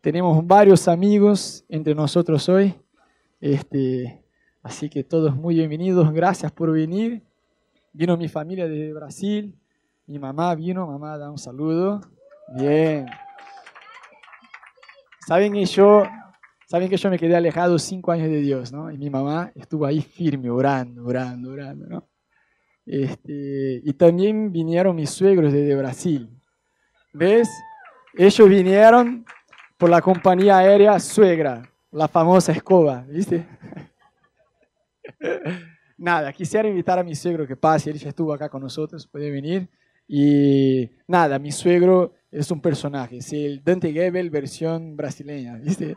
Tenemos varios amigos entre nosotros hoy. Este, así que todos muy bienvenidos. Gracias por venir. Vino mi familia de Brasil. Mi mamá vino. Mamá, da un saludo. Bien. Saben que yo, saben que yo me quedé alejado cinco años de Dios, ¿no? Y mi mamá estuvo ahí firme, orando, orando, orando, ¿no? Este, y también vinieron mis suegros desde Brasil. ¿Ves? Ellos vinieron por la compañía aérea suegra, la famosa escoba, ¿viste? nada, quisiera invitar a mi suegro que pase, él ya estuvo acá con nosotros, puede venir. Y nada, mi suegro es un personaje, es el Dante Gebel versión brasileña, ¿viste?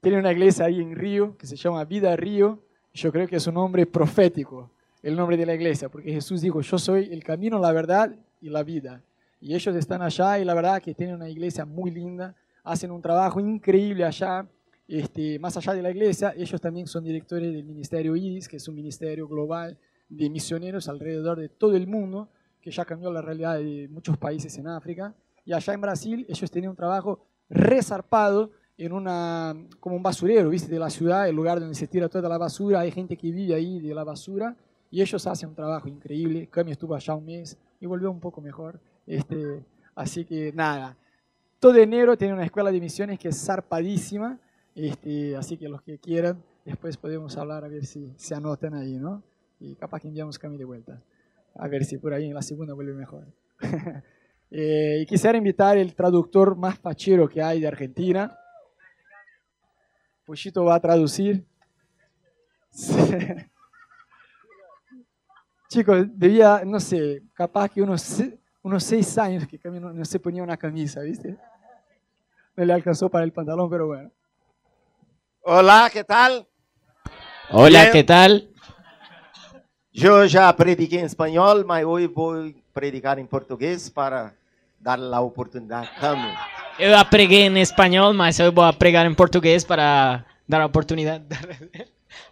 Tiene una iglesia ahí en Río que se llama Vida Río, yo creo que es un nombre profético, el nombre de la iglesia, porque Jesús dijo, yo soy el camino, la verdad y la vida. Y ellos están allá y la verdad que tienen una iglesia muy linda, hacen un trabajo increíble allá, este, más allá de la iglesia, ellos también son directores del Ministerio IDIS, que es un ministerio global de misioneros alrededor de todo el mundo, que ya cambió la realidad de muchos países en África. Y allá en Brasil ellos tenían un trabajo resarpado en una, como un basurero, ¿viste? De la ciudad, el lugar donde se tira toda la basura, hay gente que vive ahí de la basura y ellos hacen un trabajo increíble. Cami estuvo allá un mes y volvió un poco mejor. Este, así que nada, todo enero tiene una escuela de misiones que es zarpadísima, este, así que los que quieran, después podemos hablar a ver si se anotan ahí, ¿no? Y capaz que enviamos Cami de vuelta, a ver si por ahí en la segunda vuelve mejor. Eh, y quisiera invitar el traductor más fachero que hay de Argentina. Puchito va a traducir. Chicos, debía, no sé, capaz que unos, se- unos seis años que Cami no, no se ponía una camisa, ¿viste? No le alcanzó para el pantalón, pero bueno. Olá, que tal? Hola, Bien. ¿qué tal? Eu já prediquei em espanhol, mas hoje vou predicar em português para dar a oportunidade a Cami. Yo ya pregué en español, mas hoy voy a pregar en portugués para dar la oportunidad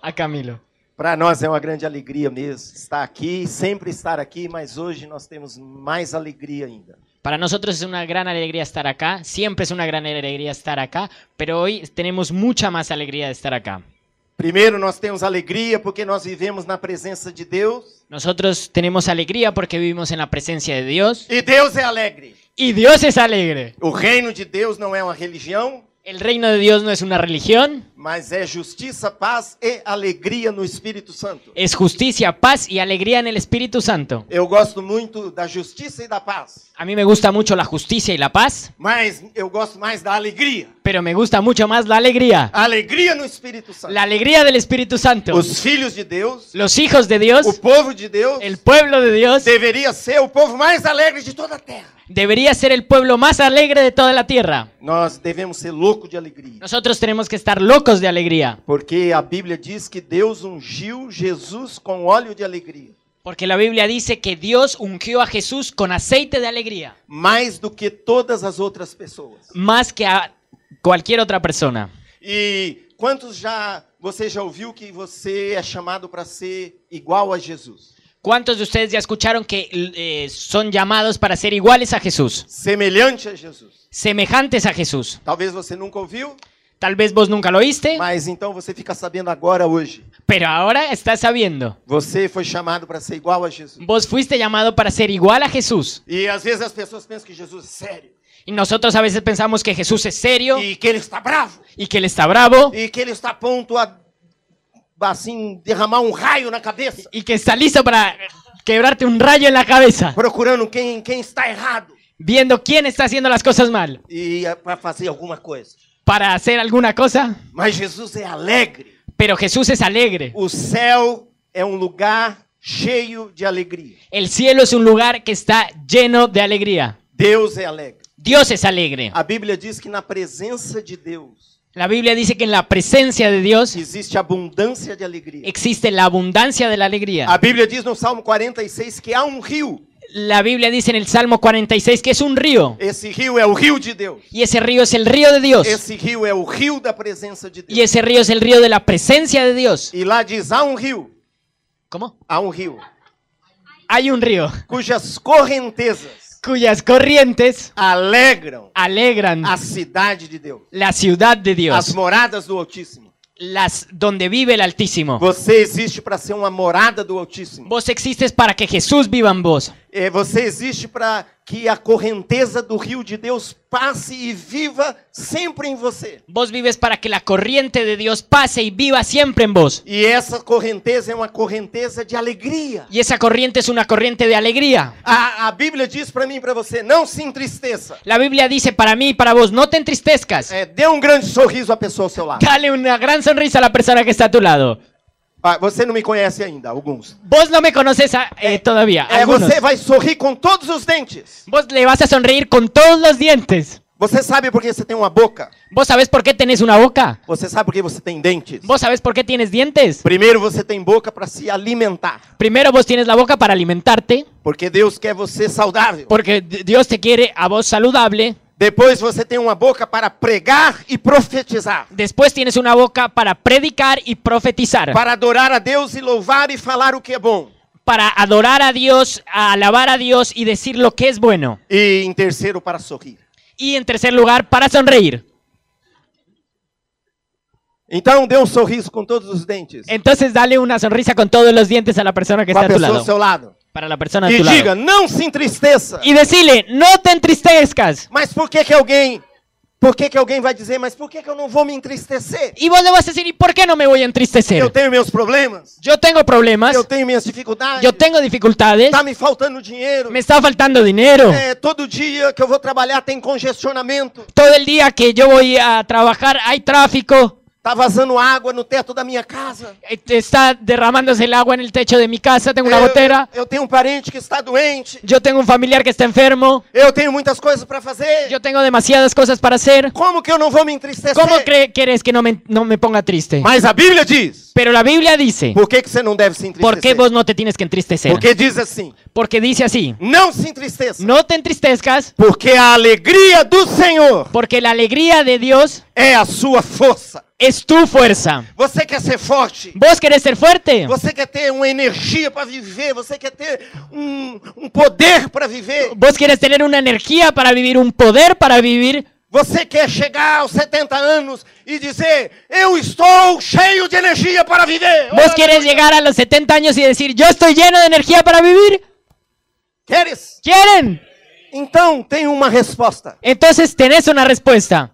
a Camilo. Para nós é uma grande alegria mesmo estar aqui, sempre estar aqui, mas hoje nós temos mais alegria ainda. Para nosotros es una gran alegría estar acá, siempre es una gran alegría estar acá, pero hoy tenemos mucha más alegría de estar acá. Primeiro, nós temos alegria porque nós vivemos na presença de Deus Nosotros tenemos alegría porque vivimos en la presencia de Dios e Deus é alegre. y Dios es alegre. O reino de Deus não é uma religião, El reino de Dios no es una religión, mas é justiça, paz e alegria no Espírito Santo. es justicia, paz y alegría en el Espíritu Santo. Eu gosto muito da justiça e da paz. A mí me gusta mucho la justicia y la paz, Mas eu gosto mais da alegria. pero me gusta mucho más la alegría. A alegria no Espírito Santo. La alegría del Espíritu Santo. Os filhos de Deus, Los hijos de Dios, o povo de Deus, el pueblo de Dios, deveria ser o povo mais alegre de toda a terra. debería ser el pueblo más alegre de toda la tierra. Nós devemos ser loucos de alegria. Nosotros tenemos que estar locos de alegría, Porque a Bíblia diz que Deus ungiu Jesus com óleo de alegria. porque la Biblia dice que Dios ungió a Jesús con aceite de alegría, Mais do que todas as outras pessoas. más que a cualquier otra persona. E quantos já você já ouviu que você é chamado para ser igual a Jesus? ¿Cuántos de ustedes ya escucharon que eh, son llamados para ser iguales a Jesús, Semelhante a Jesus. semejantes a Jesús? Talvez você nunca ouviu, Tal vez vos nunca lo oíste, mas então você fica sabendo agora hoje. pero ahora estás sabiendo. Você foi chamado para ser igual a Jesus. Vos fuiste llamado para ser igual a Jesús. E às vezes as pessoas pensam que Jesus é sério. Y nosotros a veces pensamos que Jesús es serio E que ele está bravo. y que él está bravo E que ele está a ponto a assim, derramar um raio na cabeça. y que está listo para quebrarte un rayo en la cabeza, Procurando quem, quem está errado. viendo quién está haciendo las cosas mal E para fazer alguma coisa. para hacer alguna cosa. Mas Jesus é alegre. Pero Jesús es alegre. O céu é um lugar cheio de alegria. El cielo es un lugar que está lleno de alegría. Deus é alegre. Dios es alegre. A Bíblia diz que na presença de Deus La Biblia dice que en la presencia de Dios existe abundância de alegria. existe la abundancia de la alegría. A Bíblia diz no Salmo 46 que há um rio La Biblia dice en el Salmo 46 que es un río Esse rio é o rio de Deus. y ese río es Então. el río de Dios Esse rio é o rio da presença de Deus. y esse río es el río de la presencia de Dios. E lá diz: há um rio, ¿Cómo? há um rio, Hay un río. cujas correntezas cuyas corrientes alegram alegran a cidade de Deus, la ciudad de as Dios, moradas do Altíssimo. las donde vive el Altísimo. Você existe para ser uma morada do Altíssimo. Vos existes para que Jesús viva en vos. É, Você existe para que a correnteza do rio de Deus passe e viva sempre em você. Vos vives para que la corriente de Dios pase y viva siempre en vos. E essa correnteza é uma correnteza de alegria. Y esa corriente es una corriente de alegría. A, a Bíblia diz para mim e para você: não se entristeça. La Biblia dice para mí y para vos, no te entristezcas. É, dê um grande sorriso à pessoa ao seu lado. Dale una gran sonrisa a la persona que está a tu lado. Ah, Você não me conhece ainda, alguns. Vos no me conoces a- eh, todavía. É, algunos. você vai sorrir com todos os dentes. Vos le vas a sonreír con todos los dientes. Você sabe por que você tem uma boca. ¿Vos sabés por qué tenés una boca? Você sabe por que você tem dentes. ¿Vos sabés por qué tienes dientes? Primeiro você tem boca para se alimentar, Primero vos tienes la boca para alimentarte, porque Deus quer você saudável. porque D- Dios te quiere a vos saludable. Depois você tem uma boca para pregar e profetizar, Después tienes una boca para predicar y profetizar, para adorar a Deus e louvar e falar o que é bom. para adorar a Dios, a alabar a Dios y decir lo que es bueno. E em terceiro para sorrir. Y en tercer lugar, para sonreír. Então dê um sorriso com todos os dentes Entonces dale una sonrisa con todos los dientes a la persona que para está a a tu pessoa ao lado. seu lado Para la persona a e tu diga: lado. não se entristeça. Y decirle, no te entristezcas. Mas por que que alguém? Por que que alguém vai dizer? Mas por que que eu não vou me entristecer? Y vos le vas a decir, ¿y por qué no me voy a Eu entristecer? tenho meus problemas. Yo tengo problemas, Eu tenho minhas dificuldades. yo tengo dificultades, Tá me faltando Eh, dinheiro. me está faltando dinero. É, todo dia que eu vou trabalhar tem congestionamento. Todo el día que yo voy a trabajar hay tráfico, Tá vazando água no teto da minha casa. eh, está derramándose el agua en el techo de mi casa, tengo una Eu- gotera, Eu, tenho um parente que está doente. yo tengo un familiar que está enfermo, Eu tenho muitas coisas para fazer. yo tengo demasiadas cosas para hacer. Como que eu não vou me entristecer? ¿Cómo cre- querés que no me, no me ponga triste? Mas a Bíblia diz. Pero la Biblia dice, Por que, que você não deve se entristecer? ¿por qué vos no te tienes que entristecer? Porque diz assim: Porque dice así, não se entristeça. no te entristezcas Porque a alegria do Senhor porque la alegría de Dios é a sua força. es tu fuerza. Você quer ser forte. ¿Vos querés ser fuerte? Você quer ter uma energia para viver. Você quer ter um, um poder para viver. ¿Vos querés tener una energía para vivir, un poder para vivir? Você quer chegar aos 70 anos e dizer: Eu estou cheio de energia para viver. ¿Vos Oh, querés llegar a los 70 años y decir, yo estoy lleno de energía para vivir? Queres? ¿Quieren? Então tem uma resposta: Entonces tenés una respuesta.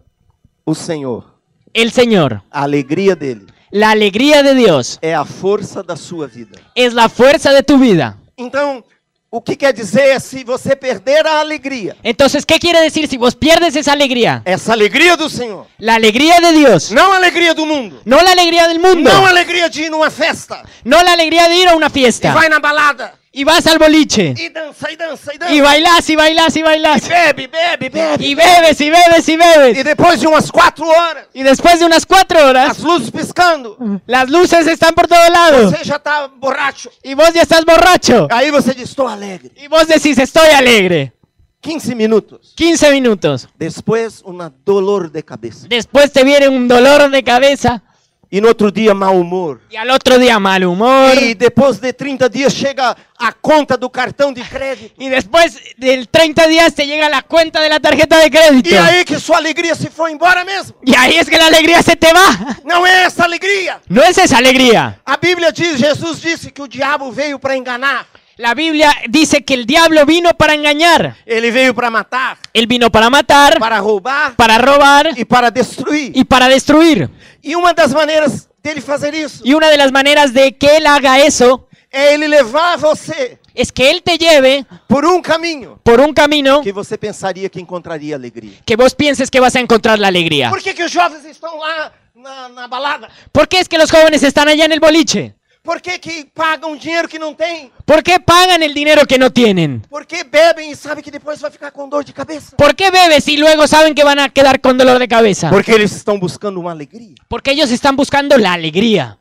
O Senhor, El Señor, a alegria dele la alegría de Dios, é a força da sua vida. es la fuerza de tu vida. Então, o que quer dizer é se você perder a alegria, Entonces, ¿qué quiere decir si vos pierdes esa alegría? essa alegria do Senhor, La alegría de Dios, não a alegria do mundo, no la alegría del mundo, não a alegria de ir numa festa, no la alegría de ir a una e fiesta. vai na balada, Y vas al boliche, e dança, e dança, e dança, y bailás, y bailás, y bailás, bebe, bebe, bebe. y bebes, y bebes, y E bebes. depois de umas quatro horas, Y después de unas cuatro horas, as luzes piscando, Pues Las luces están por todo lado. você já tá borracho. Y vos ya estás borracho. Aí você diz, estou alegre. Y vos decís, estoy alegre. 15 minutos. 15 minutos. Depois, uma dolor de cabeça. Después te viene un dolor de cabeza. E no outro dia, mau humor. Y al otro día mal humor. E depois de 30 dias chega a conta do cartão de crédito. Y después del 30 días te llega la cuenta de la tarjeta de crédito. E aí que sua alegria se foi embora mesmo. Y ahí es que la alegría se te va. Não é essa alegria. No es esa alegría. A Bíblia diz, Jesus disse que o diabo veio para enganar. La Biblia dice que el diablo vino para engañar. Ele veio para matar, Él vino para matar, para roubar para robar e para destruir. y para destruir. E uma das maneiras dele fazer isso Y una de las maneras de que él haga eso é ele levar você es que él te lleve por um caminho por un camino que você pensaria que encontraria alegria. que vos pienses que vas a encontrar la alegría. Por que, que os jovens estão lá na, na balada? ¿Por qué es que los jóvenes están allá en el boliche? Por que, que pagam um dinheiro que não tem? ¿Por qué pagan el dinero que no tienen? Por que bebem e sabem que depois vai ficar com dor de cabeça? ¿Por qué bebes y luego saben que van a quedar con dolor de cabeza? Porque eles estão buscando uma alegria. Porque ellos están buscando la alegría.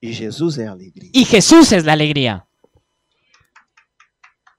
E Jesus é a alegria. Y Jesús es la alegría.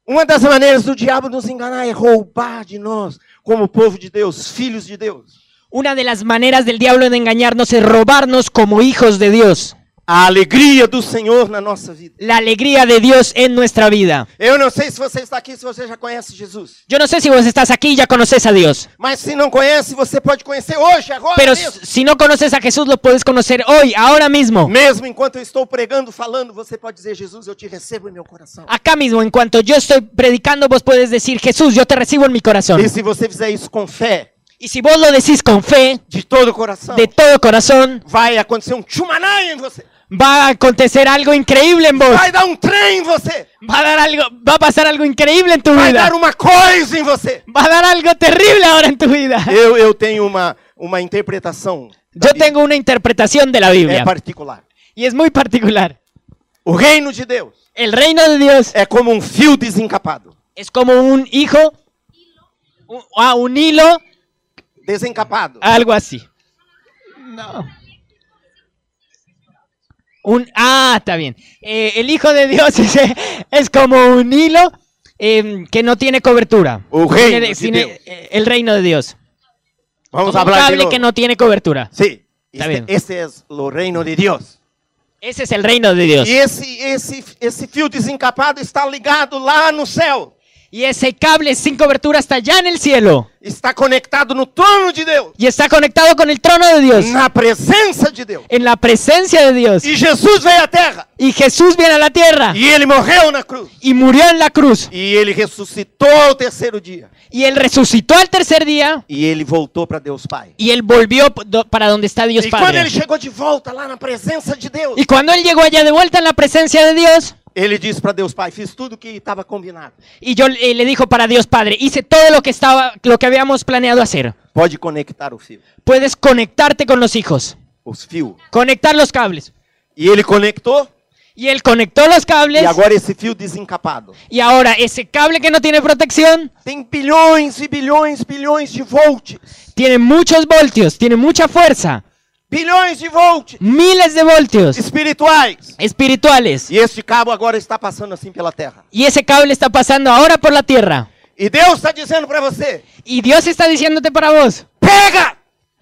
Uma das maneiras do diabo nos enganar é roubar de nós, como povo de Deus, filhos de Deus. Una de las maneras del diablo de engañarnos es robarnos como hijos de Dios. a alegria do Senhor na nossa vida. La alegría de Dios en nuestra vida. Eu não sei se você está aqui, se você já conhece Jesus. Yo no sé si vos estás aquí y ya conoces a Dios, Mas se não conhece, você pode conhecer hoje, agora pero mesmo. s- si no conoces a Jesús lo puedes conocer hoy, ahora mismo. Mesmo enquanto eu estou pregando, falando, você pode dizer, Jesus, eu te recebo em meu coração. Acá mismo, en cuanto yo estoy predicando, vos puedes decir, Jesús, yo te recibo en mi corazón. E se você fizer isso com fé, Y si vos lo decís con fe, de todo o coração, de todo corazón, vai acontecer um tchumaná em você. va a acontecer algo increíble en vos. Vai dar um trem em você. Va a dar algo, va a pasar algo increíble en tu Vai vida. dar uma coisa em você. Va a dar algo terrible ahora en tu vida. Eu, eu tenho uma, uma interpretação. da Yo Bíblia. tengo una interpretación de la É Biblia particular. y es muy particular. O reino de Deus El reino de Dios é como um fio desencapado. es como un hijo, un, ah, un hilo, Desencapado. algo así. No. Un, ah, está bien. Eh, el hijo de Dios es, es como un hilo em, que no tiene cobertura. O reino Tiene- de tiene- Deus. eh, el reino de Dios. Vamos Como un falar de cable novo. que no tiene cobertura. Sim. Tá Este, bem. esse é o reino de Deus. Ese es el reino de Dios. E esse, esse, esse fio desencapado está ligado lá no céu. Y ese cable sin cobertura está allá en el cielo. Está conectado no trono de Deus. Y está conectado con el trono de Dios. Na presença de Deus. En la presencia de Dios. E Jesus veio à terra. Y Jesús viene a la tierra. E ele morreu na cruz. Y murió en la cruz. E ele ressuscitou ao terceiro dia. Y él resucitó al tercer día. E ele voltou para Deus Pai. Y él volvió p- do- para donde está Dios E quando ele Padre. chegou de volta lá na presença de Deus, Y cuando él llegó allá de vuelta en la presencia de Dios. ele disse para Deus Pai: Fiz tudo o que estava combinado. Y yo eh, le dijo para Dios Padre, hice todo lo que estaba, lo que habíamos planeado hacer. Pode conectar o fio, Puedes conectarte con los hijos, os fios. conectar los cables. E ele conectou. Y él conectó los cables. E agora esse fio desencapado. Y ahora ese cable que no tiene protección Tem bilhões e bilhões, bilhões de volts. tiene muchos voltios, tiene mucha fuerza, Bilhões de volts miles de voltios espirituais. espirituales. E esse cabo agora está passando assim pela terra. Y ese cable está pasando ahora por la tierra. E Deus está dizendo para você: Y Dios está diciéndote para vos, Pega!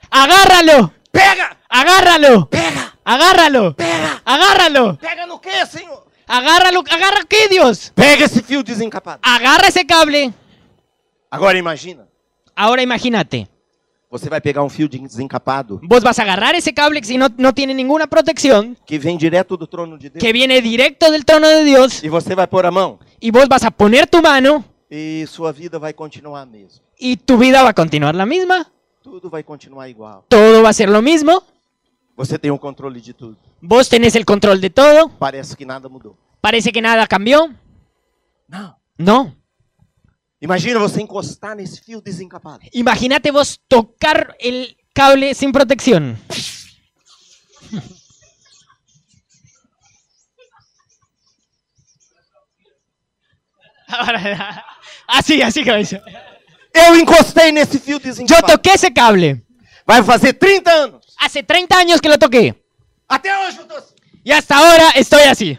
agárralo, Pega! agárralo, Pega! agárralo, Pega! agárralo, Pega no quê, Senhor? agárralo, agarra qué Dios. Pega esse fio desencapado. Agarra ese cable. Agora imagina, Ahora imagínate, você vai pegar um fio desencapado vos vas a agarrar esse cable que si no, no tiene ninguna protección, que vem direto do trono de Deus. que viene directo del trono de Dios, E você vai pôr a mão y vos vas a poner tu mano e sua vida vai continuar a mesma. y tu vida va a continuar la misma. Tudo vai continuar igual. todo va a ser lo mismo. Você tem o controle de tudo. Vos tenés el control de todo. Parece que nada mudou. Parece que nada cambió. Não. No. Imagina você encostar nesse fio desencapado. Imagínate vos tocar el cable sin protección. Ahora, así, así cabeza. Eu encostei nesse fio Yo desencapado. toqué ese cable. Vai fazer 30 anos. Hace 30 años que lo toqué. Até hoje eu tô assim. Y hasta ahora estoy así.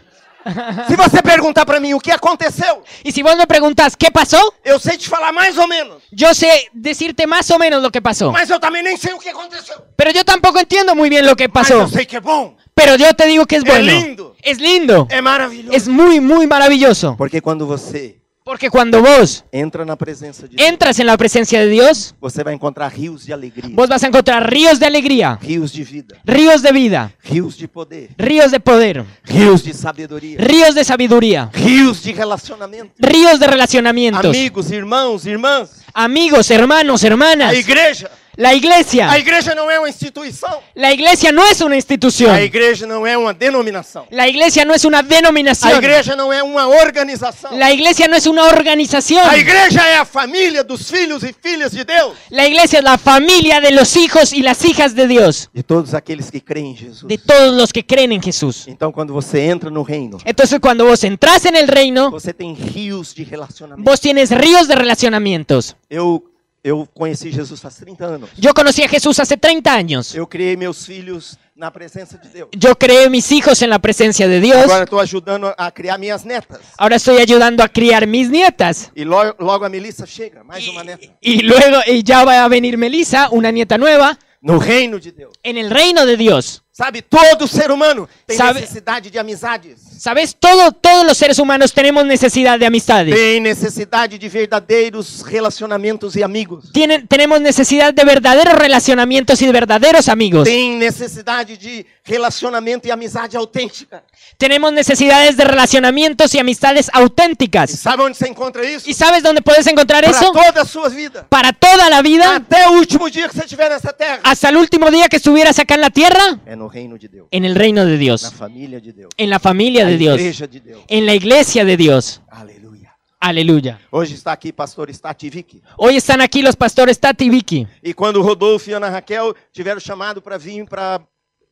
Se você perguntar para mim o que aconteceu, Y si vos me preguntás qué pasó, eu sei te falar mais ou menos. yo sé decirte más o menos lo que pasó. Mas eu também nem sei o que aconteceu. Pero yo tampoco entiendo muy bien lo que Mas pasó. eu sei que é bom. Pero yo te digo que es Es bueno. lindo. Es lindo. É maravilhoso. Es muy, muy maravilloso. Porque quando você Porque cuando vos entra na presença de Deus, entras en la presencia de Dios, você vai encontrar rios de alegria, vos vas a encontrar ríos de alegría, rios de vida, ríos de vida, rios de poder, ríos de poder, rios de sabedoria, ríos de sabiduría, rios de relacionamento. ríos de relacionamientos. Amigos, irmãos, irmãs, Amigos, hermanos, hermanas. a igreja. La iglesia. A igreja não é uma instituição. La iglesia no es una A institución. igreja não é uma denominação. La iglesia no es una A denominación. igreja não é uma organização. La iglesia no es una organización. A igreja é a família dos filhos e filhas de Deus. La iglesia es la familia de los hijos y las hijas de Dios, De todos aqueles que creem em Jesus. de todos los que creen en Jesús. Então, quando você entra no reino, Entonces cuando vos entras en el reino, você tem rios de relacionamento. vos tienes ríos de relacionamientos. Eu, eu conheci Jesus há 30 anos. Yo conocí a Jesús hace 30 años. Eu criei meus filhos na presença de Deus. Yo creé mis hijos en la presencia de Dios. Agora estou ajudando a criar minhas netas. Ahora estoy ayudando a criar mis nietas. E lo- logo a Melissa chega, mais Y, uma neta. y luego y ya va a venir Melissa, una nieta nueva, No reino de Deus, en el reino de Dios. Sabe, todo ser humano tem Sabe- necessidade de amizades. ¿Sabes? Todo, todos los seres humanos tenemos necesidad de amistades. Tem necessidade de verdadeiros relacionamentos e amigos. Tienen- tenemos necesidad de verdaderos relacionamientos y de verdaderos amigos. Tem necessidade de relacionamento e amizade autêntica. Tenemos necesidades de relacionamientos y amistades E auténticas. sabe onde você encontra isso? ¿Y sabes dónde puedes encontrar Para eso? toda a sua vida. Para toda la vida, Até o último dia que você estiver nessa terra. hasta el último día que estuvieras acá en la tierra, É no reino de Deus. en el reino de Na Dios, família de Deus. en la familia Na de Dios, igreja de Deus. en la iglesia de Dios. Aleluia. Aleluya. Hoje está aqui pastor Stativic. Hoy están aquí los pastores Tati y Vicky. E quando Rodolfo e Ana Raquel tiveram chamado para vir para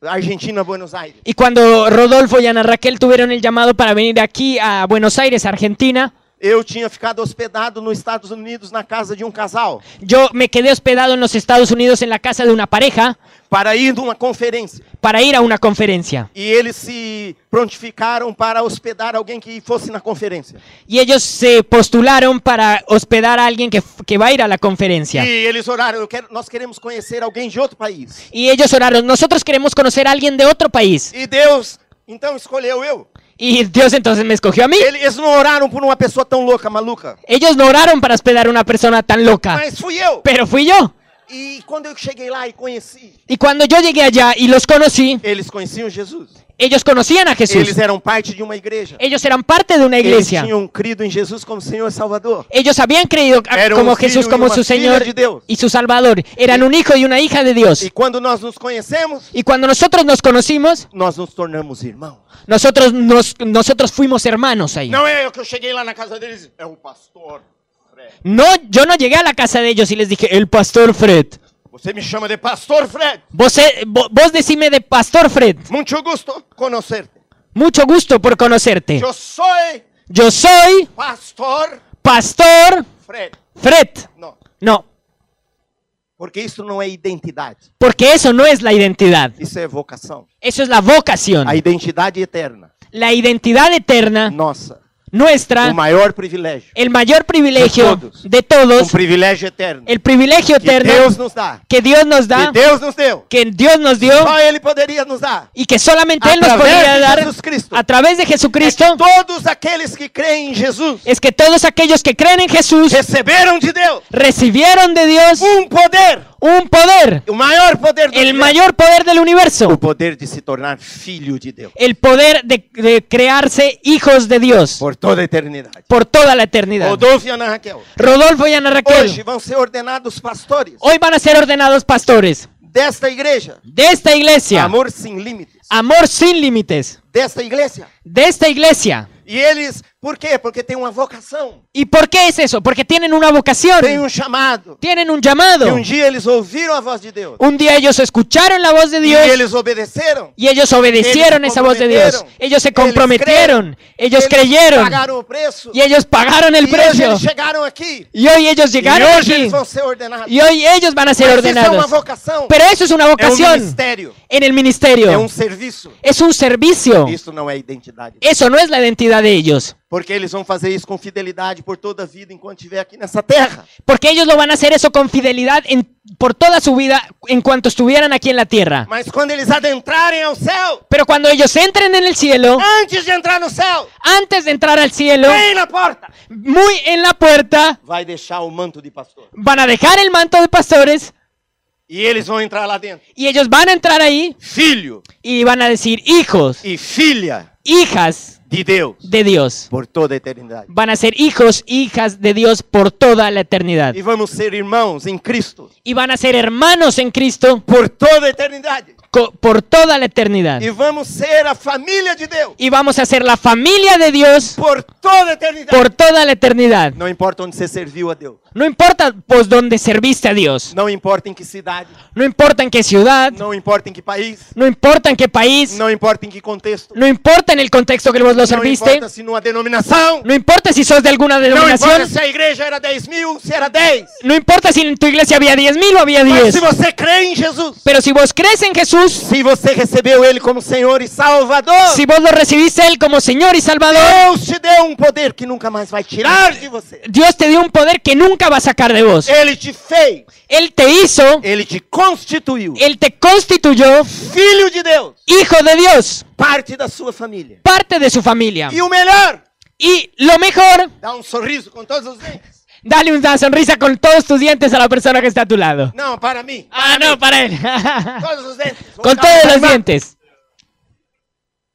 Argentina, Buenos Aires. Y cuando Rodolfo y Ana Raquel tuvieron el llamado para venir aquí a Buenos Aires, Argentina, Eu tinha ficado hospedado nos Estados Unidos na casa de um casal yo me quedé hospedado en los Estados Unidos en la casa de una pareja para ir numa conferência. para ir a una conferencia. E eles se prontificaram para hospedar alguém que fosse na conferência. Y ellos se postularon para hospedar a alguien que, f- que va a ir a la conferencia. E eles oraram, eu quero, nós queremos conhecer alguém de outro país. Y ellos oraron, nosotros queremos conocer a alguien de otro país. E Deus, então, escolheu eu. Y Dios entonces me escogió a mí. Ele- Eles não oraram por uma pessoa tão louca, maluca. Ellos no oraron para hospedar a una persona tan loca, Mas fui eu. pero fui yo. E quando eu cheguei lá e conheci, Y cuando yo llegué allá y los conocí, eles conheciam Jesus. ellos conocían a Eles Jesús. eram parte de uma igreja. Ellos eran parte de una Eles iglesia. tinham crido em Jesus como Senhor e Salvador. Ellos habían creído a- Era un como hijo Jesús, y como una su hija Señor e de Dios. y su Salvador. Eran un hijo y una hija de Dios. E quando nós nos conhecemos, Y cuando nosotros nos conocimos, nós nos tornamos irmãos. nosotros, nos, nosotros fuimos hermanos ahí. Não é eu que eu cheguei lá na casa deles, é o pastor. Fred. No, yo no llegué a la casa de ellos y les dije, el pastor Fred. Você me chama de pastor Fred. Vos, eh, vo- vos decime de pastor Fred. Muito gusto conhecer-te. Mucho gusto por conocerte. Eu sou Yo soy pastor pastor Fred. Fred. Não, No, porque isso não é identidade, porque eso no es la identidad. isso é vocação. Eso es la vocación. A identidade eterna, La identidad eterna, nossa, nuestra, o maior É um privilégio, el mayor privilegio todos. de um todos, privilégio eterno el privilegio que eterno Deus nos dá, que Dios nos que da, Deus nos deu, que Dios nos dio só Ele poderia nos dar. y que solamente A Él nos través podría de dar Jesucristo. a través de É Jesucristo, que todos aqueles que creem em Jesus es que todos aquellos que creen en Jesús receberam de Deus recibieron de Dios um poder, un poder, o maior poder do el universo. mayor poder del o universo, poder de se tornar filho de Deus el poder de, de crearse hijos de Dios por toda a eternidade. por toda la eternidad. Rodolfo e Ana Raquel, É. Rodolfo y Ana hoje Raquel, vão ser ordenados pastores hoy van a ser ordenados pastores desta igreja. de esta iglesia, Amor sem limites. amor sin límites, Desta igreja. de esta iglesia. E eles, por quê? Porque tem uma vocação, ¿Y por qué es eso? Porque tienen una vocación. tem um chamado. tienen un E llamado. um dia eles ouviram a voz de Deus. Un día ellos escucharon la voz de E Dios eles obedeceron. y ellos obedecieron Eles se esa voz de Dios. comprometieron. Ellos se Eles creen. comprometieron, ellos Eles creyeron Pagaram o preço. y ellos pagaron el E hoje precio. eles chegaram aqui. Y hoy ellos llegaron e hoje aquí eles vão ser ordenados. y hoy ellos van a ser Mas Isso é uma ordenados. vocação. Pero eso es una é um vocación ministério. en el É um ministerio. serviço. Es un servicio. Isso não é identidade. Eso no es la identidad de ellos. Porque eles vão fazer isso com fidelidade por toda a vida enquanto estiver aqui nessa terra. Porque ellos lo van a hacer eso con fidelidad en- por toda su vida en cuanto estuvieran aquí en la tierra. Mas quando eles adentrarem ao céu, Pero cuando ellos entren en el cielo, antes de entrar no céu, antes de entrar al cielo, bem na porta, muy en la puerta, vai deixar o manto de pastor. van a dejar el manto de pastores E eles vão entrar lá dentro. y ellos van a entrar ahí Filho y van a decir hijos, e filha hijas de Deus de Dios. por toda a eternidade. Van a ser hijos, hijas de Dios por toda la eternidad. E vamos ser irmãos em Cristo Y van a ser hermanos en Cristo por toda a eternidade. co- por toda la eternidad. E vamos ser a família de Deus Y vamos a ser la familia de Dios por toda a eternidade. por toda la eternidad. Não importa onde você serviu a Deus. No importa pues dónde serviste a Dios, Não importa em que cidade. no importa en qué ciudad, Não importa em que país. no importa en qué país, Não importa em que contexto. no importa en el contexto que vos Dios lo Não serviste. importa se numa denominação, No importa si sos de alguna não importa denominación. se a igreja era 10 mil, se era 10. No importa si en tu iglesia había 10.000 o había Mas se 10. você crê em Jesus, Pero si vos crees en Jesús, se você recebeu Ele como Senhor e Salvador, si vos lo recibiste a Él como Señor y Salvador, Deus te deu um poder que nunca mais vai tirar de você. Dios te dio un poder que nunca va a sacar de vos. Ele te fez, Él te hizo, Ele te constituiu, Él te constituyó filho de Deus, hijo de Dios, parte da sua família. parte de su familia. E o melhor, Y lo mejor, dá um sorriso com todos os dentes. dale una sonrisa con todos tus dientes a la persona que está a tu lado. Não, para mim. Ah, no, para Él. Todos os dentes. Vou Con dar todos um los palmar. dientes.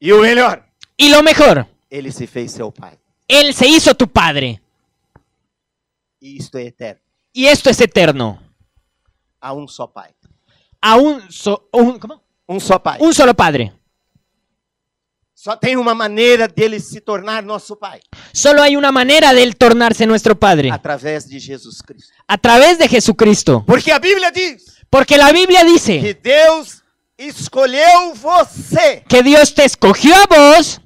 E o melhor, Y lo mejor, ele se fez seu pai. Él se hizo tu padre. E isto é eterno. Y esto es eterno. Há um só pai. A un, so- un- ¿cómo? Um só pai. un solo padre. Só tem uma maneira dele se tornar nosso pai. Solo hay una manera de Él tornarse nuestro padre. Através de Jesus Cristo. A través de Jesucristo. Porque a Bíblia diz Porque la Biblia que dice Deus escolheu você que Dios te escogió a vos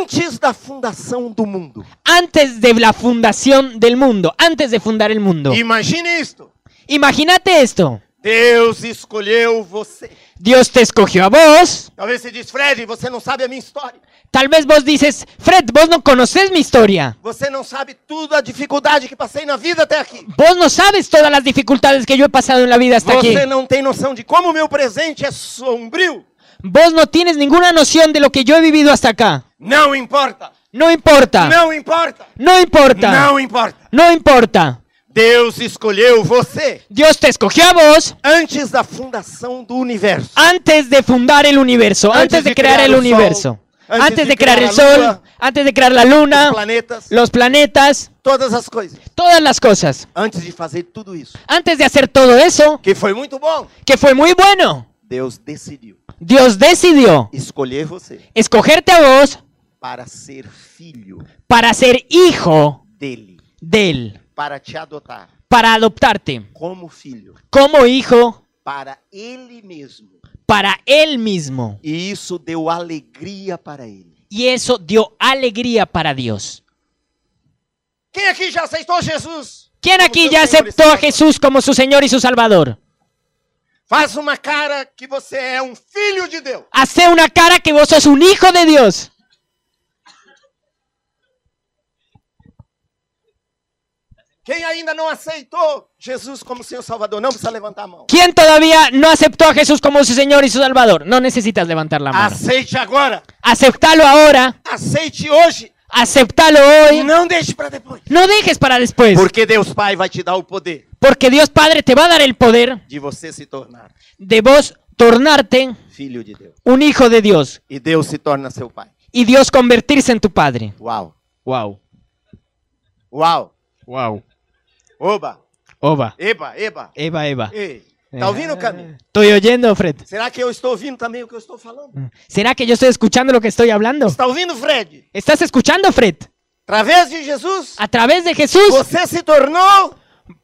antes da fundação do mundo. antes de la fundación del mundo, antes de fundar el mundo. Imagine isto. Imagínate esto. Deus escolheu você. Dios te escogió a vos. Talvez você diz, Fred, você não sabe a minha história. Tal vez vos dices, Fred, vos no conoces mi historia. Você não sabe tudo a dificuldade que passei na vida até aqui. Vos no sabes todas las dificultades que yo he pasado en la vida hasta aquí. Você não tem noção de como o meu presente é sombrio. Vos no tienes ninguna noción de lo que yo he vivido hasta acá. Não importa. No importa. Não importa. No importa. Não importa. No importa. Deus escolheu você Dios te escogió a vos antes da fundação do universo. antes de fundar el universo, antes, de, crear, el sol, universo, antes, de, crear, el la sol, luna, antes de crear la Os luna, planetas, los planetas, todas as coisas. todas las cosas. Antes de fazer tudo isso, Antes de hacer todo eso, que foi muito bom, que fue muy bueno, Deus decidiu Dios decidió escolher você escogerte a vos para ser filho para ser hijo dele, de él, para te adotar para adoptarte como filho, como hijo para ele mesmo. para él mismo. E isso deu alegria para ele. Y eso dio alegría para Dios. Quem aqui já aceitou Jesus? ¿Quién Como aquí seu ya Senhor e aceptó a Salvador? Jesús como su Señor y su Salvador? Faz uma cara que você é um filho de Deus. Hace una cara que vos sos un hijo de Dios. Quem ainda não aceitou Jesus como seu Salvador, não precisa levantar a mão. ¿Quién todavía no aceptó a Jesús como su Señor y su Salvador? No necesitas levantar la mano. Aceite agora. Aceptalo ahora, Aceite hoje. aceptalo E hoy. não deixe para depois. No dejes para después, Porque Deus Pai vai te dar o poder porque Dios Padre te va a dar el poder de você se tornar de vos tornarte filho de Deus. un hijo de Dios E Deus se torna seu Pai. y Dios convertirse en tu Padre. Uau. Wow, Uau. wow. Oba. Oba, Eba, eba. Eva, Eva. Ei, tá ouvindo, Cami? Estoy oyendo, Fred. Será que eu estou ouvindo também o que eu estou falando? ¿Será que yo estoy escuchando lo que estoy hablando? Está ouvindo, Fred? ¿Estás escuchando, Fred? Através de Jesus, A través de Jesús, você se tornou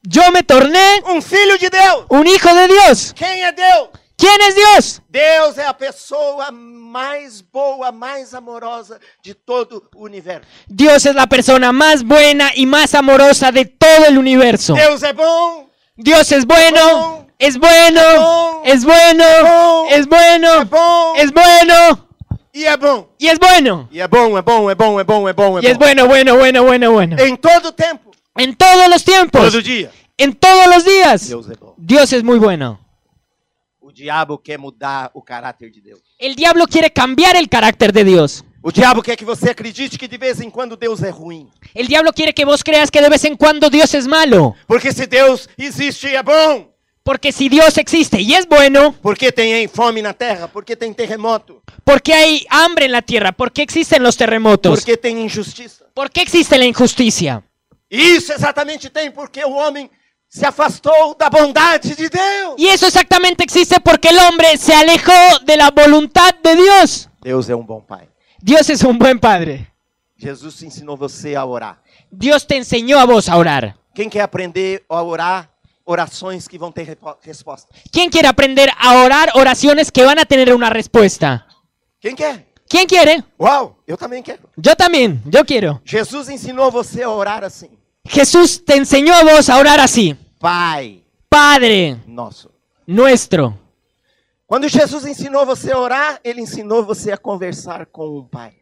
yo me torné um filho de Deus. un hijo de Dios. Quem é Deus? ¿Quién es Dios? Deus é a pessoa mais boa, mais amorosa de todo o universo. Dios es la persona más buena y más amorosa de todo el universo. Deus é bom, Dios es bueno, es bueno, es bueno, es é bueno, bom es bueno e é bom. y es bueno. E é bom, é bom, é bom, é bom, é bom, Y es bueno, bueno, bueno, bueno, bueno. Em todo tempo, En todos los tiempos, todo dia, en todos los días, Deus é bom. Dios es muy bueno. O diabo quer mudar o caráter de Deus. El diablo quiere cambiar el carácter de Dios. O diabo quer que você acredite que de vez em quando Deus é ruim. El diablo quiere que vos creas que de vez en cuando Dios es malo. Porque se Deus existe e é bom, Porque si Dios existe y es bueno, porque tem fome na terra, porque tem terremoto, ¿por qué hay hambre en la tierra? ¿Por qué existen los terremotos? porque tem injustiça. ¿Por qué existe la injusticia? Isso exatamente tem porque o homem se afastou da bondade de Deus. Y eso exactamente existe porque el hombre se alejó de la voluntad de Dios. Deus é um bom pai. Dios es un buen padre. Jesus ensinou você a orar. Dios te enseñó a vos a orar. Quem quer aprender a orar, orações que vão ter repo- resposta. ¿Quién quiere aprender a orar oraciones que van a tener una respuesta? Quem quer? ¿Quién quiere? Uau, eu também quero. Yo también, yo quiero. Jesus ensinou você a orar assim: Jesús te enseñó a vos a orar así. Pai Padre nosso. nuestro. Quando Jesus ensinou você a orar, ele ensinou você a conversar com o Pai.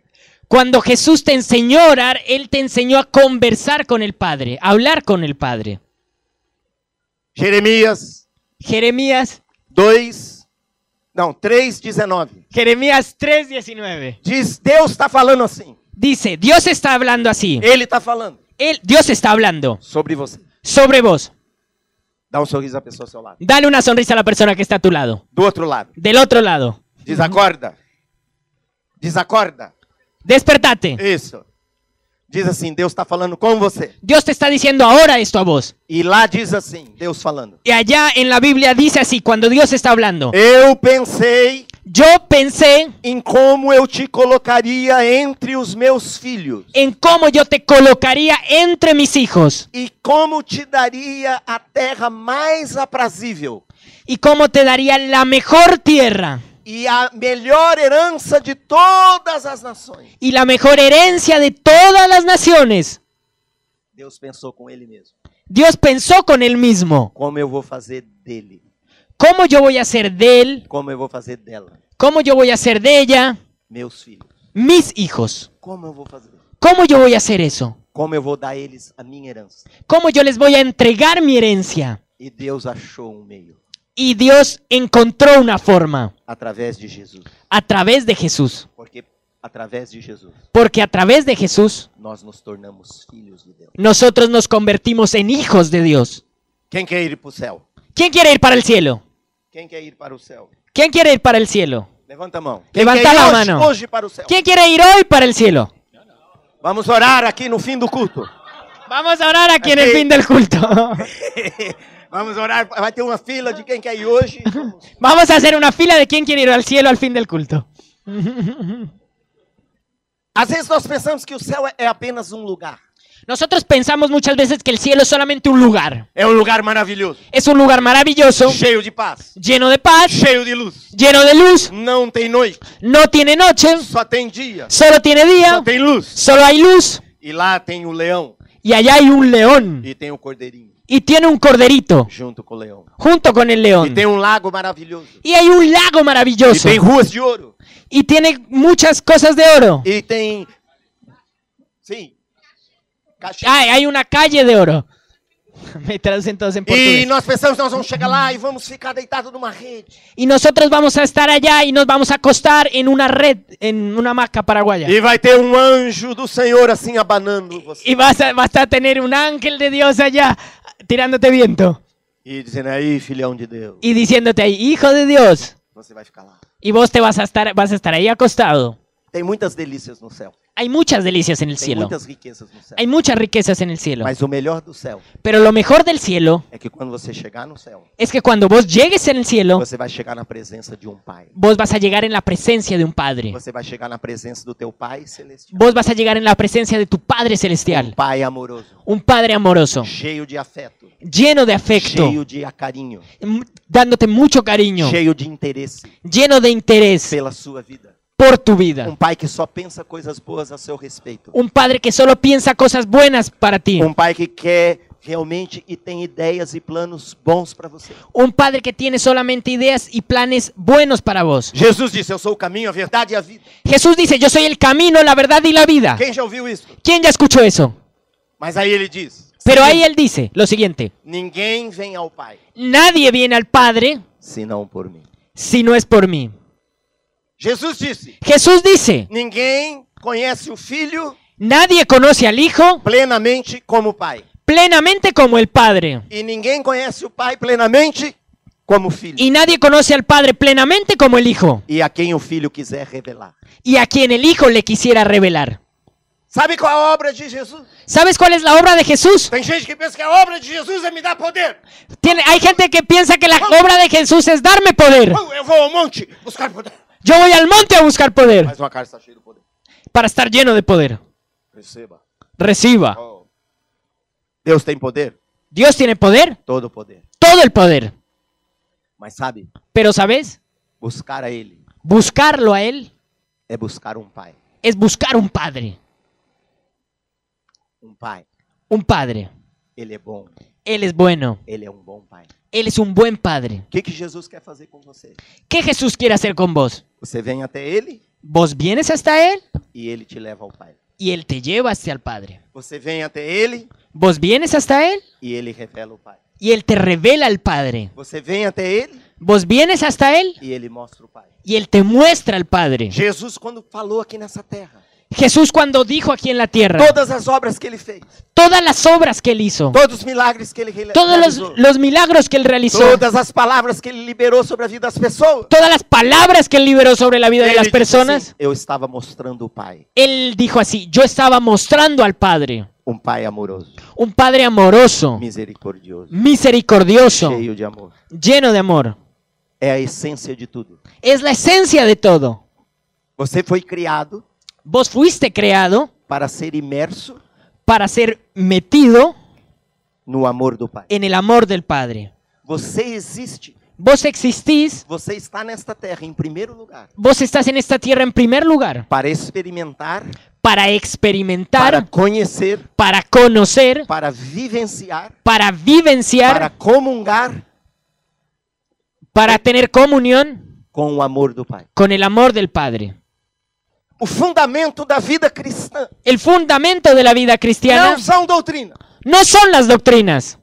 Cuando Jesús te enseñó a orar, Él te enseñó a conversar con el Padre, a hablar con el Padre. Jeremias Jeremías, 2, não, 3,19. Jeremías 3:19. Diz: Deus está falando assim. Dice, Dios está hablando así. Ele está falando Él, Dios está hablando sobre você. sobre vos. Dá um sorriso à pessoa ao seu lado. Dale una sonrisa a la persona que está a tu lado. Do outro lado. Del otro lado. Desacorda. Desacorda. Despertate. Isso. Diz assim: Deus está falando com você. Dios te está diciendo ahora esto a vos. E lá diz assim: Deus falando. Y allá en la Biblia dice así, cuando Dios está hablando. Eu pensei Yo pensé em como eu te colocaria em entre os meus filhos en cómo yo te colocaría entre mis hijos e como te daria a terra mais aprazível y cómo te daría la mejor tierra e a melhor herança de todas as nações. y la mejor herencia de todas las naciones. Deus pensou com ele mesmo. Dios pensó con él mismo. Como eu vou fazer dele? ¿Cómo yo voy a ser de él? Como eu vou fazer dela? ¿Cómo yo voy a ser de ella? Meus filhos. Mis hijos. Como eu vou fazer? ¿Cómo yo voy a hacer eso? Como eu vou dar a eles a minha herança? ¿Cómo yo les voy a entregar mi herencia? E Deus achou um meio Y Dios encontró una forma através de Jesus. a través de Jesús. Porque através de Jesus Porque a través de Jesús nós nos tornamos filhos de Deus. nosotros nos convertimos en hijos de Dios. Quem quer ir para o céu? ¿Quién quiere ir para el cielo? Quem quer ir para o céu? ¿Quién quiere ir para el cielo? Levanta a mão. Levanta quer ir a hoje, mano. Hoje para o céu. ¿Quién quiere ir hoy para el cielo? Vamos orar aqui no fim do culto. Vamos a orar aquí en el fin del culto. Vamos orar. Vai ter uma fila de quem quer ir hoje. Vamos a hacer una fila de quién quiere ir al cielo al fin del culto. Às vezes nós pensamos que o céu é- é apenas um lugar. Nosotros pensamos muchas veces que el cielo es solamente un lugar. É um lugar maravilhoso, Es un lugar maravilloso, cheio de paz, lleno de paz, cheio de luz. lleno de luz, Não tem noite, no tiene noche, só tem dia, solo tiene só día, tem luz. solo hay luz E lá tem o leão y allá hay un león e tem o cordeirinho y tiene un corderito junto com o leão. junto con el E león tem um lago maravilhoso. y hay un lago E maravilloso tem ruas de ouro. y tiene muchas cosas de oro. E tem Sim. Cachorro. Ay, hay una calle de oro. Me traducen todos en E portugués. nós pensamos que nós vamos chegar lá e vamos ficar deitados numa rede. Y nosotros vamos a estar allá y nos vamos a acostar en una red, en una hamaca paraguaya. E vai ter um anjo do Senhor assim abanando você. Y vas a, vas a tener un ángel de Dios allá tirándote viento E dizendo aí, filhão de Deus, y diciéndote ahí, hijo de Dios. você vai ficar lá. Y vos te vas a estar, vas a estar ahí acostado. Tem muitas delícias no céu. Hay muchas delicias en el Tem cielo. muitas riquezas no céu. Hay muchas riquezas en el cielo. Mas o melhor do céu Pero lo mejor del cielo é que quando você chegar no céu, es que cuando vos llegues en el cielo, você vai chegar na presença de um pai. vos vas a llegar en la presencia de un padre. Você vai chegar na presença do teu pai celestial. Vos vas a llegar en la presencia de tu Padre Um Celestial. pai amoroso, Un Padre amoroso, cheio de afeto, lleno de afecto, cheio de carinho, m- dándote mucho cariño, cheio de interesse lleno de interés pela sua vida. por tu Um vida. pai que só pensa coisas boas a seu respeito. Un Padre que solo piensa cosas buenas para ti. Um pai que quer realmente e tem ideias e planos bons para você. Un Padre que tiene solamente ideas y planes buenos para vos. Jesus disse: Eu sou o caminho, a verdade e a vida. Jesús dice, yo soy el camino, la verdad y la vida. Quem já ouviu isso? ¿Quién ya escuchó eso? Mas aí ele diz: Pero ahí él dice lo siguiente, Ninguém vem ao Pai nadie viene al Padre senão por mim. si no es por mí. Jesus disse: Jesús dice, Ninguém conhece o Filho nadie conoce al Hijo plenamente como o Pai. plenamente como el Padre. E ninguém conhece o Pai plenamente como o Filho. Y nadie conoce al Padre plenamente como el Hijo, E a quem o Filho quiser revelar. y a quien el Hijo le quisiera revelar. Sabe qual é a obra de Jesus? ¿Sabes cuál es la obra de Jesús? Tem gente que pensa que a obra de Jesus é me dar poder. Tiene- hay gente que piensa que la obra de Jesús es darme poder. Oh, Eu vou ao monte buscar poder. Yo voy al monte a buscar poder Mas uma cara está cheia de poder. para estar lleno de poder. Receba. Reciba. Oh. Deus tem poder? Dios tiene poder, Todo poder. todo el poder. Mas sabe, Pero, ¿sabes? buscar a Ele Buscarlo a Él é buscar um pai. es buscar un padre. Um pai, Un padre. ele é bom, Él es bueno. ele é um bom pai. Él es un buen padre. O que, que Jesus quer fazer com você? ¿Qué Jesús quiere hacer con vos? Você vem até ele Vos vienes hasta Él e ele te leva ao pai. y Él te lleva hacia el Padre. Você vem até ele Vos vienes hasta Él e ele revela o pai. y Él te revela al Padre. Você vem até ele Vos vienes hasta Él e ele mostra o pai. y Él te muestra al Padre. Jesus, quando falou aqui nessa terra, Jesús cuando dijo aquí en la tierra todas as obras que ele fez, todas las obras que Él hizo, todos os milagres que ele realizou, todos los, los milagros que Él realizó, todas as palavras que ele liberou sobre a vida das pessoas, todas las palabras que Él liberó sobre la vida de ele las disse personas, assim, eu estava mostrando o pai, Él dijo así, yo estaba mostrando al Padre, um pai amoroso, un Padre amoroso, misericordioso, misericordioso, cheio de amor. lleno de amor. É a essência de tudo. Es la esencia de todo. Você foi criado Vos fuiste creado para ser imerso para ser metido no amor do pai. en el amor del Padre. Você existe, Vos existís, você está nesta terra em primeiro lugar vos estás en esta tierra en primer lugar para experimentar, para para experimentar, conhecer, para conocer, para vivenciar, para para vivenciar, comungar para tener comunión com o amor do pai. con el amor del Padre. O fundamento da vida cristã El fundamento de la vida cristiana não são doutrina. no son las doctrinas.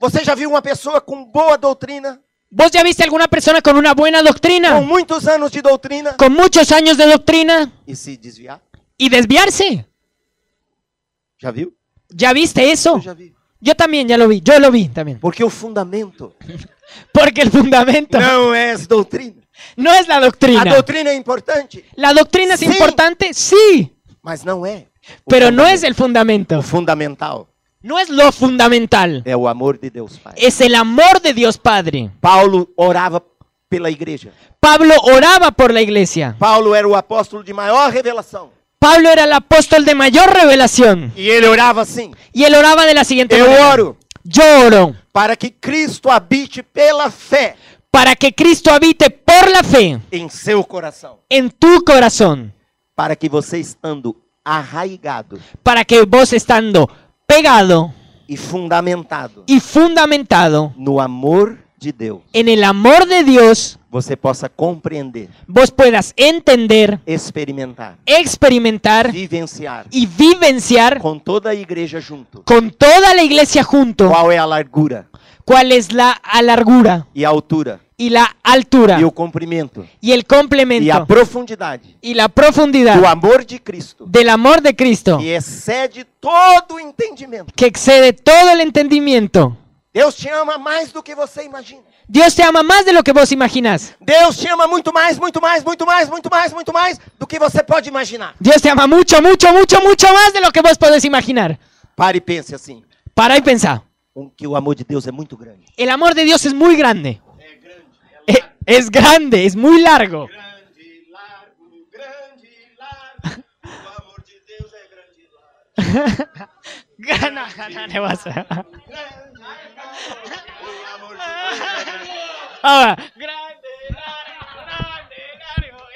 Você já viu uma pessoa com boa doutrina, ¿Vos ya viste alguna persona con una buena com doctrina, muitos anos de doutrina con muchos años de doctrina e se desviar? y desviarse? Já viu? ¿Ya viste eso? Eu já vi. Yo también ya lo vi, yo lo vi también. Porque o fundamento Porque el fundamento no, não é as doutrina. es la A doctrina. doutrina é importante, ¿La doctrina es Sí. importante? Sí, mas não é. o pero no es fundamento. el fundamento. O fundamental No es lo fundamental. é o amor de Deus Pai. Es el amor de Dios Padre. Paulo orava pela igreja. Pablo oraba por la iglesia. Paulo era o apóstolo de maior revelação. Pablo era el apóstol de mayor revelación. E ele orava assim: Y él oraba de la siguiente Eu manera. oro Yo oro para que Cristo habite pela fé para que Cristo habite por la fe em seu coração, en tu corazón. para que você estando arraigado Para que vos estando pegado e fundamentado y fundamentado no amor de Deus, en el amor de Dios, você possa compreender, vos puedas entender, experimentar, experimentar vivenciar y vivenciar com toda a igreja junto. con toda la iglesia junto Qual é a largura cuál es la a largura e a altura y la altura e o comprimento y el e a complemento profundidade y la do profundidad amor de Cristo del amor de Cristo que excede todo o entendimento. que excede todo el entendimiento. Deus te ama mais do que você imagina. Dios te ama más de lo que vos imaginás. Deus te ama muito mais, muito mais, muito mais, muito mais, muito mais do que você pode imaginar. Dios te ama mucho, mucho, mucho, mucho más de lo que vos podés imaginar. Pare e pense assim, Para y pensá. um, que o amor de Deus é muito grande. El amor de Dios es muy grande. Eh, Es grande, es muy largo. grande, largo, grande, largo. O amor de Deus é grande, largo. Gana, gana, ne vas a- Grande, largo. O amor de Deus é grande. Ahora.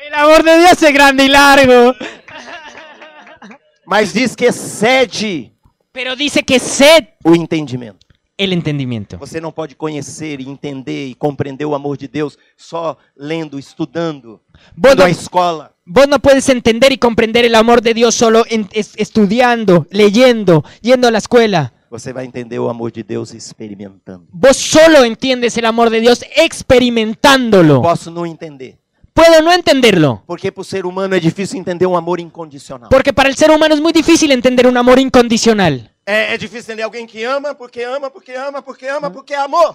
El amor de Dios es grande y largo. Mas diz que excede Pero dice que sed o entendimento. el entendimiento. Você não pode conhecer, entender e compreender o amor de Deus só lendo, estudando, Boa indo à noite. escola. Vos no puedes entender y comprender el amor de Dios solo en- es- estudiando, leyendo, yendo a la escuela. Você vai entender o amor de Deus experimentando. Vos solo entiendes el amor de Dios experimentándolo. Posso não entender, Puedo no entenderlo. porque para o ser humano é difícil entender um amor incondicional. Porque para el ser humano es muy difícil entender un amor incondicional. É, é difícil entender alguém que ama, porque ama, porque ama, porque ama, porque é amor.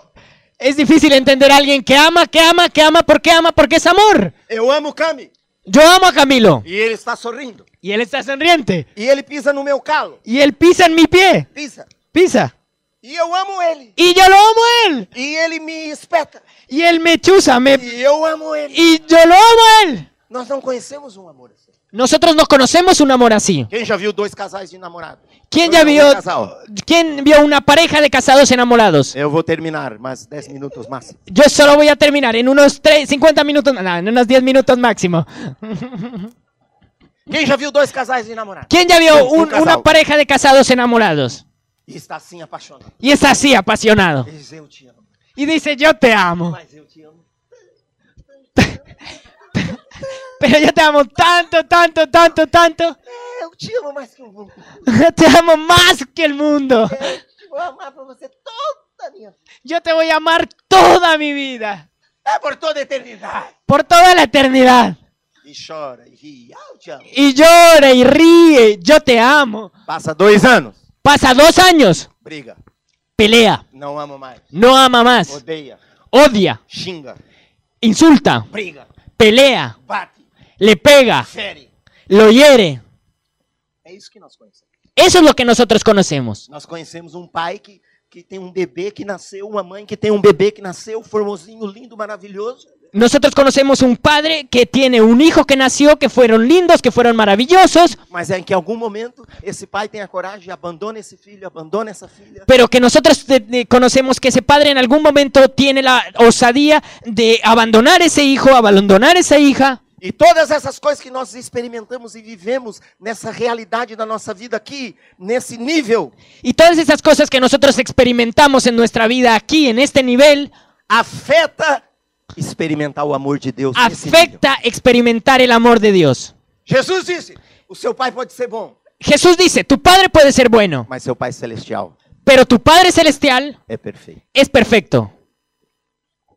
Es difícil entender a alguien que ama, que ama, que ama, porque ama, porque es amor. Eu amo o Cami Yo amo a Camilo. e ele está sorrindo. Y él está sonriente. E ele pisa no meu calo. Y él pisa en mi pie. Pisa. Pisa. E eu amo ele. Y yo lo amo a él. E ele me espeta. Y él me chuza, me... E eu amo ele. Y yo lo amo a él. Nós não conhecemos um amor assim. Nosotros no conocemos un amor así. Quem já viu dois casais de namorado? ¿Quién Dois ya namorados, vio, casal. ¿quién vio una pareja de casados enamorados? Eu vou terminar, mas 10 minutos máximo. Yo solo voy a terminar en unos tres- 50 minutos, no, en unos 10 minutos máximo. Quem já viu dois casais de namorado? ¿Quién ya vio Un un- casado. una pareja de casados enamorados? E está assim apaixonado. Y es así, apasionado. Diz eu te amo, Y dice, yo te amo. mas eu te amo. Pero yo te amo tanto, tanto, tanto, tanto. É, eu te amo mais que o mundo. Te amo más que el mundo. Eu vou amar por você toda a minha vida. Yo te voy a amar toda mi vida. É por toda a eternidade. Por toda la eternidad. E chora, e ri. Ah, eu te amo. Y llora y ríe. Yo te amo. Passa dois anos. Pasa dos años. Briga. Pelea. Não amo mais. No ama más. Odeia. Odia. Xinga. Insulta. Briga. Pelea. Bate. Le pega. Fere. Lo hiere. É isso que nós conhecemos. Eso es lo que nosotros conocemos. Nós conhecemos um pai que, que tem um bebê que nasceu, uma mãe que tem um bebê que nasceu, formosinho, lindo, maravilhoso. Nosotros conocemos un padre que tiene un hijo que nació, que fueron lindos, que fueron maravillosos, Mas é em que em algum momento ese pai tem a coragem, abandona esse filho, abandona essa filha. pero que nosotros de- de- conocemos que esse padre en algún momento tiene la osadía de abandonar ese hijo, abandonar esa hija. E todas essas coisas que nós experimentamos e vivemos nessa realidade da nossa vida aqui, nesse nível, Y todas esas cosas que nosotros experimentamos en nuestra vida aquí, en este nivel, afeta experimentar o amor de Deus. Ah. nesse nível. afecta experimentar el amor de Dios. Jesus disse: o seu pai pode ser bom, Jesús dice, tu padre puede ser bueno, mas seu pai celestial pero tu padre celestial é perfeito. es perfecto.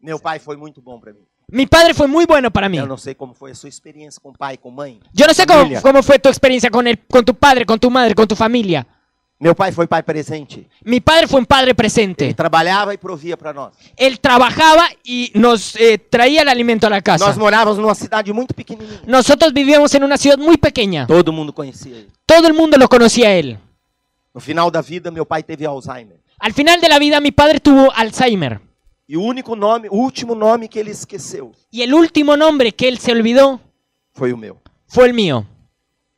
Meu pai foi muito bom para mim. Mi padre fue muy bueno para mí. Eu não sei como foi a sua experiência com pai, com mãe. Yo no sé cómo, Familia. cómo fue tu experiencia con, el, con tu padre, con tu madre, con tu familia. Meu pai foi pai presente. Mi padre fue un padre Ele presente. trabalhava e provia para nós. Él trabajaba y nos eh, traía el alimento a la casa. Nós morávamos numa cidade muito pequenininha. Nosotros vivíamos en una ciudad muy pequeña. Todo mundo conhecia ele. Todo el mundo lo conocía a él. No final da vida, meu pai teve Alzheimer. Al final de la vida, mi padre tuvo Alzheimer. E o único nome, o último nome que ele esqueceu Y el último nombre que él se olvidó foi o meu. fue el mío.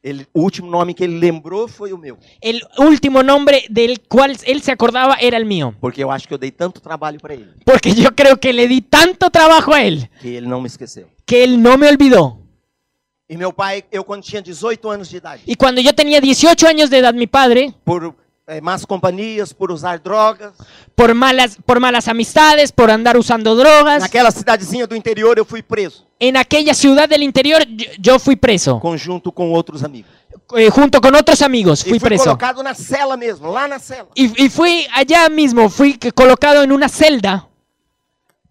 Ele, o último nome que ele lembrou foi o meu. El último nombre del cual él se acordaba era el mío. Porque eu acho que eu dei tanto trabalho para ele Porque yo creo que le di tanto trabajo a él que ele não me esqueceu. que él no me olvidó. E meu pai, eu quando tinha 18 anos de idade, Y cuando yo tenía 18 años de edad, mi padre, por eh, más companhias, por usar drogas, por malas, por malas amistades, por andar usando drogas. naquela cidadezinha do interior eu fui preso, En aquella ciudad del interior yo, yo fui preso, conjunto com outros amigos. eh, junto con otros amigos, E fui fui preso. colocado na cela mesmo, lá na cela. Y, y fui allá mismo, fui que- colocado en una celda,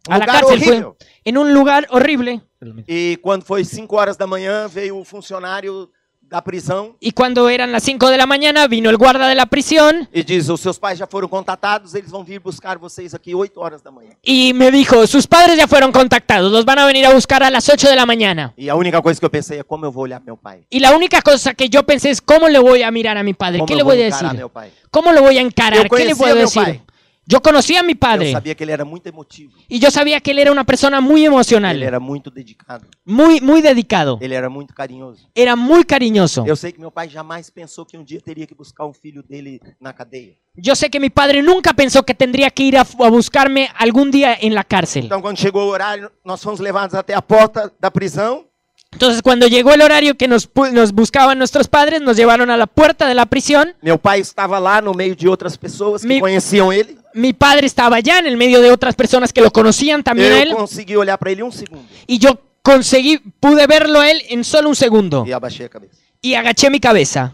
a la Lugar cárcel, fue- horrível. en un lugar horrible. E quando foi 5 horas da manhã, veio o funcionário da prisão Y cuando eran las 5 de la mañana, vino el guarda de la prisión e diz: Os seus pais já foram contatados, eles vão vir buscar vocês aqui 8 horas da manhã. y me dijo, sus padres ya fueron contactados, los van a venir a buscar a las 8 de la mañana. E a única coisa que eu pensei é como eu vou olhar meu pai. Y la única cosa que yo pensé es, ¿cómo le voy a mirar a mi padre? Como ¿Qué eu le vou voy a encarar decir? meu pai. ¿Cómo lo voy a Yo encarar? ¿Qué le conocía puedo a mi decir? padre. Yo conocía a mi Eu padre sabia que ele era muito emotivo. y yo sabía que él era una persona muy emocional, Ele era muito dedicado. muy, muy dedicado, Ele era muito carinhoso. era muy cariñoso. Eu sei que meu pai jamais pensou que um dia teria que buscar um filho dele na cadeia. Yo sé que mi padre nunca pensó que tendría que ir a, a buscarme algún día en la cárcel. Então, quando chegou o horário, nós fomos levados até a porta da prisão. Entonces, cuando llegó el horario que nos, pu- nos buscaban nuestros padres, nos llevaron a la puerta de la prisión. Meu pai estava lá no meio de outras pessoas que Me- conheciam ele. Mi padre estaba allá en el medio de otras personas que lo conocían también a él. Eu consegui olhar para ele um segundo Y yo conseguí, pude verlo a él en solo un segundo. e abaixei a cabeça. Y agaché mi cabeza.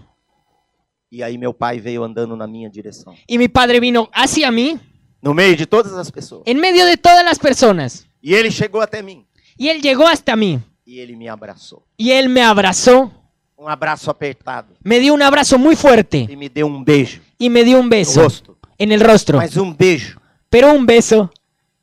E aí meu pai veio andando na minha direção. Y mi padre vino hacia mí, No meio de todas as pessoas. en medio de todas las personas. E ele chegou até mim Y él llegó hasta mí. e ele me abraçou. Y él me abrazó, Um abraço apertado me dio un abrazo muy e fuerte. me deu um beijo Y me dio un no beso rosto. en el rostro. Mas um beijo. Pero un beso.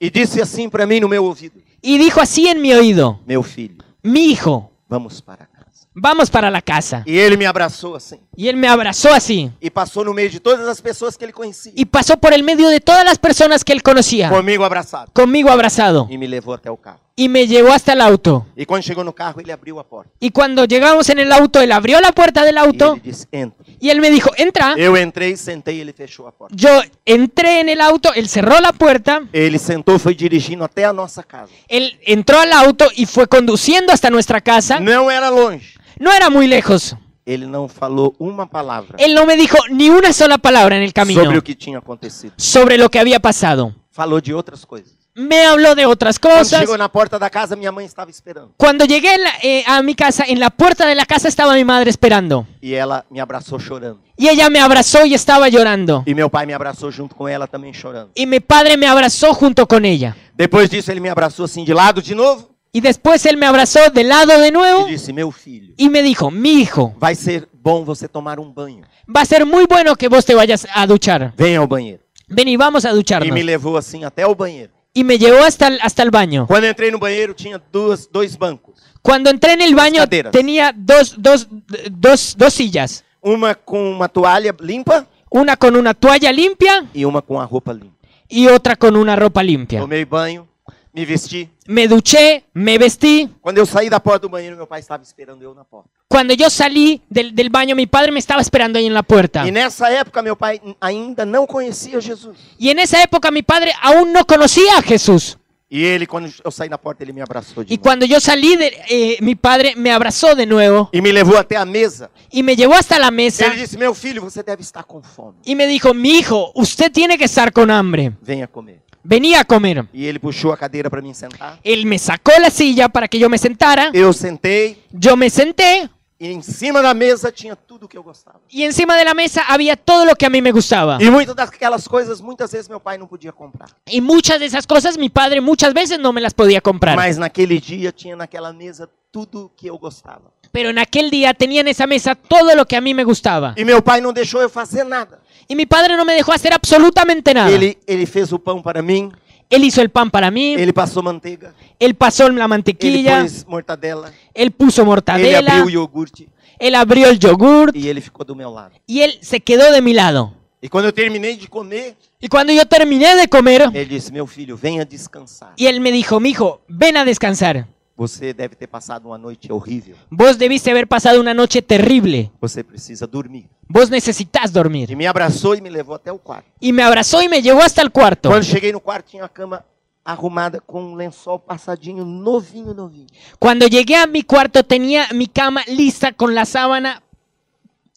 E disse assim para mim no meu ouvido: Y dijo así en mi oído, Meu filho, mi hijo, vamos para casa. vamos para la casa. E ele me abraçou assim. Y él me abrazó así. E passou no meio de todas as pessoas que ele conhecia. Y pasó por el medio de todas las personas que él conocía. Comigo abraçado. Conmigo abrazado. E me levou até o carro. Y me llevó hasta el auto. E quando chegou no carro, ele abriu a porta. Y cuando llegamos en el auto, él abrió la puerta del E ele auto disse: Entra. y él me dijo, entra. Eu entrei, sentei, ele fechou a porta. Yo entré en el auto, él cerró la puerta, Ele sentou, foi dirigindo até a nossa casa. él entró al auto y fue conduciendo hasta nuestra casa. Não era longe. No era muy lejos. Ele não falou uma palavra Él no me dijo ni una sola palabra en el camino sobre o que tinha acontecido. sobre lo que había pasado. Falou de outras coisas. Me habló de otras Quando cosas. chegou na porta da casa, minha mãe estava esperando. Cuando llegué en la- eh, a mi casa, en la puerta de la casa estaba mi madre esperando. E ela me abraçou chorando. Y ella me abrazó y estaba llorando. E meu pai me abraçou junto com ela também chorando. Y mi padre me abrazó junto con ella. Depois disso, ele me abraçou assim de lado de novo Y después él me abrazó de lado de nuevo e disse: Meu filho, y me dijo, mi hijo, vai ser bom você tomar um banho. va a ser muy bueno que vos te vayas a duchar. Venha ao banheiro. Ven y vamos a E ducharnos. me levou assim até o banheiro. Y me llevó hasta el, hasta el baño. Quando eu entrei no banheiro, tinha duas, dois bancos. Cuando entré en el baño caderas. tenía dos, dos, dos, dos sillas. Uma com uma toalha limpa Una con una toalla limpia e uma com a roupa limpa. y otra con una ropa limpia. Tomei banho, me vesti. Me duché, me vestí. Quando eu saí da porta do banheiro, meu pai estava esperando eu na porta. Cuando yo salí del, del baño, mi padre me estaba esperando ahí en la puerta. E nessa época, meu pai n- ainda não conhecia Jesus. Y en esa época mi padre aún no conocía a Jesús. E ele, quando eu saí da porta, ele me abraçou de Y novo. cuando yo salí, de- eh, mi padre me abrazó de nuevo E me levou até a mesa. y me llevó hasta la mesa Ele disse: Meu filho, você deve estar com fome. y me dijo, mi hijo, usted tiene que estar con hambre. Venha comer. Venía a comer. E ele puxou a cadeira para mim sentar. Él me sacó la silla para que yo me sentara. Eu sentei Yo me senté e em cima da mesa tinha tudo que eu gostava. y encima de la mesa había todo lo que a mí me gustaba. E muitas daquelas coisas, muitas vezes meu pai não podia comprar. Y muchas de esas cosas mi padre muchas veces no me las podía comprar. Mas naquele dia tinha naquela mesa tudo que eu gostava. Pero en aquel día tenía en esa mesa todo lo que a mí me gustaba. E meu pai não deixou eu fazer nada. Y mi padre no me dejó hacer absolutamente nada. Ele, ele fez o pão para mim, Él hizo el pan para mí, ele passou manteiga, él pasó la ele mantequilla, pôs mortadela, él puso ele mortadela, abriu o iogurte él abrió el yogur e ele ficou do meu lado. y él se quedó de mi lado. E quando eu terminei de comer, Y cuando yo terminé de comer, ele disse: Meu filho, venha descansar. y él me dijo, mijo, ven a descansar. Você deve ter passado uma noite horrível. Vos debiste haber pasado una noche terrible. Você precisa dormir. Vos necesitas dormir. Ele me abraçou e me levou até o quarto. Y me abrazó y me llevó hasta el cuarto. Quando cheguei no quarto, tinha a cama arrumada com um lençol passadinho, novinho, novinho. Cuando llegué a mi cuarto tenía mi cama lista con la sábana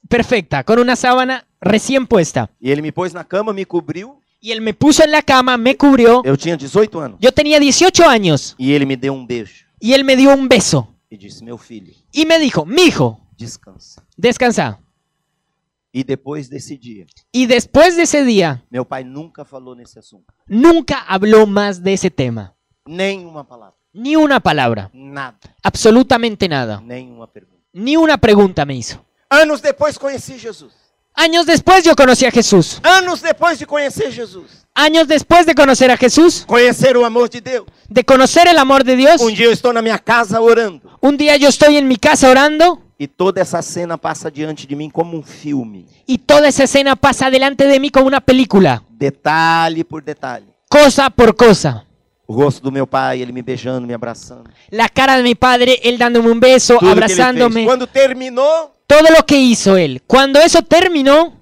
perfecta, con una sábana recién puesta. E ele me pôs na cama, me cobriu. Y él me puso en la cama, me cubrió. Eu tinha 18 anos. Yo tenía 18 años E ele me deu um beijo y él me dio un beso e disse: Meu filho, y me dijo, mijo, descansa. descansa. E depois desse dia, Y después de ese día, meu pai nunca falou nesse assunto. nunca habló más de ese tema. Nenhuma palavra, Ni una palabra, nada, absolutamente nada. nenhuma pergunta. Ni una pregunta me hizo. Anos depois conheci Jesus. Años después yo conocí a Jesús. Anos depois de conhecer Jesus, Años después de conocer a Jesús, conhecer o amor de Deus. de conocer el amor de Dios, Um dia eu estou na minha casa orando un día yo estoy en mi casa orando e toda essa cena passa diante de mí como um filme, y toda esa escena pasa delante de mí como una película, detalhe por detalhe. cosa por cosa. O rosto do meu pai, ele me beijando, me abraçando. La cara de mi padre, él dándome un beso, Tudo que ele fez. abrazándome. Quando terminou, todo lo que hizo él. Cuando eso terminó,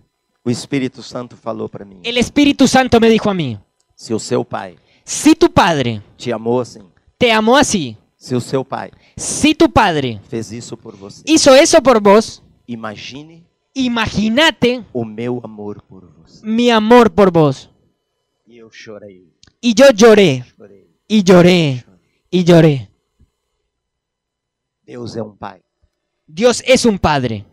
o Espírito Santo falou para mim: el Espíritu Santo me dijo a mí, Se o seu pai si tu padre te amou assim, te amó así, se o seu pai si tu padre fez isso por você, hizo eso por vos, imagine imagínate o meu amor por você. mi amor por vos. E eu chorei, Y yo lloré, chorei. y lloré, y lloré. Deus é um pai. Dios es un padre.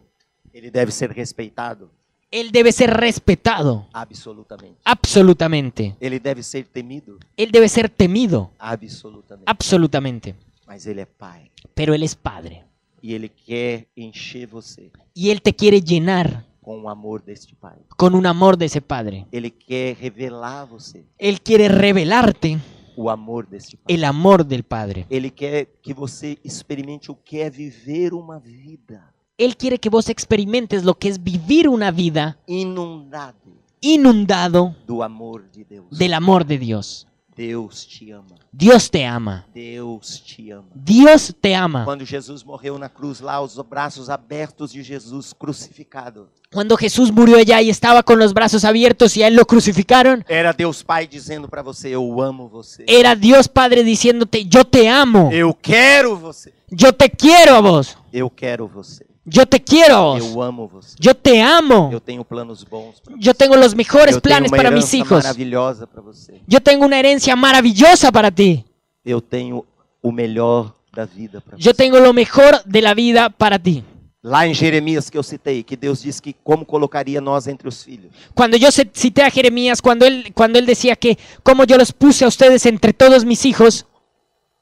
Ele deve ser respeitado Él debe ser respetado, absolutamente. absolutamente. Ele deve ser temido Él debe ser temido, absolutamente. absolutamente. Mas ele é pai Pero Él es padre. e ele quer encher você Y Él te quiere llenar com o amor deste pai. con un amor de ese padre. Ele quer revelar você Él quiere revelarte o amor deste Pai. el amor del Padre. Ele quer que você experimente o que é viver uma vida Él quiere que vos experimentes lo que es vivir una vida inundado inundado do amor de Deus. del amor de Dios. Deus te ama. Dios te ama. Deus te ama. Dios te ama. Quando Jesus morreu na cruz, lá os braços abertos de Jesus crucificado, Cuando Jesús murió allá y estaba con los brazos abiertos y a él lo crucificaron, era Deus Pai dizendo para você: Eu amo você. era Dios Padre diciéndote, yo te amo, Eu quero você. yo te quiero a vos, Eu quero você. yo te quiero a vos, Eu amo você. yo te amo, Eu tenho planos bons para yo tengo los mejores Eu tenho planes uma para mis herança hijos, maravilhosa para você. yo tengo una herencia maravillosa para ti, Eu tenho o melhor da vida para você. yo tengo lo mejor de la vida para ti. Lá em Jeremias que eu citei, que Deus diz que como colocaria nós entre os filhos. Cuando yo ce- cité a Jeremías, cuando él, cuando él decía que como yo los puse a ustedes entre todos mis hijos,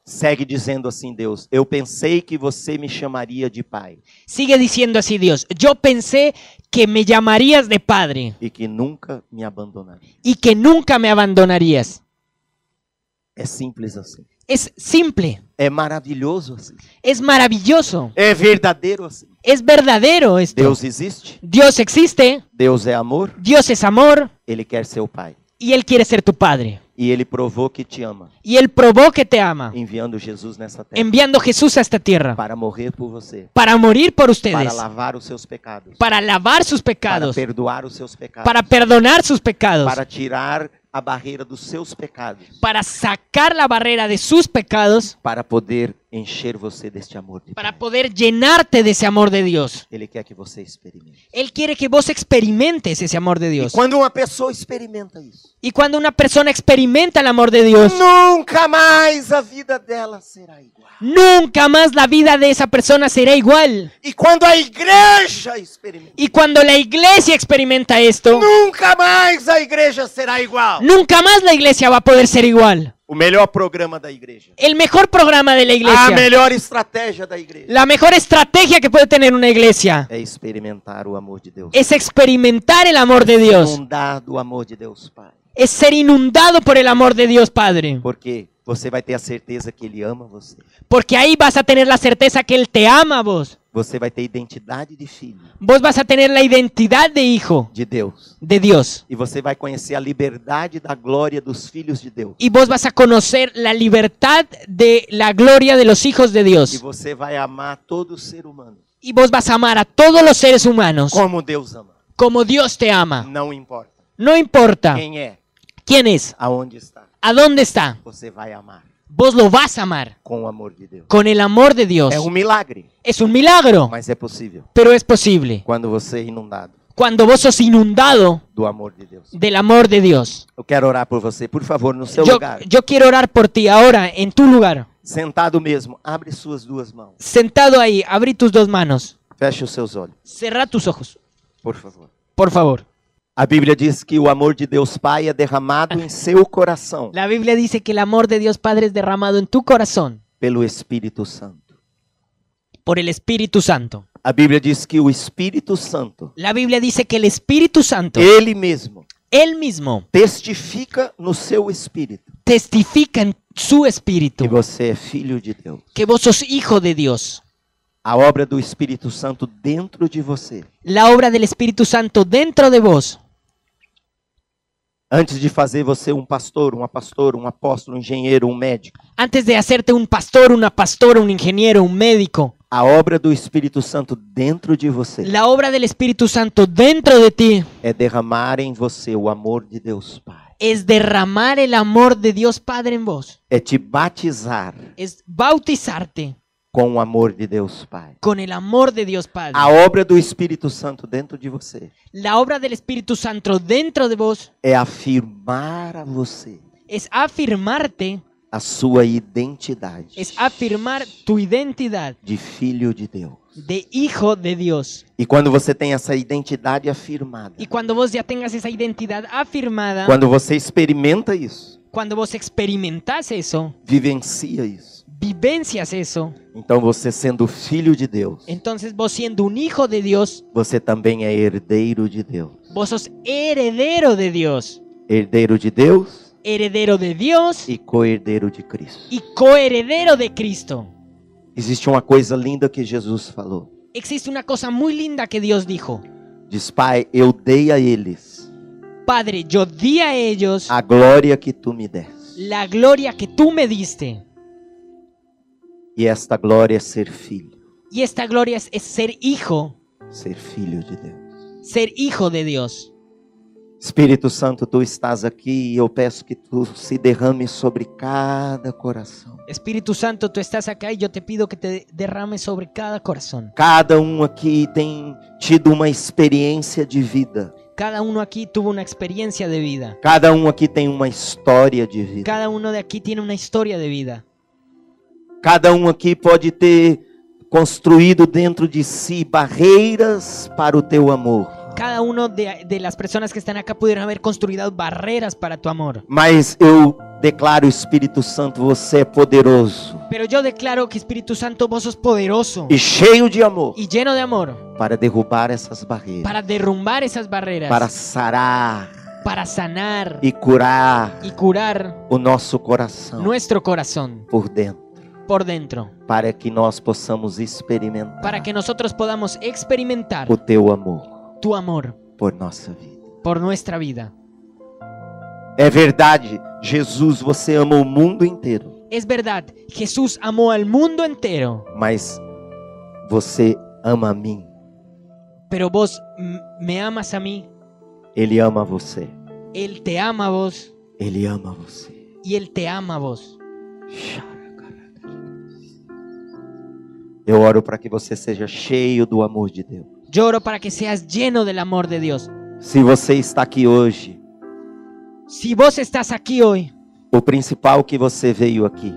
Segue dizendo assim, Deus, eu pensei que você me chamaria de pai sigue diciendo así Dios, yo pensé que me llamarías de padre e que nunca me abandonaria. y que nunca me abandonarías. É simples assim. Es simple, É maravilhoso assim. es maravilloso, É verdadeiro assim. es verdadero esto. Deus existe, Dios existe, Deus é amor, Dios es amor ele quer ser o pai. y Él quiere ser tu padre. E ele provou que te ama, Y Él probó que te ama, enviando Jesus nessa terra enviando a Jesús a esta tierra para morrer por você, para morir por para ustedes, lavar os seus pecados, para lavar sus para pecados, perdoar os seus pecados, para perdonar sus pecados, para tirar a barreira dos seus pecados, para sacar la barrera de sus pecados, para poder encher você deste amor de para Pai. poder llenarte de ese amor de Dios. Ele quer que você experimente. Él quiere que vos experimentes ese amor de E Dios. quando uma pessoa experimenta isso, Y cuando una persona experimenta el amor de Dios, nunca mais a vida dela será igual. nunca más la vida de esa persona será igual. E quando a igreja experimenta, Y cuando la iglesia experimenta esto, nunca mais a igreja será igual. nunca más la iglesia va a poder ser igual. O melhor programa da igreja. El mejor programa de la A iglesia, melhor estratégia da igreja la mejor estrategia que puede tener una iglesia é experimentar o amor de Deus. es experimentar el amor de Dios, Inundar do amor de Deus, Pai. es ser inundado por el amor de Dios Padre, Porque você vai ter a certeza que Ele ama você. porque ahí vas a tener la certeza que Él te ama a vos, Você vai ter identidade de filho vos vas a tener la identidad de hijo de Deus. de Dios E você vai conhecer a liberdade da glória dos filhos de Deus. y vos vas a conocer la libertad de la gloria de los hijos de E Dios você vai amar todo ser humano y vos vas a amar a todos los seres humanos como Deus ama. como Dios te ama. Não importa No importa quem é, quién es, aonde está. a dónde está, Você vai amar vos lo vas a amar com o amor de Deus. con el amor de Dios. É um milagre, Es un milagro, mas é possível pero es posible quando você é inundado cuando vos sos inundado do amor de Deus. del amor de Dios. Eu quero orar por você, por favor, no seu Yo, lugar, yo quiero orar por ti ahora en tu lugar, sentado mesmo. Abre suas duas mãos. sentado ahí, abrí tus dos manos, Feche os seus olhos, cerrá tus ojos, por favor. por favor. A Bíblia diz que o amor de Deus Pai é derramado em seu coração La Biblia dice que el amor de Dios Padre es derramado en tu corazón pelo Espírito Santo. por el Espíritu Santo. A Bíblia diz que o Espírito Santo, La Biblia dice que el Espíritu Santo, ele mesmo, él mismo, testifica no seu espírito testifica en su que espíritu você é filho de Deus. que vos sos hijo de Dios. A obra do Espírito Santo dentro de você. La obra del Espíritu Santo dentro de vos. Antes de fazer você um pastor, uma pastora, um apóstolo, um engenheiro, um médico, Antes de hacerte un pastor, una pastora, un ingeniero, un médico, a obra do Espírito Santo dentro de você la obra del Espíritu Santo dentro de ti é derramar em você o amor de Deus Pai. es derramar el amor de Dios Padre en vos. É te batizar Es bautizarte com o amor de Deus Pai. con el amor de Dios Padre. A obra do Espírito Santo dentro de você La obra del Espíritu Santo dentro de vos é afirmar a você es afirmarte, a sua identidade es afirmar tu identidad de filho de Deus. de hijo de Dios. E quando você tem essa identidade afirmada, Y cuando vos ya tengas esa identidad afirmada, quando você experimenta isso, cuando vos experimentás eso, vivencia isso, vivencias eso, então você sendo filho de Deus, entonces vos siendo un hijo de Dios, você também é herdeiro de Deus. vos sos é heredero de Dios. Herdeiro de Deus heredero de Dios e co-herdeiro de Cristo. y coheredero de Cristo. Existe uma coisa linda que Jesus falou. Existe una cosa muy linda que Dios dijo. Diz, Pai, eu dei a eles Padre, yo di a ellos a glória que tu me deste. la gloria que tú me diste. E esta glória é ser filho, Y esta gloria es, es ser hijo, ser filho de Deus. ser hijo de Dios. Espírito Santo, tu estás aqui e eu peço que tu se derrame sobre cada coração. Espíritu Santo, tú estás acá y yo te pido que te derrames sobre cada corazón. Cada um aqui tem tido uma experiência de vida. Cada uno aquí tuvo una experiencia de vida. Cada um aqui tem uma história de vida. Cada uno de aquí tiene una historia de vida. Cada um aqui pode ter construído dentro de si barreiras para o teu amor. Cada uno de, de las personas que están acá pudieron haber construido barreras para tu amor. Mas eu declaro, Espírito Santo, você é poderoso Pero yo declaro que Espíritu Santo, vos sos poderoso e cheio de amor y lleno de amor para derrubar essas barreiras, para derrumbar esas barreras, para sarar para sanar e curar y curar o nosso coração nuestro corazón por dentro, por dentro, para que nós possamos experimentar para que nosotros podamos experimentar o teu amor tu amor por nossa vida. por nuestra vida. É verdade, Jesus, você ama o mundo inteiro, Es verdad, Jesús amó al mundo entero, mas você ama a mim. pero vos m- me amas a mí, Ele ama você. Él te ama a vos Ele ama você. y Él te ama a vos. Eu oro para que você seja cheio do amor de Deus. Lloro para que seas lleno del amor de Dios. Se você está aqui hoje, Si vos estás aquí hoy, o principal que você veio aqui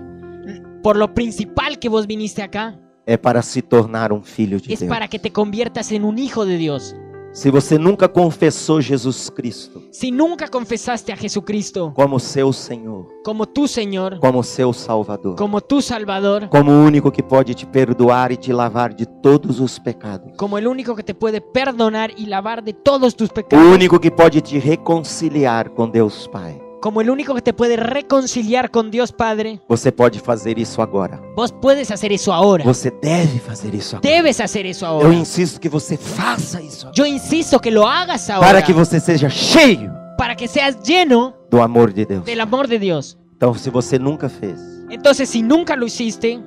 por lo principal que vos viniste acá, é para se tornar um filho de es Deus. para que te conviertas en un hijo de Dios. Se você nunca confessou Jesus Cristo Si nunca confesaste a Jesucristo como seu Senhor, como tu Señor, como seu Salvador, como tu Salvador, como o único que pode te perdoar e te lavar de todos os pecados, como el único que te puede perdonar y lavar de todos tus o pecados, único que pode te reconciliar com Deus Pai, como el único que te puede reconciliar con Dios Padre, você pode fazer isso agora. vos puedes hacer eso ahora. Você deve fazer isso agora. Debes hacer eso Eu ahora. insisto que você faça isso agora. Yo insisto que lo hagas ahora Para que você seja cheio para que seas lleno do amor de Deus. del amor de Dios. Então, se você nunca fez, Entonces, si nunca lo hiciste,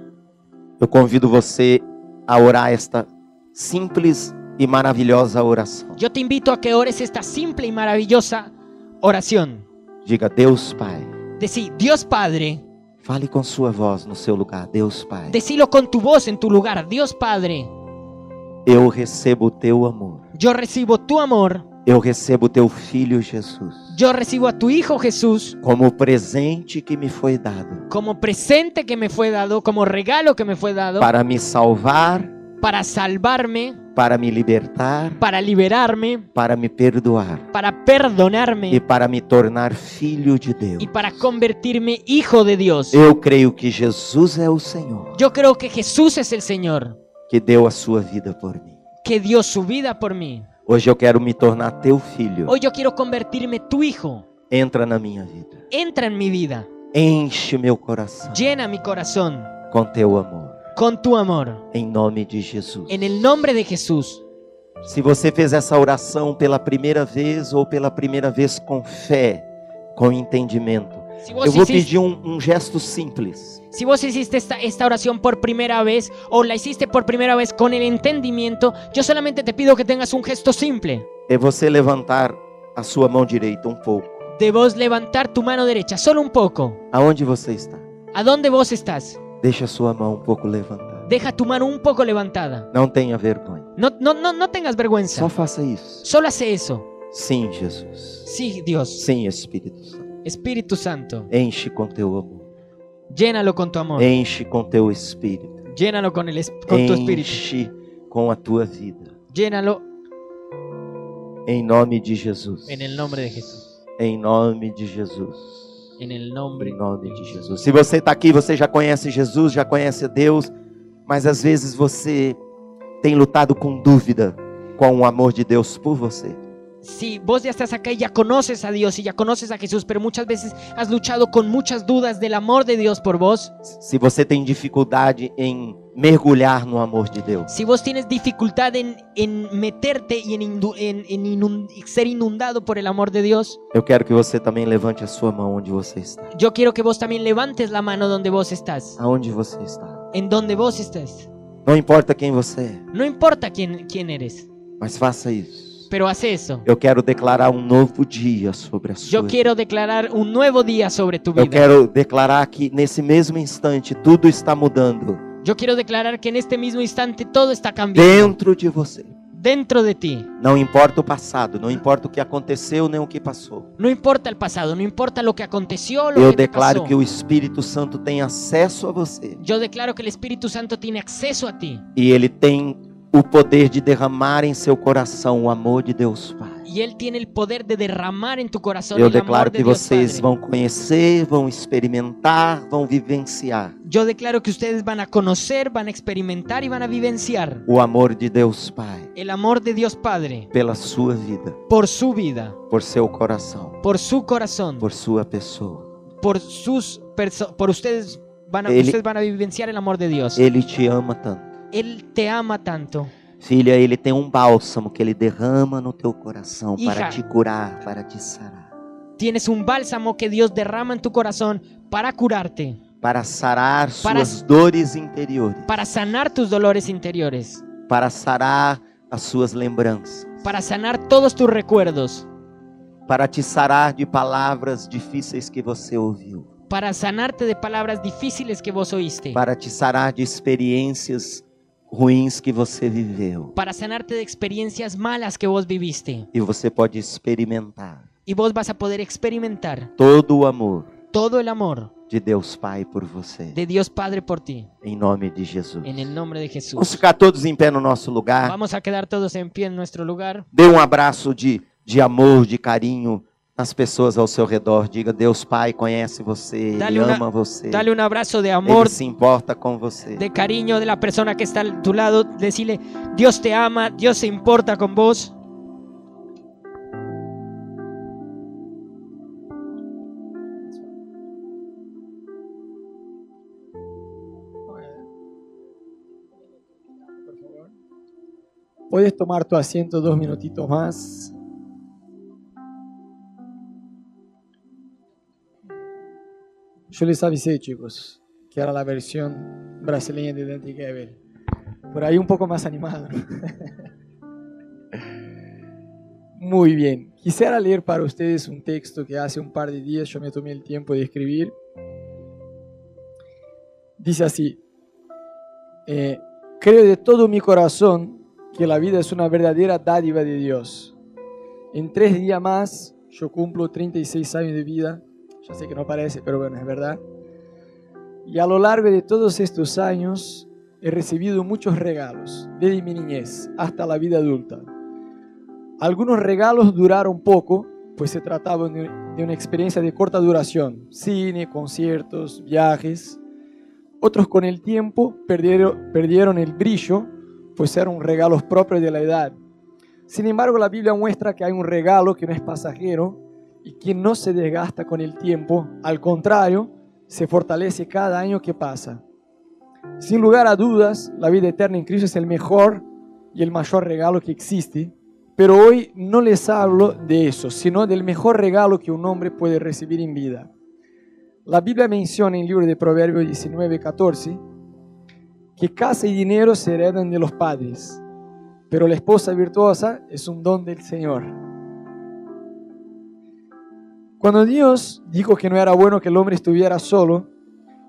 eu convido você a orar esta simples e maravilhosa oração. yo te invito a que ores esta simple y maravillosa oración. Diga, Deus Pai, Decí, Dios Padre, fale com sua voz no seu lugar. Deus Pai, decilo con tu voz en tu lugar. Dios Padre, eu recebo o teu amor. yo recibo tu amor, Eu recebo o teu filho Jesus yo recibo a tu Hijo Jesús como o presente que me foi dado como presente que me fue dado, como regalo que me fue dado, para me salvar, para salvarme, para me libertar, para liberarme, para me perdoar para e perdonarme para me tornar filho de Deus. y para convertirme hijo de Dios. Eu creio que Jesus é o Senhor Yo creo que Jesús es el Señor, que deu a sua vida por mim. que dio su vida por mí. Hoje eu quero me tornar teu filho. Hoy yo quiero convertirme tu hijo. Entra na minha vida. Entra en mi vida, Enche meu coração llena mi corazón com teu amor. con tu amor, Em nome de Jesus. en el nombre de Jesús. Se você fez essa oração pela primeira vez ou pela primeira vez com fé, com entendimento, Si eu vos vou hiciste, pedir um, um gesto simples. si vos hiciste esta, esta oración por primera vez o la hiciste por primera vez con el entendimiento, yo solamente te pido que tengas un gesto simple É você levantar a sua mão direita um pouco. de vos levantar tu mano derecha, solo un poco. Aonde você está? ¿A dónde vos estás? Deixa a sua mão um pouco levantada. Deja tu mano un poco levantada. Não tenha vergonha. No, no, no, no tengas vergüenza. Só faça isso. Solo hace eso. Sim, Jesus. Sí, Dios. Sim, Espírito Santo. Espíritu Santo, Enche com teu amor. llénalo con tu amor. Enche com teu espírito. Llénalo con, el es- con Eh. tu espíritu. Enche com a tua vida. Llénalo Em nome de Jesus. en el nombre de Jesús. Em nome de Jesus. En el nombre. Em nome de Jesus. Se você está aqui, você já conhece Jesus, já conhece Deus, mas às vezes você tem lutado com dúvida com o amor de Deus por você. si vos ya estás acá y ya conoces a Dios y ya conoces a Jesús, pero muchas veces has luchado con muchas dudas del amor de Dios por vos, Se você tem dificuldade em mergulhar no amor de Deus, si vos tienes dificultad en, en meterte y en, indu- en- en inun- ser inundado por el amor de Dios, eu quero que você também levante a sua mão onde você está. yo quiero que vos también levantes la mano donde vos estás, Aonde você está. en donde vos estás. Não importa quem você é, No importa quién, quién eres, mas faça isso. pero haz eso. Eu quero declarar um novo dia sobre a sua Yo quiero declarar un nuevo día sobre tu Eu vida. quero declarar que nesse mesmo instante tudo está mudando Yo quiero declarar que en este mismo instante todo está cambiando dentro de você. dentro de ti. Não importa o passado, não importa o que aconteceu nem o que passou. No importa el pasado, no importa lo que aconteció, lo Eu que te declaro pasó. que o Espírito Santo tem acesso a você Yo declaro que el Espíritu Santo tiene acceso a ti e ele tem o poder de derramar em seu coração o amor de Deus Pai. y él tiene el poder de derramar en tu corazón Eu el amor declaro de que Dios vocês Padre. vão conhecer, vão experimentar, vão vivenciar Yo declaro que ustedes van a conocer, van a experimentar y van a vivenciar o amor de Deus Pai el amor de Dios Padre pela sua vida, por su vida, por seu coração, por su corazón, por, por sua pessoa. sus perso- por ustedes van a Él- ustedes van a vivenciar el amor de Dios. Él, Ele te ama tanto. te ama tanto. Filha, ele tem um bálsamo que ele derrama no teu coração Hija. para te curar, para te sarar. Tienes un bálsamo que Dios derrama en tu corazón para curarte, Para sarar Para- suas dores interiores. para sanar tus dolores interiores, Para sarar as suas lembranças. para sanar todos tus recuerdos. Para te sarar de palavras difíceis que você ouviu. para sanarte de palabras difíciles que vos oíste, Para te sarar de experiências ruins que você viveu. para sanarte de experiencias malas que vos viviste. E você pode experimentar Y vos vas a poder experimentar todo o amor todo el amor de Deus Pai por você. de Dios Padre por ti, Em nome de Jesus. en el nombre de Vamos Jesús. ficar todos em pé no nosso lugar. Vamos a quedar todos en pie en nuestro lugar. Dê um abraço de, de amor, de carinho nas pessoas ao seu redor. Diga, Deus Pai conhece você, Dá-lhe Ele uma- ama você, Dale un abrazo de Ele amor, se importa com você. de cariño de la persona que está a tu lado. Decirle, Dios te ama, Dios se importa con vos. Puedes tomar tu asiento dos minutitos más. Yo les avisé, chicos, que era la versión brasileña de Dante Gebel. Por ahí un poco más animado. ¿no? Muy bien. Quisiera leer para ustedes un texto que hace un par de días yo me tomé el tiempo de escribir. Dice así. eh, Creo de todo mi corazón que la vida es una verdadera dádiva de Dios. En tres días más yo cumplo 36 años de vida. Ya sé que no parece, pero bueno, es verdad. Y a lo largo de todos estos años he recibido muchos regalos, desde mi niñez hasta la vida adulta. Algunos regalos duraron poco, pues se trataba de de una experiencia de corta duración, cine, conciertos, viajes. Otros con el tiempo perdieron, perdieron el brillo, pues eran regalos propios de la edad. Sin embargo, la Biblia muestra que hay un regalo que no es pasajero y que no se desgasta con el tiempo, al contrario, se fortalece cada año que pasa. Sin lugar a dudas, la vida eterna en Cristo es el mejor y el mayor regalo que existe, pero hoy no les hablo de eso, sino del mejor regalo que un hombre puede recibir en vida. La Biblia menciona en el libro de Proverbios 19, 14, que casa y dinero se heredan de los padres, pero la esposa virtuosa es un don del Señor. Cuando Dios dijo que no era bueno que el hombre estuviera solo,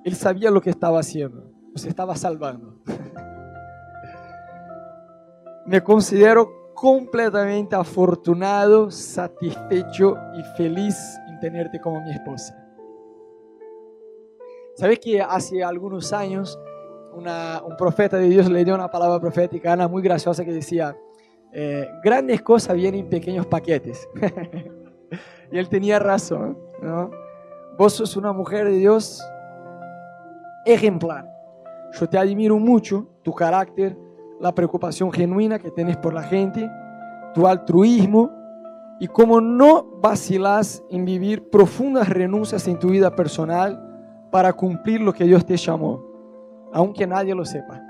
él sabía lo que estaba haciendo, se estaba salvando. Me considero completamente afortunado, satisfecho y feliz en tenerte como mi esposa. ¿Sabes que hace algunos años una- un profeta de Dios le dio una palabra profética a Ana muy graciosa que decía, eh, grandes cosas vienen en pequeños paquetes? y él tenía razón, ¿no? Vos sos una mujer de Dios ejemplar. Yo te admiro mucho, tu carácter, la preocupación genuina que tenés por la gente, tu altruismo Y como no vacilas en vivir profundas renuncias en tu vida personal para cumplir lo que Dios te llamó, aunque nadie lo sepa.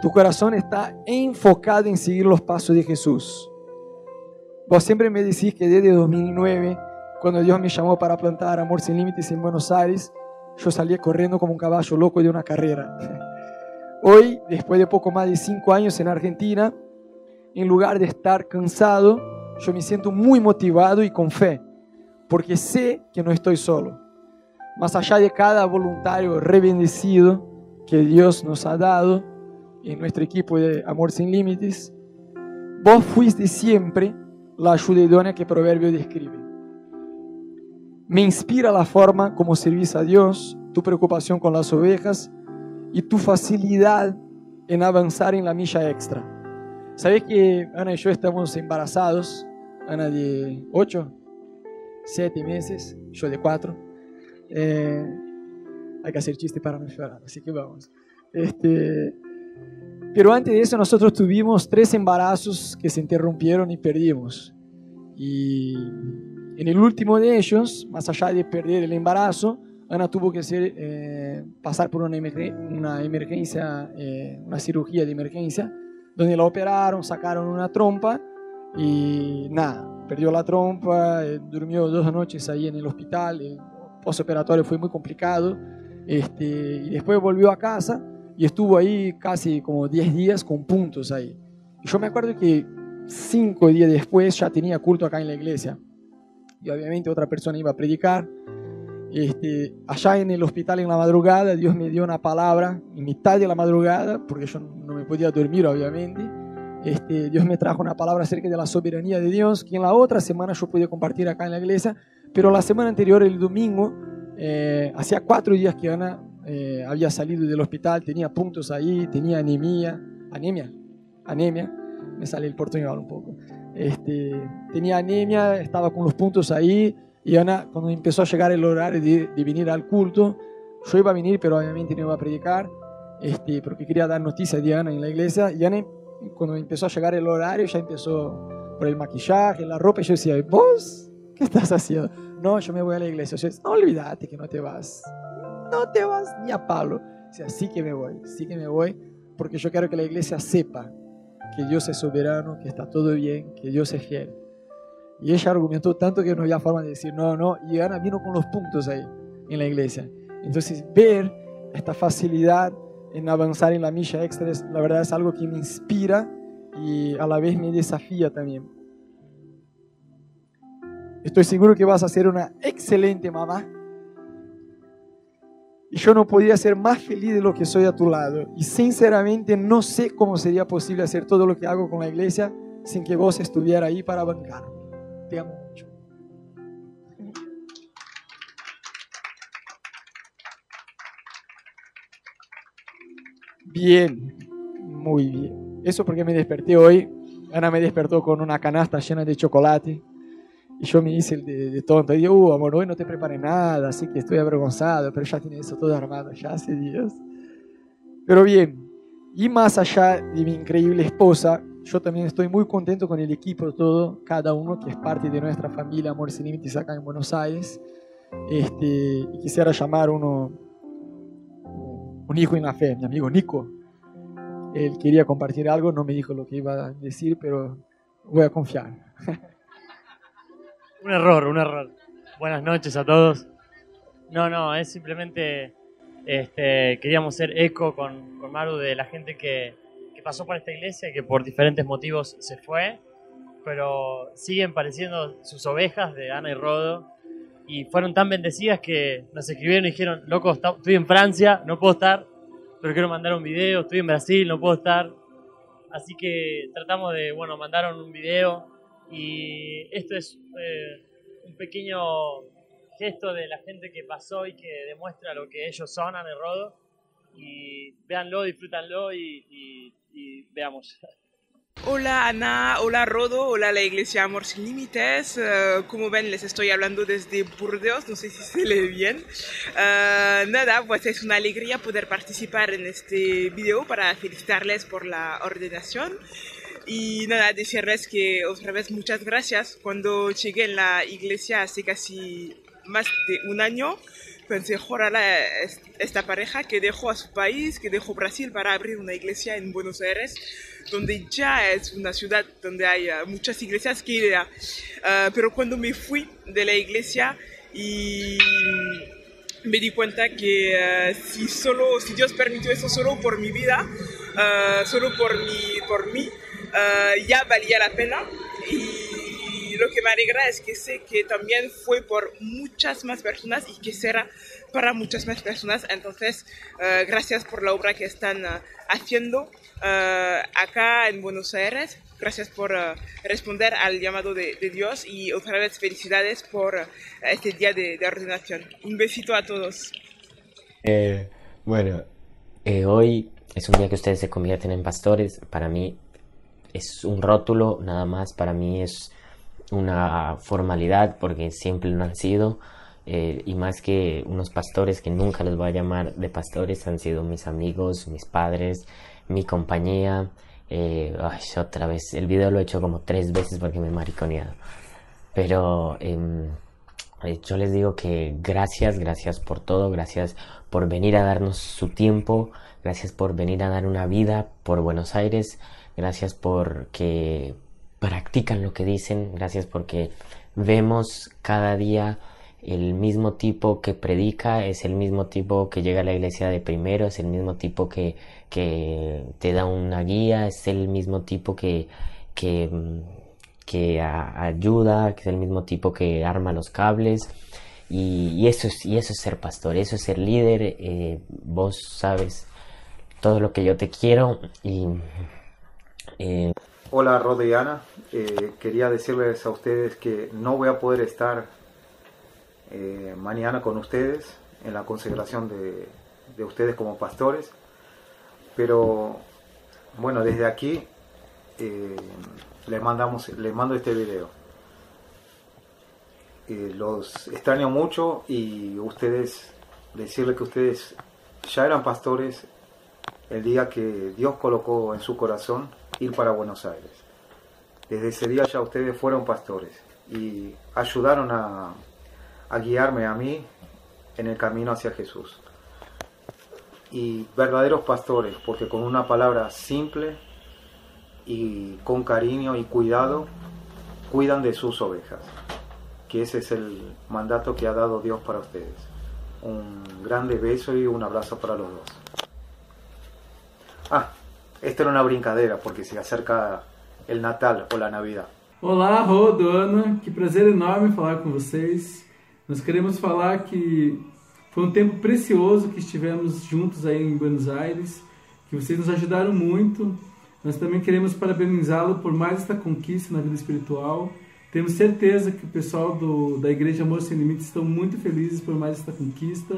Tu corazón está enfocado en seguir los pasos de Jesús. Vos siempre me decís que desde 2009, cuando Dios me llamó para plantar Amor Sin Límites en Buenos Aires, yo salía corriendo como un caballo loco de una carrera. Hoy, después de poco más de cinco años en Argentina, en lugar de estar cansado, yo me siento muy motivado y con fe, porque sé que no estoy solo. Más allá de cada voluntario rebendecido que Dios nos ha dado en nuestro equipo de Amor Sin Límites, vos fuiste siempre la ayuda idónea que Proverbio describe. Me inspira la forma como servís a Dios, tu preocupación con las ovejas y tu facilidad en avanzar en la milla extra. ¿Sabés que Ana y yo estamos embarazados? Ana de 8, 7 meses, yo de 4. hay que hacer chiste para no llorar, así que vamos. Este, pero antes de eso nosotros tuvimos tres embarazos que se interrumpieron y perdimos. Y en el último de ellos, más allá de perder el embarazo, Ana tuvo que hacer, eh, pasar por una, emerge- una emergencia, eh, una cirugía de emergencia, donde la operaron, sacaron una trompa y nada, perdió la trompa, eh, durmió dos noches ahí en el hospital, el postoperatorio fue muy complicado, este, y después volvió a casa y estuvo ahí casi como 10 días con puntos ahí. Y yo me acuerdo que cinco días después ya tenía culto acá en la iglesia y obviamente otra persona iba a predicar. Este, allá en el hospital en la madrugada, Dios me dio una palabra en mitad de la madrugada, porque yo no me podía dormir, obviamente. Este, Dios me trajo una palabra acerca de la soberanía de Dios, que en la otra semana yo pude compartir acá en la iglesia, pero la semana anterior, el domingo, eh, hacía cuatro días que Ana eh, había salido del hospital, tenía puntos ahí, tenía anemia, anemia, anemia, me sale el portuñol un poco. Este, tenía anemia, estaba con los puntos ahí, y Ana, cuando empezó a llegar el horario de, de venir al culto, yo iba a venir, pero obviamente no iba a predicar, este, porque quería dar noticias de Ana en la iglesia. Y Ana, cuando empezó a llegar el horario, ya empezó por el maquillaje, la ropa, y yo decía, ¿vos qué estás haciendo? No, yo me voy a la iglesia. Yo decía, no olvídate que no te vas. No te vas ni a palo. O sea, sí que me voy, sí que me voy, porque yo quiero que la iglesia sepa que Dios es soberano, que está todo bien, que Dios es fiel. Y ella argumentó tanto que no había forma de decir no, no. Y Ana vino con los puntos ahí en la iglesia. Entonces, ver esta facilidad en avanzar en la milla extra, es, la verdad es algo que me inspira y a la vez me desafía también. Estoy seguro que vas a ser una excelente mamá. Y yo no podía ser más feliz de lo que soy a tu lado. Y sinceramente no sé cómo sería posible hacer todo lo que hago con la iglesia sin que vos estuviera ahí para bancarme. Te amo mucho. Bien, muy bien. Eso porque me desperté hoy. Ana me despertó con una canasta llena de chocolate. Y yo me hice el de, de tonto. Y yo, "Uh, amor, hoy no te preparé nada, así que estoy avergonzado. Pero ya tiene eso todo armado, ya hace días. Pero bien, y más allá de mi increíble esposa, yo también estoy muy contento con el equipo, todo, cada uno que es parte de nuestra familia Amor Sin Límites acá en Buenos Aires. Este, y quisiera llamar uno, un hijo en la fe, mi amigo Nico. Él quería compartir algo, no me dijo lo que iba a decir, pero voy a confiar. Un error, un error. Buenas noches a todos. No, no, es simplemente este, queríamos ser eco con, con Maru de la gente que, que pasó por esta iglesia, que por diferentes motivos se fue, pero siguen pareciendo sus ovejas de Ana y Rodo. Y fueron tan bendecidas que nos escribieron y dijeron, loco, está- estoy en Francia, no puedo estar, pero quiero mandar un video, estoy en Brasil, no puedo estar. Así que tratamos de, bueno, mandaron un video y esto es eh, un pequeño gesto de la gente que pasó y que demuestra lo que ellos son, Ana y Rodo. Y véanlo, disfrútanlo y, y- y veamos. Hola Ana, hola Rodo, hola la Iglesia Amor Sin Límites. Eh, como ven, les estoy hablando desde Burdeos, no sé si se lee bien. Eh, nada, pues es una alegría poder participar en este video para felicitarles por la ordenación. Y nada, decirles que otra vez muchas gracias. Cuando llegué en la iglesia hace casi más de un año, pensé, ojalá es- esta pareja que dejó a su país, que dejó Brasil para abrir una iglesia en Buenos Aires, donde ya es una ciudad donde hay eh, muchas iglesias que ir a- Ah, pero cuando me fui de la iglesia y me di cuenta que eh, si solo si Dios permitió eso solo por mi vida eh, solo por mi por mí eh, ya valía la pena y lo que me alegra es que sé que también fue por muchas más personas y que será para muchas más personas entonces eh, gracias por la obra que están eh, haciendo eh, acá en Buenos Aires gracias por eh, responder al llamado de, de Dios y otra vez felicidades por eh, este día de- de ordenación un besito a todos Eh, bueno, Eh, hoy es un día que ustedes se convierten en pastores. Para mí es un rótulo, nada más. Para mí es una formalidad porque siempre lo han sido. Eh, y más que unos pastores que nunca los voy a llamar de pastores, han sido mis amigos, mis padres, mi compañía. Eh, ay, otra vez, el video lo he hecho como tres veces porque me he mariconeado. Pero em, eh, yo les digo que gracias, gracias por todo, gracias por venir a darnos su tiempo, gracias por venir a dar una vida por Buenos Aires, gracias porque practican lo que dicen, gracias porque vemos cada día el mismo tipo que predica, es el mismo tipo que llega a la iglesia de primero, es el mismo tipo que, que te da una guía, es el mismo tipo que, que, mm, que a- ayuda, que es el mismo tipo que arma los cables. Y, y eso es, y eso es ser pastor, eso es ser líder. eh, vos sabes todo lo que yo te quiero y eh, hola Rod y Ana. Eh, quería decirles a ustedes que no voy a poder estar eh, mañana con ustedes en la consagración de, de ustedes como pastores, pero bueno, desde aquí eh, les, mandamos, les mando este video. Eh, los extraño mucho y ustedes, decirles que ustedes ya eran pastores el día que Dios colocó en su corazón ir para Buenos Aires. Desde ese día ya ustedes fueron pastores y ayudaron a, a guiarme a mí en el camino hacia Jesús. Y verdaderos pastores, porque con una palabra simple y con cariño y cuidado, cuidan de sus ovejas, que ese es el mandato que ha dado Dios para ustedes. Un grande beso y un abrazo para los dos. Ah, esto era una brincadera porque se acerca el Natal o la Navidad. Olá, Rodo, Ana, que prazer enorme falar com vocês. Nós queremos falar que foi um tempo precioso que estivemos juntos aí em Buenos Aires, que vocês nos ajudaram muito. Nós também queremos parabenizá-lo por mais esta conquista na vida espiritual. Temos certeza que o pessoal do, da Igreja Amor Sem Limites estão muito felizes por mais esta conquista.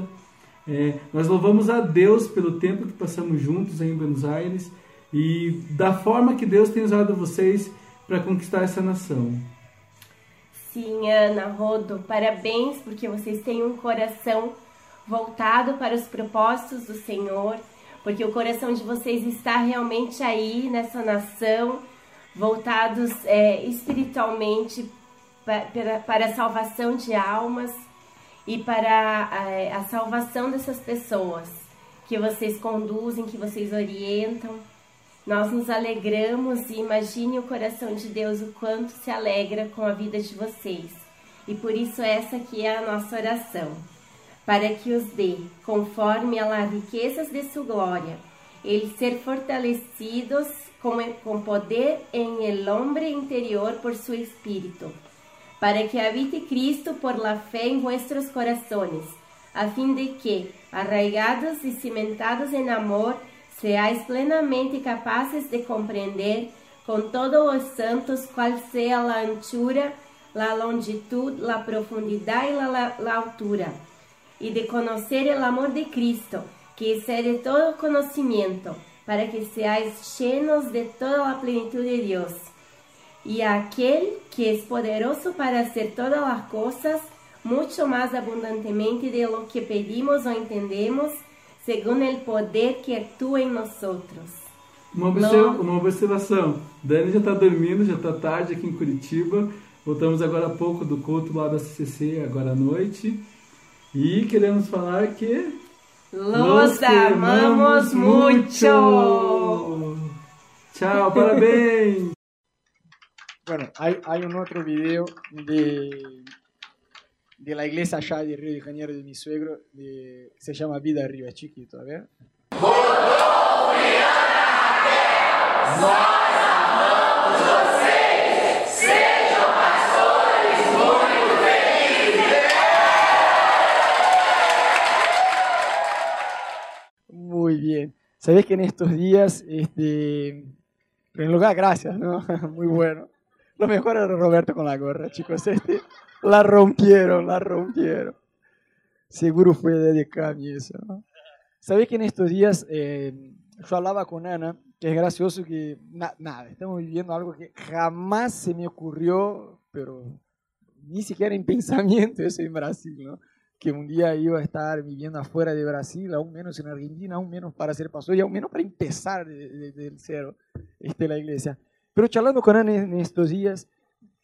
É, nós louvamos a Deus pelo tempo que passamos juntos aí em Buenos Aires e da forma que Deus tem usado vocês para conquistar essa nação. Sim, Ana, Rodo, parabéns porque vocês têm um coração voltado para os propósitos do Senhor, porque o coração de vocês está realmente aí nessa nação, voltados é, espiritualmente pa- para, para a salvação de almas e para é, a salvação dessas pessoas que vocês conduzem, que vocês orientam. Nós nos alegramos e imagine o coração de Deus o quanto se alegra com a vida de vocês. E por isso essa aqui é a nossa oração, para que os dê, conforme a riquezas de sua glória, eles ser fortalecidos com, com poder em el hombre interior por seu espírito, para que habite Cristo por la fe em vuestros corazones, a fim de que, arraigados e cimentados em amor, seáis plenamente capaces de compreender com todos os santos qual sea la anchura, la longitud, la profundidad e la, la- la altura, e de conocer el amor de Cristo, que excede todo conocimiento, para que seáis llenos de toda la plenitud de Dios y a aquel que es poderoso para hacer todas las cosas mucho más abundantemente de lo que pedimos o entendemos, según el poder que actúa en nosotros. Uma, observa- uma observação. Dani já está dormindo, já está tarde aqui em Curitiba. Voltamos agora há pouco do culto lá da CCC, agora à noite. E queremos falar que. Los amamos mucho. Tchau, parabéns! Bueno, hay, hay un otro video de, de la iglesia allá de Río de Janeiro de mi suegro, de- se llama Vida Arriba, es chiquito, a ver. Muy bien. Sabés que en estos días, este, en primer lugar, gracias, ¿no? Muy bueno. Lo mejor era Roberto con la gorra, chicos. Este, la rompieron, la rompieron. Seguro fue de Cami eso. ¿no? Sabés que en estos días eh, yo hablaba con Ana, que es gracioso que, na- nada, estamos viviendo algo que jamás se me ocurrió, pero ni siquiera en pensamiento eso en Brasil, ¿no? Que un día iba a estar viviendo afuera de Brasil, aún menos en Argentina, aún menos para hacer paso y aún menos para empezar desde el cero este, la iglesia. Pero charlando con Ana en estos días,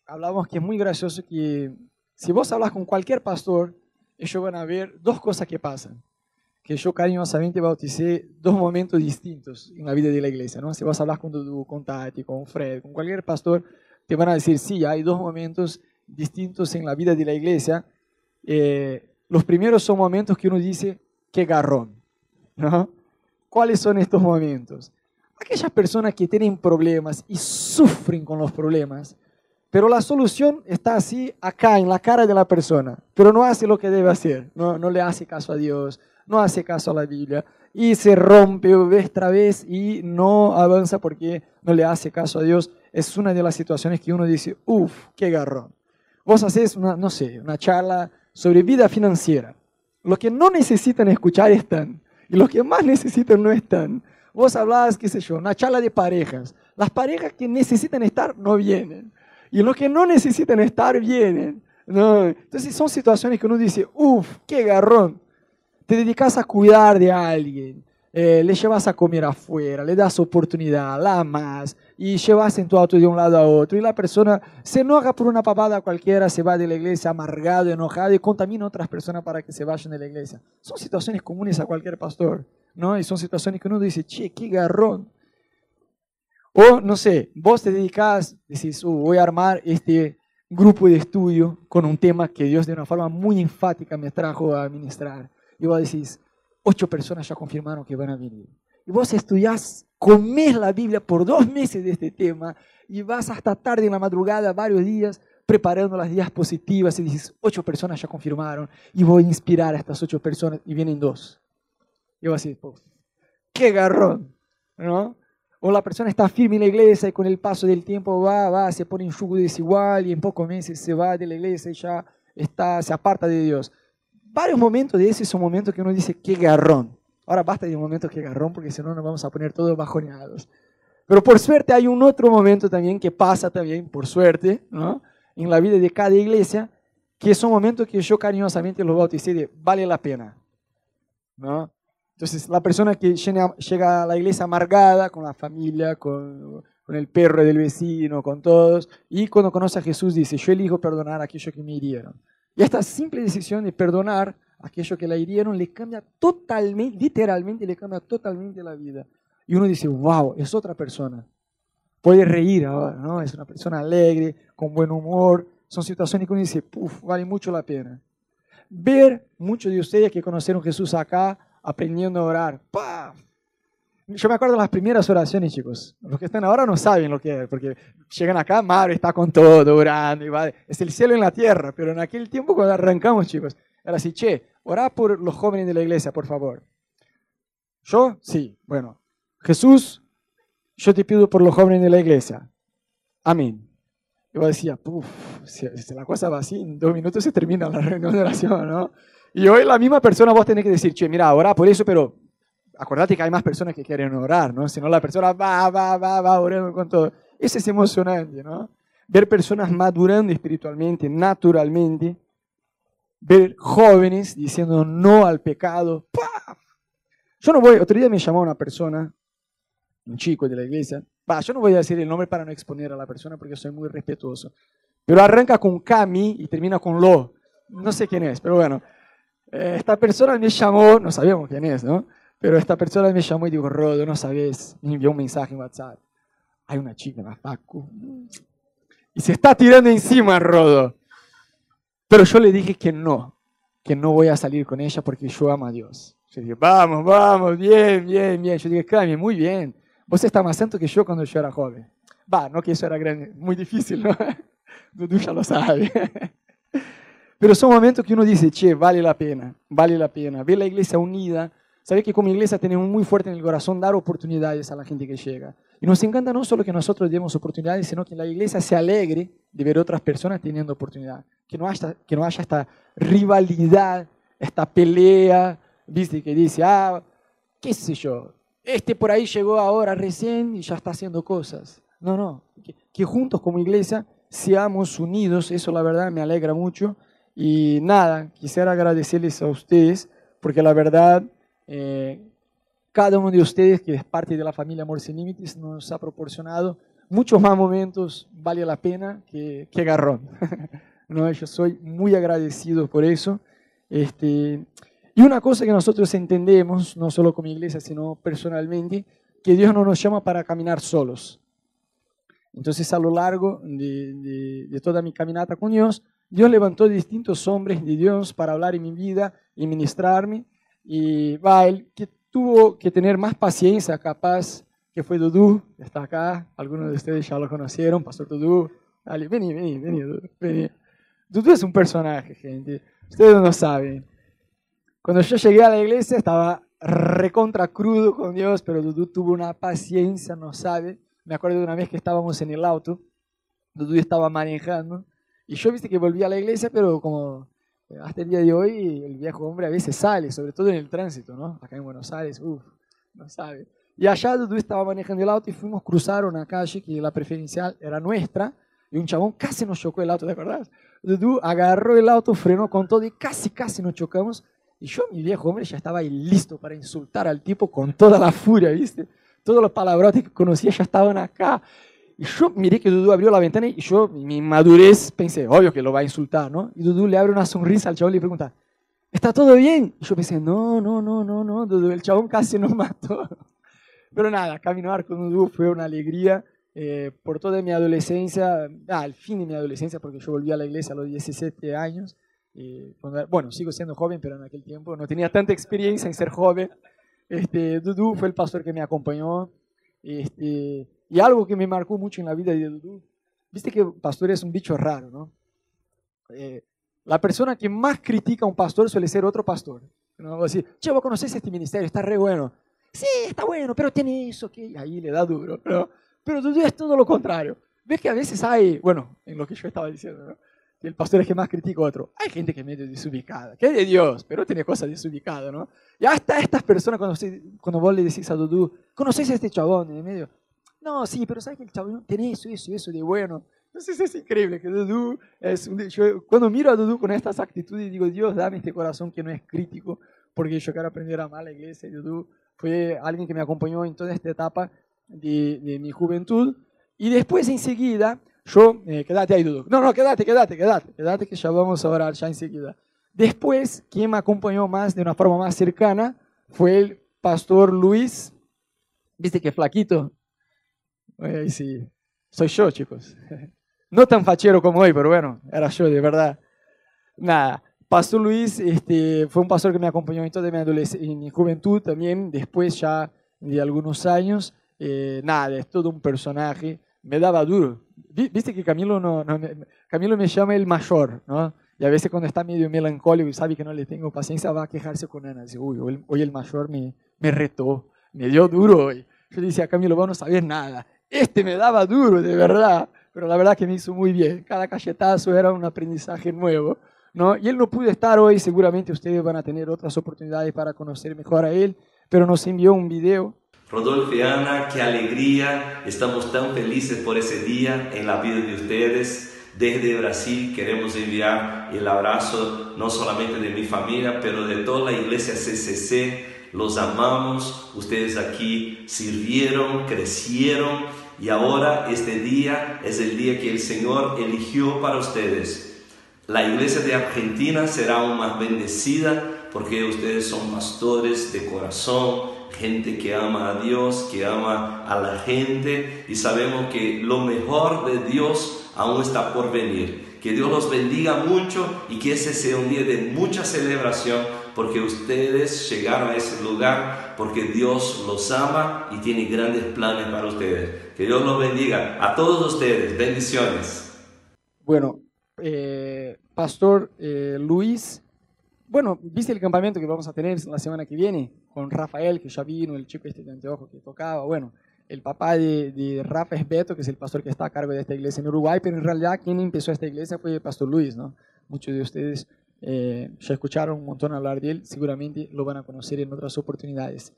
hablamos que es muy gracioso que si vos hablas con cualquier pastor, ellos van a ver dos cosas que pasan. Que yo cariñosamente bauticé dos momentos distintos en la vida de la iglesia. ¿no? Si vos hablas con Dudu, con Tati, con Fred, con cualquier pastor, te van a decir, sí, hay dos momentos distintos en la vida de la iglesia. Eh, los primeros son momentos que uno dice, qué garrón. ¿no? ¿Cuáles son estos momentos? aquellas personas que tienen problemas y sufren con los problemas, pero la solución está así acá, en la cara de la persona, pero no hace lo que debe hacer, no, no le hace caso a Dios, no hace caso a la Biblia, y se rompe vez tras vez y no avanza porque no le hace caso a Dios. Es una de las situaciones que uno dice, uff, qué garrón. Vos haces una, no sé, una charla sobre vida financiera. Los que no necesitan escuchar están, y los que más necesitan no están. Vos hablás, qué sé yo, una charla de parejas. Las parejas que necesitan estar no vienen. Y los que no necesitan estar vienen. ¿no? Entonces son situaciones que uno dice, uff, qué garrón. Te dedicas a cuidar de alguien, eh, le llevas a comer afuera, le das oportunidad, la amas y llevas en tu auto de un lado a otro. Y la persona se enoja por una papada cualquiera, se va de la iglesia amargado, enojado y contamina a otras personas para que se vayan de la iglesia. Son situaciones comunes a cualquier pastor. ¿no? Y son situaciones que uno dice, che, qué garrón. O, no sé, vos te dedicás, decís, "Uh, voy a armar este grupo de estudio con un tema que Dios de una forma muy enfática me trajo a ministrar. Y vos decís, ocho personas ya confirmaron que van a venir. Y vos estudiás, comés la Biblia por dos meses de este tema y vas hasta tarde en la madrugada, varios días, preparando las diapositivas y dices, ocho personas ya confirmaron y voy a inspirar a estas ocho personas y vienen dos. Eu assim, pô, que garrón, ¿no? O la persona está firme en la iglesia y con el paso del tiempo va, va, se pone en yugo desigual y en pocos meses se va de la iglesia y ya está, se aparta de Dios. Varios momentos de esos son momentos que uno dice, qué garrón. Ahora basta de momentos que garrón porque si no nos vamos a poner todos bajoneados. Pero por suerte hay un otro momento también que pasa también, por suerte, ¿no? en la vida de cada iglesia, que son momentos que yo cariñosamente los bauticé de vale la pena. ¿no? Entonces, la persona que llena- llega a la iglesia amargada con la familia, con, con el perro del vecino, con todos, y cuando conoce a Jesús dice, yo elijo perdonar a aquellos que me hirieron. Y esta simple decisión de perdonar a aquellos que la hirieron le cambia totalmente, literalmente le cambia totalmente la vida. Y uno dice, wow, es otra persona. Puede reír ahora, ¿no? Es una persona alegre, con buen humor. Son situaciones que uno dice, puff, vale mucho la pena ver muchos de ustedes que conocieron Jesús acá aprendiendo a orar. ¡Pah! Yo me acuerdo de las primeras oraciones, chicos. Los que están ahora no saben lo que es, porque llegan acá, Mario está con todo, orando, y va- es el cielo en la tierra, pero en aquel tiempo cuando arrancamos, chicos, era así, che, orá por los jóvenes de la iglesia, por favor. Yo, sí, bueno. Jesús, yo te pido por los jóvenes de la iglesia. Amén. Yo decía, puff, si, si la cosa va así, en dos minutos se termina la reunión de oración, ¿no? Y hoy la misma persona vos tenés que decir, che, mira, orá por eso, pero acordate que hay más personas que quieren orar, ¿no? Si no, la persona va, va, va, va orando con todo. Eso es emocionante, ¿no? Ver personas madurando espiritualmente, naturalmente. Ver jóvenes diciendo no al pecado. ¡Pah! Yo no voy, otro día me llamó una persona un chico de la iglesia, bah, yo no voy a decir el nombre para no exponer a la persona porque soy muy respetuoso, pero arranca con Cami y termina con Lo. No sé quién es, pero bueno. Eh, esta persona me llamó, no sabíamos quién es, ¿no? Pero esta persona me llamó y dijo, Rodo, no sabes, me envió un mensaje en WhatsApp. Hay una chica, más Paco. Y se está tirando encima, Rodo. Pero yo le dije que no, que no voy a salir con ella porque yo amo a Dios. Yo dije, vamos, vamos, bien, bien, bien. Yo dije, Cami, muy bien. Vos está más santo que yo cuando yo era joven. Va, no que eso era grande, muy difícil, ¿no? Dudu ya lo sabe. Pero son momentos que uno dice, che, vale la pena, vale la pena. Ver la iglesia unida. Saber que como iglesia tenemos muy fuerte en el corazón dar oportunidades a la gente que llega. Y nos encanta no solo que nosotros demos oportunidades, sino que la iglesia se alegre de ver otras personas teniendo oportunidad. Que no haya, que no haya esta rivalidad, esta pelea, viste, que dice, ah, qué sé yo, este por ahí llegó ahora recién y ya está haciendo cosas. No, no, que, que juntos como iglesia seamos unidos, eso la verdad me alegra mucho. Y nada, quisiera agradecerles a ustedes, porque la verdad... eh, cada uno de ustedes, que es parte de la familia Amor Sin Límites, nos ha proporcionado muchos más momentos, vale la pena, que, que garrón. ¿No? Yo soy muy agradecido por eso. Este, y una cosa que nosotros entendemos, no solo como iglesia, sino personalmente, que Dios no nos llama para caminar solos. Entonces, a lo largo de, de- de toda mi caminata con Dios, Dios levantó distintos hombres de Dios para hablar en mi vida y ministrarme. Y va, el que tuvo que tener más paciencia, capaz, que fue Dudu, que está acá. Algunos de ustedes ya lo conocieron, Pastor Dudu. Dale, vení, vení, vení, Dudu. Vení. Dudu es un personaje, gente. Ustedes no saben. Cuando yo llegué a la iglesia estaba recontra crudo con Dios, pero Dudu tuvo una paciencia, no sabe. Me acuerdo de una vez que estábamos en el auto, Dudu estaba manejando, y yo viste que volví a la iglesia, pero como eh, hasta el día de hoy el viejo hombre a veces sale, sobre todo en el tránsito, ¿no? Acá en Buenos Aires, uh, uff, no sabe. Y allá Dudu estaba manejando el auto y fuimos cruzar una calle que la preferencial era nuestra, y un chabón casi nos chocó el auto, ¿te acordás? Dudu agarró el auto, frenó con todo y casi, casi nos chocamos. Y yo, mi viejo hombre, ya estaba ahí listo para insultar al tipo con toda la furia, ¿viste? Todos los palabrotes que conocía ya estaban acá. Y yo miré que Dudu abrió la ventana y yo, mi madurez, pensé, obvio que lo va a insultar, ¿no? Y Dudu le abre una sonrisa al chabón y le pregunta, ¿está todo bien? Y yo pensé, no, no, no, no, no, Dudu, el chabón casi nos mató. Pero nada, caminar con Dudu fue una alegría. eh, por toda mi adolescencia, ah, al fin de mi adolescencia, porque yo volví a la iglesia a los 17 años, eh, cuando- bueno, sigo siendo joven, pero en aquel tiempo no tenía tanta experiencia en ser joven. Este, Dudu fue el pastor que me acompañó. Este, y algo que me marcó mucho en la vida de Dudu, viste que pastor es un bicho raro, ¿no? Eh, la persona que más critica a un pastor suele ser otro pastor. ¿no? Así, che, vos conocés este ministerio, está re bueno. Sí, está bueno, pero tiene eso que ahí le da duro, ¿no? Pero Dudu es todo lo contrario. Ves que a veces hay, bueno, en lo que yo estaba diciendo, ¿no? que el pastor es que más critica a otro. Hay gente que es medio desubicada, que es de Dios, pero tiene cosas desubicadas, ¿no? Y hasta estas personas, cuando, se- cuando vos le decís a Dudu, ¿conoces a este chabón en el medio? No, sí, pero ¿sabes que el chabón tiene eso, eso, eso de bueno? Entonces es increíble que Dudu es un- yo cuando miro a Dudu con estas actitudes, digo, Dios, dame este corazón que no es crítico, porque yo quiero aprender a amar la iglesia. Y Dudu fue alguien que me acompañó en toda esta etapa de, de mi juventud. Y después, enseguida, yo, eh, quédate ahí, Dudu. No, no, quédate, quédate, quédate, quédate, que ya vamos a orar, ya enseguida. Después, quien me acompañó más, de una forma más cercana, fue el pastor Luis. ¿Viste que flaquito? Ay, sí. Soy yo, chicos. No tan fachero como hoy, pero bueno, era yo, de verdad. Nada, Pastor Luis este, fue un pastor que me acompañó en toda mi, adolesc- en mi juventud también, después ya de algunos años. Eh, nada, es todo un personaje. Me daba duro. Vi- Viste que Camilo, no, no me, Camilo me llama el mayor, ¿no? Y a veces cuando está medio melancólico y sabe que no le tengo paciencia, va a quejarse con Ana. Dice, uy, hoy, hoy el mayor me, me retó, me dio duro hoy. Yo le decía, Camilo, vos no sabés nada. Este me daba duro, de verdad. Pero la verdad que me hizo muy bien. Cada cachetazo era un aprendizaje nuevo. ¿no? Y él no pudo estar hoy, seguramente ustedes van a tener otras oportunidades para conocer mejor a él, pero nos envió un video Rodolfo y Ana, qué alegría. Estamos tan felices por ese día en la vida de ustedes. Desde Brasil queremos enviar el abrazo no solamente de mi familia, pero de toda la iglesia CCC, Los amamos. Ustedes aquí sirvieron, crecieron y ahora este día es el día que el Señor eligió para ustedes. La iglesia de Argentina será aún más bendecida porque ustedes son pastores de corazón, gente que ama a Dios, que ama a la gente y sabemos que lo mejor de Dios aún está por venir. Que Dios los bendiga mucho y que ese sea un día de mucha celebración porque ustedes llegaron a ese lugar porque Dios los ama y tiene grandes planes para ustedes. Que Dios los bendiga a todos ustedes. Bendiciones. Bueno, eh, Pastor eh, Luis, bueno, viste el campamento que vamos a tener la semana que viene con Rafael, que ya vino, el chico este de anteojo que tocaba. Bueno, el papá de, de Rafa es Beto, que es el pastor que está a cargo de esta iglesia en Uruguay, pero en realidad quien empezó esta iglesia fue el pastor Luis, ¿no? Muchos de ustedes eh, ya escucharon un montón hablar de él, seguramente lo van a conocer en otras oportunidades.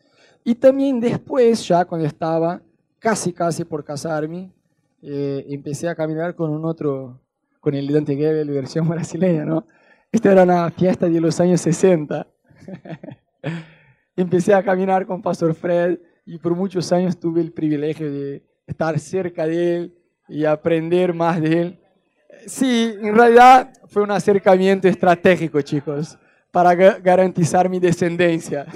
Y también después, ya cuando estaba casi, casi por casarme, eh, empecé a caminar con un otro, con el Dante Gebel, versión brasileña, ¿no? Esta era una fiesta de los años 60. Empecé a caminar con Pastor Fred y por muchos años tuve el privilegio de estar cerca de él y aprender más de él. Sí, en realidad fue un acercamiento estratégico, chicos, para ga- garantizar mi descendencia.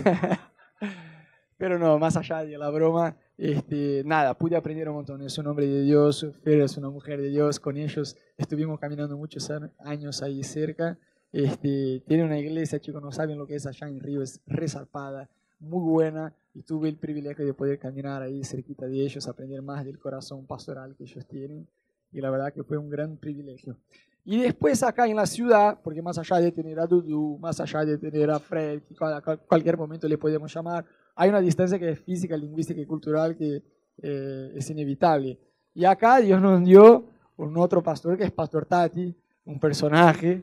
Pero no, más allá de la broma, este, nada, pude aprender un montón. Es un hombre de Dios, Fer es una mujer de Dios. Con ellos estuvimos caminando muchos an- años ahí cerca. Este, tiene una iglesia, chicos, no saben lo que es allá en Río, es resarpada, muy buena. Y tuve el privilegio de poder caminar ahí cerquita de ellos, aprender más del corazón pastoral que ellos tienen. Y la verdad que fue un gran privilegio. Y después acá en la ciudad, porque más allá de tener a Dudu, más allá de tener a Fred, que a cual- cualquier momento le podemos llamar, hay una distancia que es física, lingüística y cultural que eh, es inevitable. Y acá Dios nos dio un otro pastor que es Pastor Tati, un personaje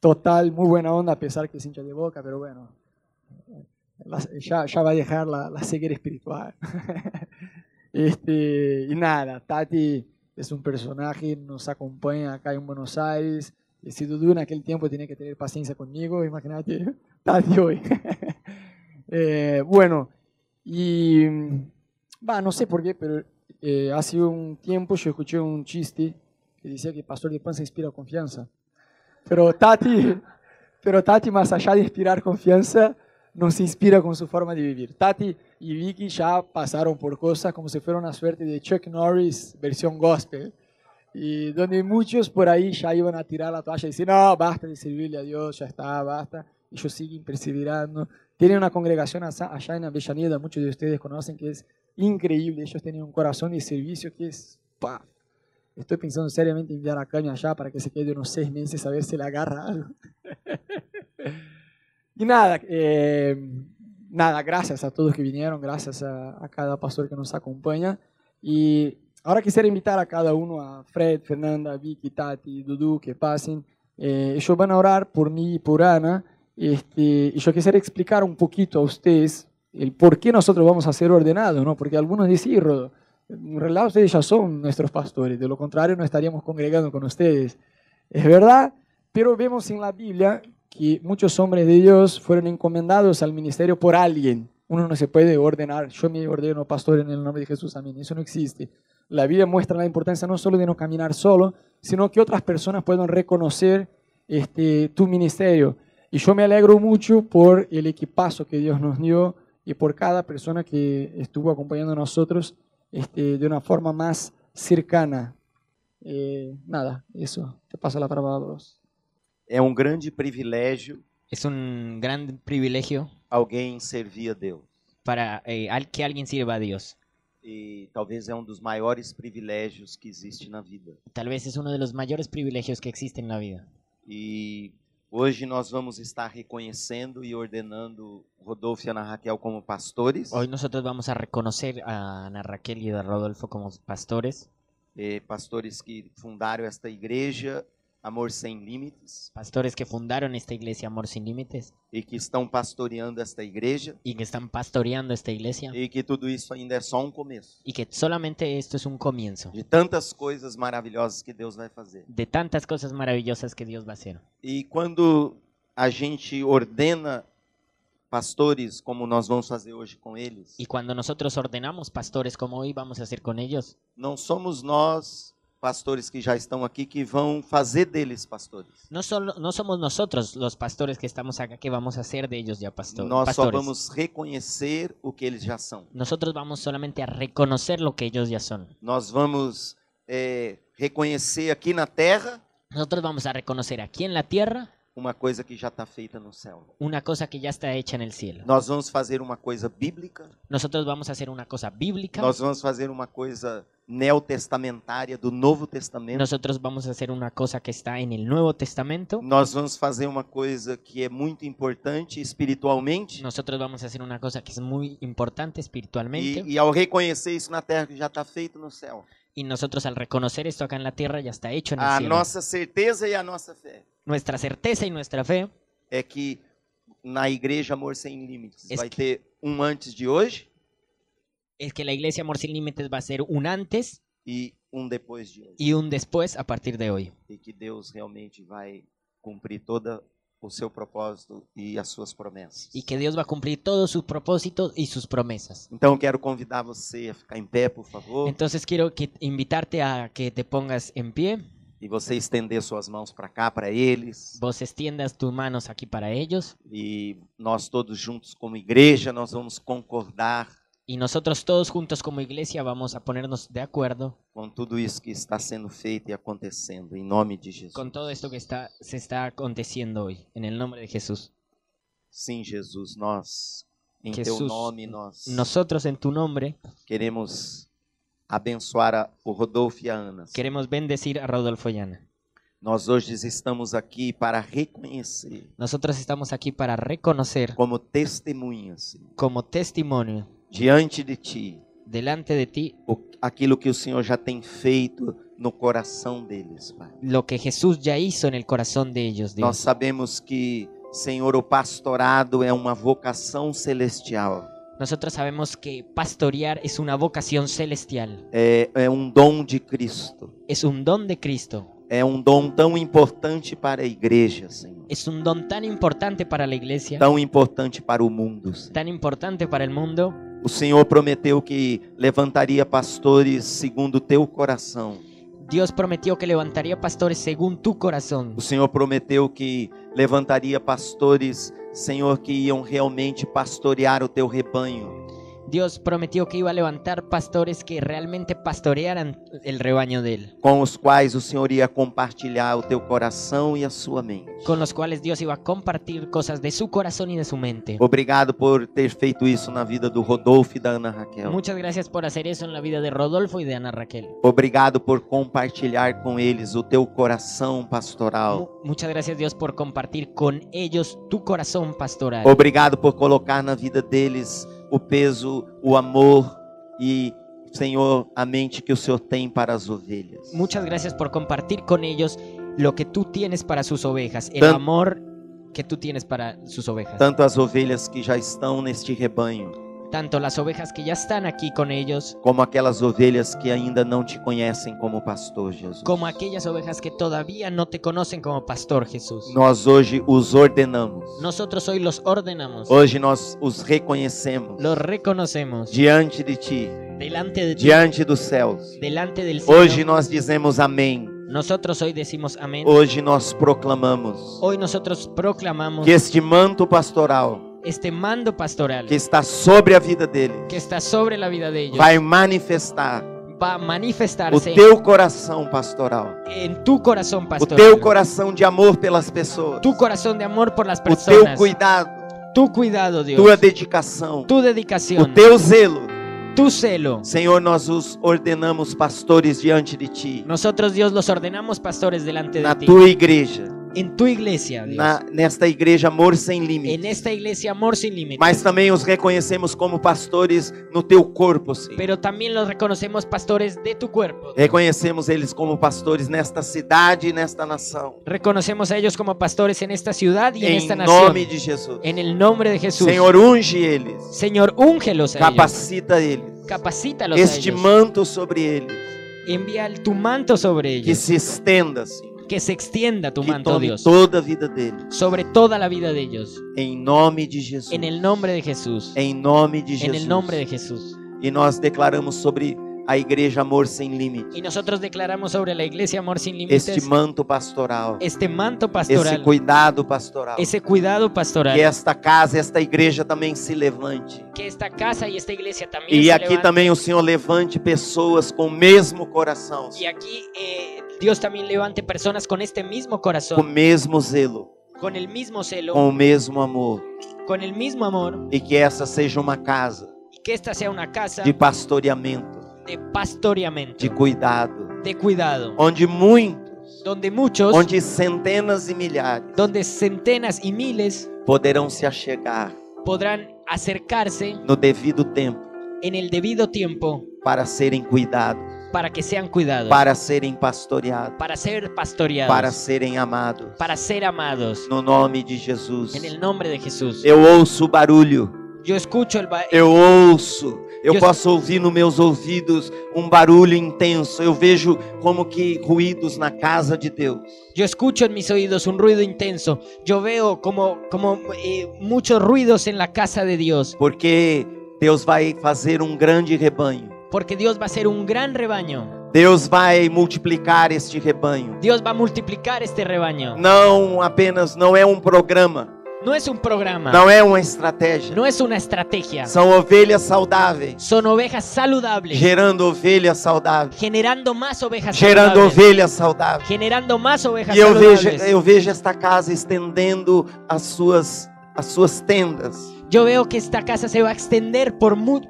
total, muy buena onda, a pesar que es hincha de boca, pero bueno, las- ya, ya va a dejar la, la ceguera espiritual. este, y nada, Tati es un personaje, nos acompaña acá en Buenos Aires. Y si Dudu en aquel tiempo tenía que tener paciencia conmigo, imagínate, Tati hoy. Eh, bueno, y va, no sé por qué, pero eh, hace un tiempo yo escuché un chiste que decía que pastor de panza inspira confianza. Pero Tati, pero Tati, más allá de inspirar confianza, nos inspira con su forma de vivir. Tati y Vicky ya pasaron por cosas como si fuera una suerte de Chuck Norris versión gospel. Y donde muchos por ahí ya iban a tirar la toalla y decir, no, basta de servirle a Dios, ya está, basta. Y ellos siguen perseverando. Tienen una congregación asa- allá en Avellaneda, muchos de ustedes conocen, que es increíble. Ellos tienen un corazón de servicio que es, pa. Estoy pensando seriamente en enviar a Caño allá para que se quede unos seis meses a ver si le agarra algo. Y nada, eh, nada, gracias a todos que vinieron, gracias a, a cada pastor que nos acompaña. Y ahora quisiera invitar a cada uno, a Fred, Fernanda, Vicky, Tati, Dudu, que pasen. Eh, ellos van a orar por mí y por Ana. Este, y yo quisiera explicar un poquito a ustedes el por qué nosotros vamos a ser ordenados, ¿no? Porque algunos dicen, "Sí, Rodo, en realidad ustedes ya son nuestros pastores, de lo contrario no estaríamos congregando con ustedes. Es verdad, pero vemos en la Biblia que muchos hombres de Dios fueron encomendados al ministerio por alguien. Uno no se puede ordenar, yo me ordeno pastor en el nombre de Jesús, amén. Eso no existe. La Biblia muestra la importancia no solo de no caminar solo, sino que otras personas puedan reconocer este, tu ministerio. Y yo me alegro mucho por el equipazo que Dios nos dio y por cada persona que estuvo acompañando a nosotros este, de una forma más cercana. Eh, nada, eso. Te paso la palabra a vos. É um grande privilégio Es un gran privilegio alguém servir a Deus. para eh, al- que alguien sirva a Dios. E talvez é um dos maiores privilégios que existe na vida. Tal vez es uno de los mayores privilegios que existe en la vida. E hoje nós vamos estar reconhecendo e ordenando Rodolfo e Ana Raquel como pastores. Hoy nosotros vamos a reconocer a Ana Raquel y a Rodolfo como pastores, eh, pastores que fundaram esta igreja Amor Sem Limites pastores que fundaron esta iglesia Amor Sin Límites e que estão pastoreando esta igreja y que están pastoreando esta iglesia e que tudo isso ainda é só um começo y que solamente esto es un comienzo de tantas coisas maravilhosas que Deus vai fazer. de tantas cosas maravillosas que Dios va a hacer. E quando a gente ordena pastores como nós vamos fazer hoje com eles. Y cuando nosotros ordenamos pastores como hoy vamos a hacer con ellos, Não somos nós, pastores que já estão aqui, que vão fazer deles pastores. no, solo, no somos nosotros los pastores que estamos acá que vamos a hacer de ellos ya pasto- Nós só Então, pastores. vamos reconhecer o que eles já são. Nosotros vamos solamente a reconocer lo que ellos ya son. Nós vamos eh, reconhecer aqui na terra Nosotros vamos a reconocer aquí en la tierra uma coisa que já está feita no céu. una cosa que ya está hecha en el cielo. Nós vamos fazer uma coisa bíblica, Nosotros vamos a hacer una cosa bíblica. nós vamos fazer uma coisa neotestamentária do Novo Testamento, Nosotros vamos a hacer una cosa que está en el Nuevo Testamento. nós vamos fazer uma coisa que é muito importante espiritualmente. Nosotros vamos a hacer una cosa que es muy importante espiritualmente. E, e ao reconhecer isso na terra que já está feito no céu, Y nosotros al reconocer esto acá en la tierra ya está hecho en el a cielo. nossa certeza e a nossa fé Nuestra certeza y nuestra fe é que na igreja Amor Sem Limites Es vai ter um antes de hoje es que la iglesia Amor Sin Límites va a ser un antes e um depois de hoje. y un después a partir de hoy. e que Deus realmente vai cumprir toda o seu propósito e as suas promessas. Y que Dios va a cumplir todos sus propósitos y sus promesas. Então eu quero convidar você a ficar em pé, por favor, Entonces quiero que, invitarte a que te pongas en pie, e você estender suas mãos para cá para eles. vos extiendas tus manos aquí para ellos E nós todos juntos como igreja nós vamos concordar y nosotros todos juntos como iglesia vamos a ponernos de acuerdo com tudo isso que está sendo feito e acontecendo em nome de Jesus. con todo esto que está, se está aconteciendo hoy, en el nombre de Jesús. Sim, Jesus, nós em teu Jesús, nome nós Nosotros en tu nombre queremos abençoar a, o Rodolfo e a Ana. queremos bendecir a Rodolfo Llana. Nós hoje estamos aqui para reconhecer Nosotros estamos aquí para reconocer como testemunhas Senhor, como testimonio diante de ti delante de ti o- aquilo que o Senhor já tem feito no coração deles, Pai. lo que Jesús ya hizo en el corazón de ellos, Nós Dios. sabemos que, Senhor, o pastorado é uma vocação celestial, Nosotros sabemos que pastorear es una vocación celestial, é, é um dom de Cristo, es un don de Cristo, é um dom tão importante para a igreja, Senhor, es un don tan importante para la iglesia, tão importante para o mundo, Senhor. tan importante para el mundo. O Senhor prometeu que levantaria pastores segundo o teu coração. Dios prometió que levantaría pastores según tu corazón. O Senhor prometeu que levantaria pastores, Senhor, que iam realmente pastorear o teu rebanho. Dios prometió que iba a levantar pastores que realmente pastorearan el rebaño de él, Com os quais o Senhor ia compartilhar o teu coração e a sua mente. con los cuales Dios iba a compartir cosas de su corazón y de su mente. Obrigado por ter feito isso na vida do Rodolfo e da Ana Raquel. Muchas gracias por hacer eso en la vida de Rodolfo y de Ana Raquel. Obrigado por compartilhar com eles o teu coração pastoral. Mu- Muchas gracias Dios por compartir con ellos tu corazón pastoral. Obrigado por colocar na vida deles o peso, o amor e, Senhor, a mente que o Senhor tem para as ovelhas. Muchas gracias por compartir con ellos lo que tú tienes para sus ovejas, el Tan- amor que tú tienes para sus ovejas. Tanto as ovelhas que já estão neste rebanho. Tanto las ovejas que ya están aquí con ellos, como aquelas ovelhas que ainda não te conhecem como pastor, Jesus. como aquellas ovejas que todavía no te conocen como pastor Jesús. Nós hoje os ordenamos. Nosotros hoy los ordenamos, Hoje nós os reconhecemos los reconocemos diante de ti, delante de ti, diante dos céus. delante del Hoje Señor. nós dizemos amém. Nosotros hoy decimos amén. Hoje nós proclamamos Hoy nosotros proclamamos que este manto pastoral este mando pastoral que está sobre a vida dele que está sobre la vida de ellos vai manifestar va a o manifestarse teu coração pastoral, en tu corazón o pastoral. teu corazão de amor pelas pessoas, tu corazón de amor por las o teu personas, cuidado, tu cuidado, Dios, tua dedicação, tu o dedicación, teu zelo. tu celo. Senhor, nós os ordenamos pastores diante de ti, Nosotros, Dios, los ordenamos pastores delante de na ti, tua igreja, en tu iglesia, Dios, na, nesta igreja Amor Sem en Limites. esta iglesia amor sin límites. Mas também os reconhecemos como pastores no teu corpo, Senhor. Pero también los reconocemos pastores de tu cuerpo. Reconhecemos eles como pastores nesta cidade e nesta nação. Reconocemos a ellos como pastores en esta ciudad y en Em esta nación. nome de Jesus. En el nombre de Jesús. Senhor, unge eles, Señor, úngelos a ellos. capacita eles, Capacítalos a este ellos. manto sobre eles, Envía tu manto sobre que ellos. se estenda, Senhor, que se extienda tu que manto, tome Dios, toda a vida dele. sobre toda la vida de ellos. Em nome de Jesus. En el nombre de Jesús. Em nome de En Jesus. el nombre de Jesús. E nós declaramos sobre a igreja Amor Sem Limite. Y nosotros declaramos sobre la iglesia Amor Sin Límites Este manto pastoral. este manto Esse pastoral, cuidado pastoral. esse cuidado pastoral, Que esta casa, esta igreja também se levante. que esta casa y esta iglesia también E se aqui levanten. também o Senhor levante pessoas com o mesmo coração, Y aquí eh, Dios también levante personas con este mismo com o corazón, mesmo zelo, con el mismo celo, com o mesmo amor. con el mismo amor, E que essa seja uma casa y que esta sea una casa de pastoreamento, de pastoreamiento, de cuidado, de cuidado, onde muitos, donde muchos, onde centenas e milhares donde centenas y miles poderão se achegar podrán acercarse no devido tempo en el debido tiempo para serem cuidados, para que sean cuidados, para serem pastoreados, para ser pastoreados, para serem amados. para ser amados. No nome de Jesus. En el nombre de Jesús. Eu ouço o barulho. Yo escucho el, ba- Eu ouço, eu Eu- posso ouvir nos meus ouvidos um barulho intenso. Eu vejo como que ruídos na casa de Deus. Yo escucho en mis oídos un ruido intenso. Yo veo como, como eh, muchos ruidos en la casa de Dios. Porque Deus vai fazer um grande rebanho. Porque Dios va a ser un gran rebaño. Deus vai multiplicar este rebanho. Dios va a multiplicar este rebaño. Não apenas, não é um programa, No es un programa. não é uma estratégia. No es una estrategia. São ovelhas saudáveis, Son ovejas saludables. gerando ovelhas saudáveis, Generando más ovejas gerando saludables. ovelhas saudáveis. Generando más ovejas E eu saludables. vejo, eu vejo esta casa estendendo as suas, as suas tendas. Yo veo que esta casa se va a extender por mu-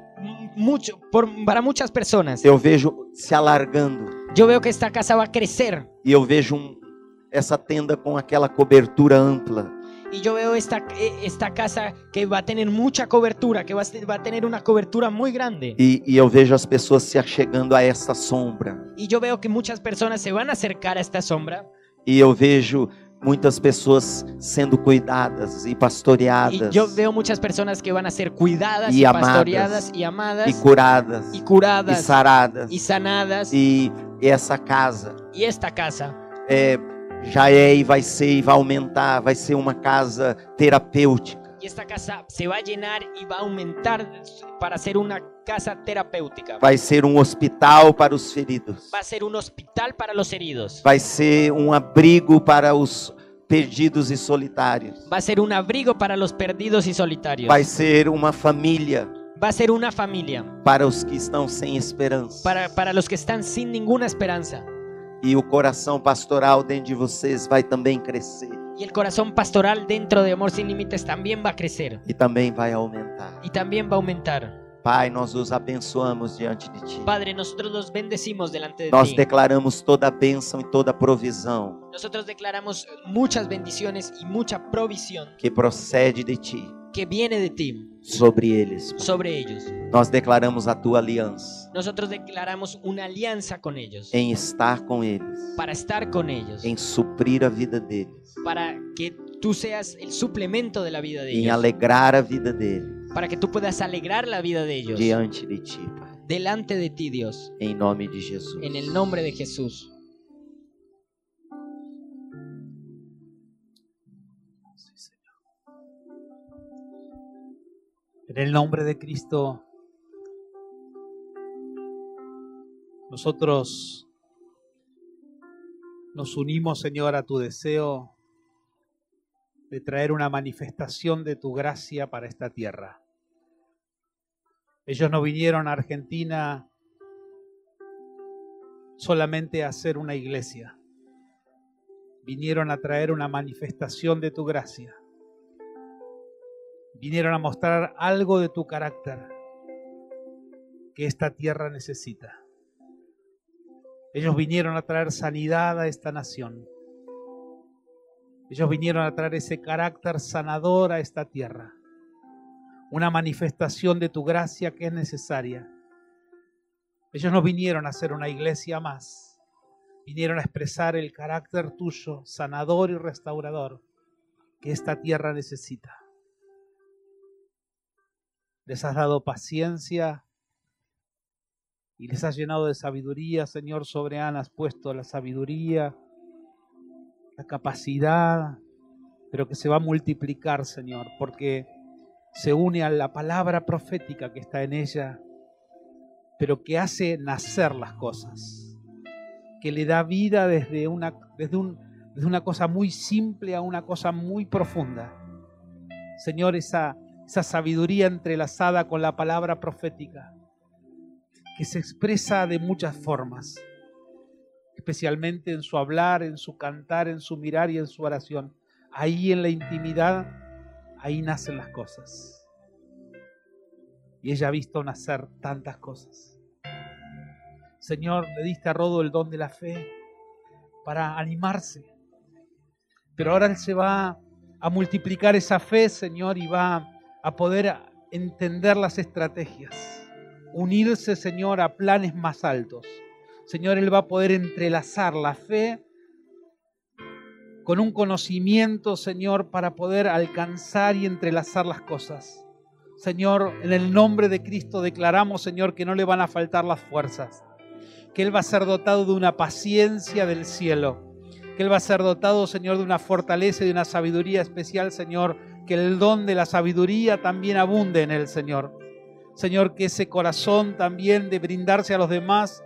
mucho, por- para muchas personas. Eu vejo um se alargando Yo veo que esta casa va a crecer. e eu vejo um- essa tenda com aquela cobertura ampla. Y yo veo esta, eh, esta casa que va a tener mucha cobertura, que va a, ser- va a tener una cobertura muy grande. E, e eu vejo as pessoas se achegando a essa sombra. Y yo veo que muchas personas se van a acercar a esta sombra. E eu vejo muitas pessoas sendo cuidadas e pastoreadas Y yo veo muchas personas que van a ser cuidadas Y y, amadas. pastoreadas y amadas e curadas y e, curadas saradas. y sanadas. Y, E, e essa casa esta casa é, já é e vai ser e vai aumentar, vai ser uma casa terapêutica. y esta casa se va a llenar y va a aumentar para ser una casa terapéutica. Vai ser um hospital para os feridos. Va a ser un hospital para los heridos. vai ser um abrigo para os perdidos e solitários. Va a ser un abrigo para los perdidos y solitarios. Vai ser uma família Va a ser una familia. para os que estão sem esperança. para, para los que están sin ninguna esperanza. E o coração pastoral dentro de vocês vai também crescer Y el corazón pastoral dentro de Amor Sin Límites también va a crecer e também vai aumentar. y también va a aumentar. Pai, nós os abençoamos diante de ti. Padre, nosotros los bendecimos delante de Nós ti. declaramos toda a bênção e toda a provisão Nosotros declaramos muchas bendiciones y mucha provisión que procede de ti que viene de ti sobre eles. sobre ellos. Nós declaramos a tua aliança Nosotros declaramos una alianza con ellos em estar com eles, para estar con ellos, em suprir a vida deles, para que tú seas el suplemento de la vida de em ellos, alegrar a vida deles. para que tú puedas alegrar la vida de ellos diante de ti, Pai. delante de ti, Dios, Em nome de Jesus. en el nombre de Jesús. En el nombre de Cristo, nosotros nos unimos, Señor, a tu deseo de traer una manifestación de tu gracia para esta tierra. Ellos no vinieron a Argentina solamente a hacer una iglesia, vinieron a traer una manifestación de tu gracia vinieron a mostrar algo de tu carácter que esta tierra necesita. Ellos vinieron a traer sanidad a esta nación. Ellos vinieron a traer ese carácter sanador a esta tierra. Una manifestación de tu gracia que es necesaria. Ellos no vinieron a ser una iglesia más. Vinieron a expresar el carácter tuyo, sanador y restaurador, que esta tierra necesita les has dado paciencia y les has llenado de sabiduría, Señor, sobre han has puesto la sabiduría la capacidad, pero que se va a multiplicar, Señor, porque se une a la palabra profética que está en ella, pero que hace nacer las cosas, que le da vida desde una, desde un, desde una cosa muy simple a una cosa muy profunda. Señor, esa, esa sabiduría entrelazada con la palabra profética, que se expresa de muchas formas, especialmente en su hablar, en su cantar, en su mirar y en su oración. Ahí en la intimidad, ahí nacen las cosas. Y ella ha visto nacer tantas cosas. Señor, le diste a Rodo el don de la fe para animarse. Pero ahora él se va a multiplicar esa fe, Señor, y va a poder entender las estrategias, unirse, Señor, a planes más altos. Señor, Él va a poder entrelazar la fe con un conocimiento, Señor, para poder alcanzar y entrelazar las cosas. Señor, en el nombre de Cristo declaramos, Señor, que no le van a faltar las fuerzas, que Él va a ser dotado de una paciencia del cielo, que Él va a ser dotado, Señor, de una fortaleza y de una sabiduría especial, Señor, que el don de la sabiduría también abunde en Él, Señor. Señor, que ese corazón también de brindarse a los demás,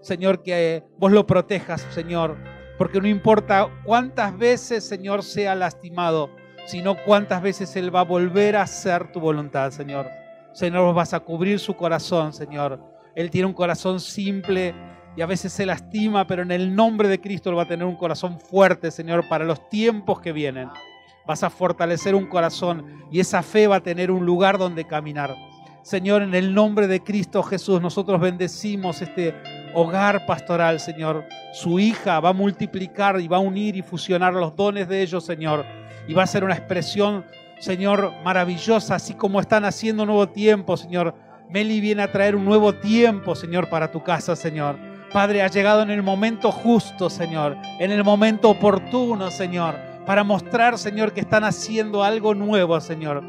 Señor, que eh, vos lo protejas, Señor, porque no importa cuántas veces, Señor, sea lastimado, sino cuántas veces Él va a volver a hacer tu voluntad, Señor. Señor, vos vas a cubrir su corazón, Señor. Él tiene un corazón simple, y a veces se lastima, pero en el nombre de Cristo él va a tener un corazón fuerte, Señor, para los tiempos que vienen. Vas a fortalecer un corazón y esa fe va a tener un lugar donde caminar. Señor, en el nombre de Cristo Jesús, nosotros bendecimos este hogar pastoral, Señor. Su hija va a multiplicar y va a unir y fusionar los dones de ellos, Señor. Y va a ser una expresión, Señor, maravillosa, así como están haciendo un nuevo tiempo, Señor. Meli viene a traer un nuevo tiempo, Señor, para tu casa, Señor. Padre, ha llegado en el momento justo, Señor, en el momento oportuno, Señor, para mostrar, Señor, que están haciendo algo nuevo, Señor.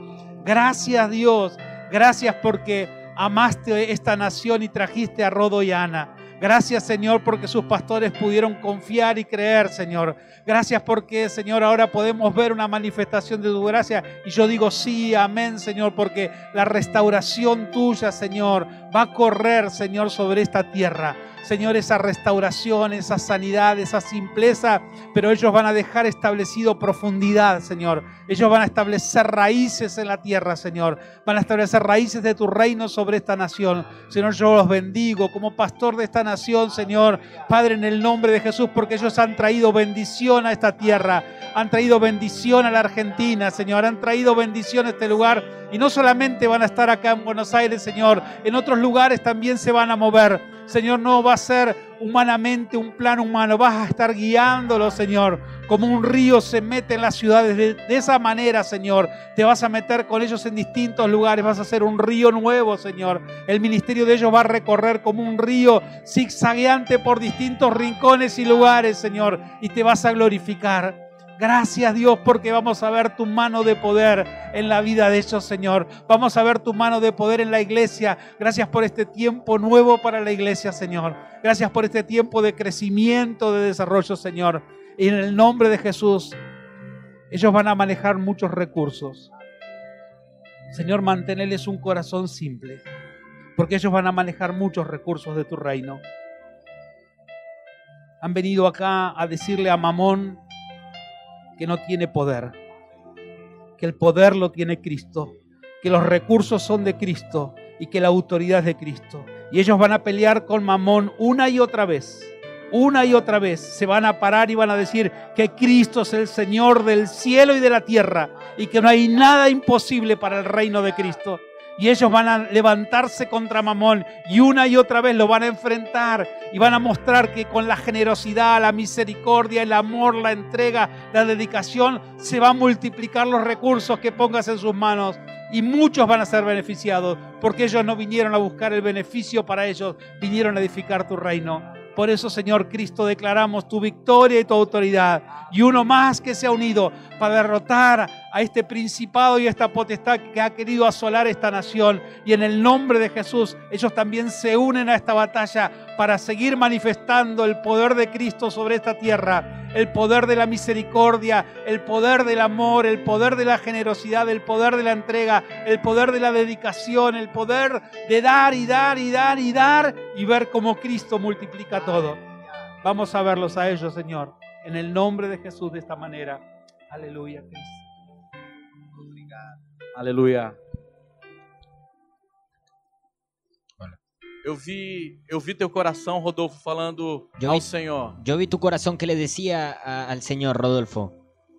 Gracias, Dios. Gracias porque amaste esta nación y trajiste a Rodo y a Ana. Gracias, Señor, porque sus pastores pudieron confiar y creer, Señor. Gracias porque, Señor, ahora podemos ver una manifestación de tu gracia. Y yo digo sí, amén, Señor, porque la restauración tuya, Señor, va a correr, Señor, sobre esta tierra. Señor, esa restauración, esa sanidad, esa simpleza, pero ellos van a dejar establecido profundidad, Señor. Ellos van a establecer raíces en la tierra, Señor. Van a establecer raíces de tu reino sobre esta nación. Señor, yo los bendigo como pastor de esta nación, Señor. Padre, en el nombre de Jesús, porque ellos han traído bendición a esta tierra. Han traído bendición a la Argentina, Señor. Han traído bendición a este lugar. Y no solamente van a estar acá en Buenos Aires, Señor. En otros lugares también se van a mover. Señor, no va a ser humanamente un plan humano, vas a estar guiándolo, Señor. Como un río se mete en las ciudades, de, de, esa manera, Señor, te vas a meter con ellos en distintos lugares, vas a ser un río nuevo, Señor. El ministerio de ellos va a recorrer como un río zigzagueante por distintos rincones y lugares, Señor, y te vas a glorificar. Gracias Dios porque vamos a ver tu mano de poder en la vida de ellos, Señor. Vamos a ver tu mano de poder en la iglesia. Gracias por este tiempo nuevo para la iglesia, Señor. Gracias por este tiempo de crecimiento, de desarrollo, Señor. Y en el nombre de Jesús, ellos van a manejar muchos recursos. Señor, mantenerles un corazón simple, porque ellos van a manejar muchos recursos de tu reino. Han venido acá a decirle a Mamón, que no tiene poder, que el poder lo tiene Cristo, que los recursos son de Cristo y que la autoridad es de Cristo. Y ellos van a pelear con Mamón una y otra vez, una y otra vez. Se van a parar y van a decir que Cristo es el Señor del cielo y de la tierra y que no hay nada imposible para el reino de Cristo. Y ellos van a levantarse contra Mamón y una y otra vez lo van a enfrentar y van a mostrar que con la generosidad, la misericordia, el amor, la entrega, la dedicación, se van a multiplicar los recursos que pongas en sus manos y muchos van a ser beneficiados porque ellos no vinieron a buscar el beneficio para ellos, vinieron a edificar tu reino. Por eso, Señor Cristo, declaramos tu victoria y tu autoridad. Y uno más que se ha unido para derrotar a este principado y a esta potestad que ha querido asolar esta nación. Y en el nombre de Jesús, ellos también se unen a esta batalla para seguir manifestando el poder de Cristo sobre esta tierra, el poder de la misericordia, el poder del amor, el poder de la generosidad, el poder de la entrega, el poder de la dedicación, el poder de dar y dar y dar y dar y ver cómo Cristo multiplica todo. Vamos a verlos a ellos, Señor, en el nombre de Jesús de esta manera. Aleluya, Cristo. Aleluia. Eu vi, eu vi teu coração, Rodolfo, falando Yo ao vi, Senhor. yo vi tu corazón que le decía a- al Señor, Rodolfo,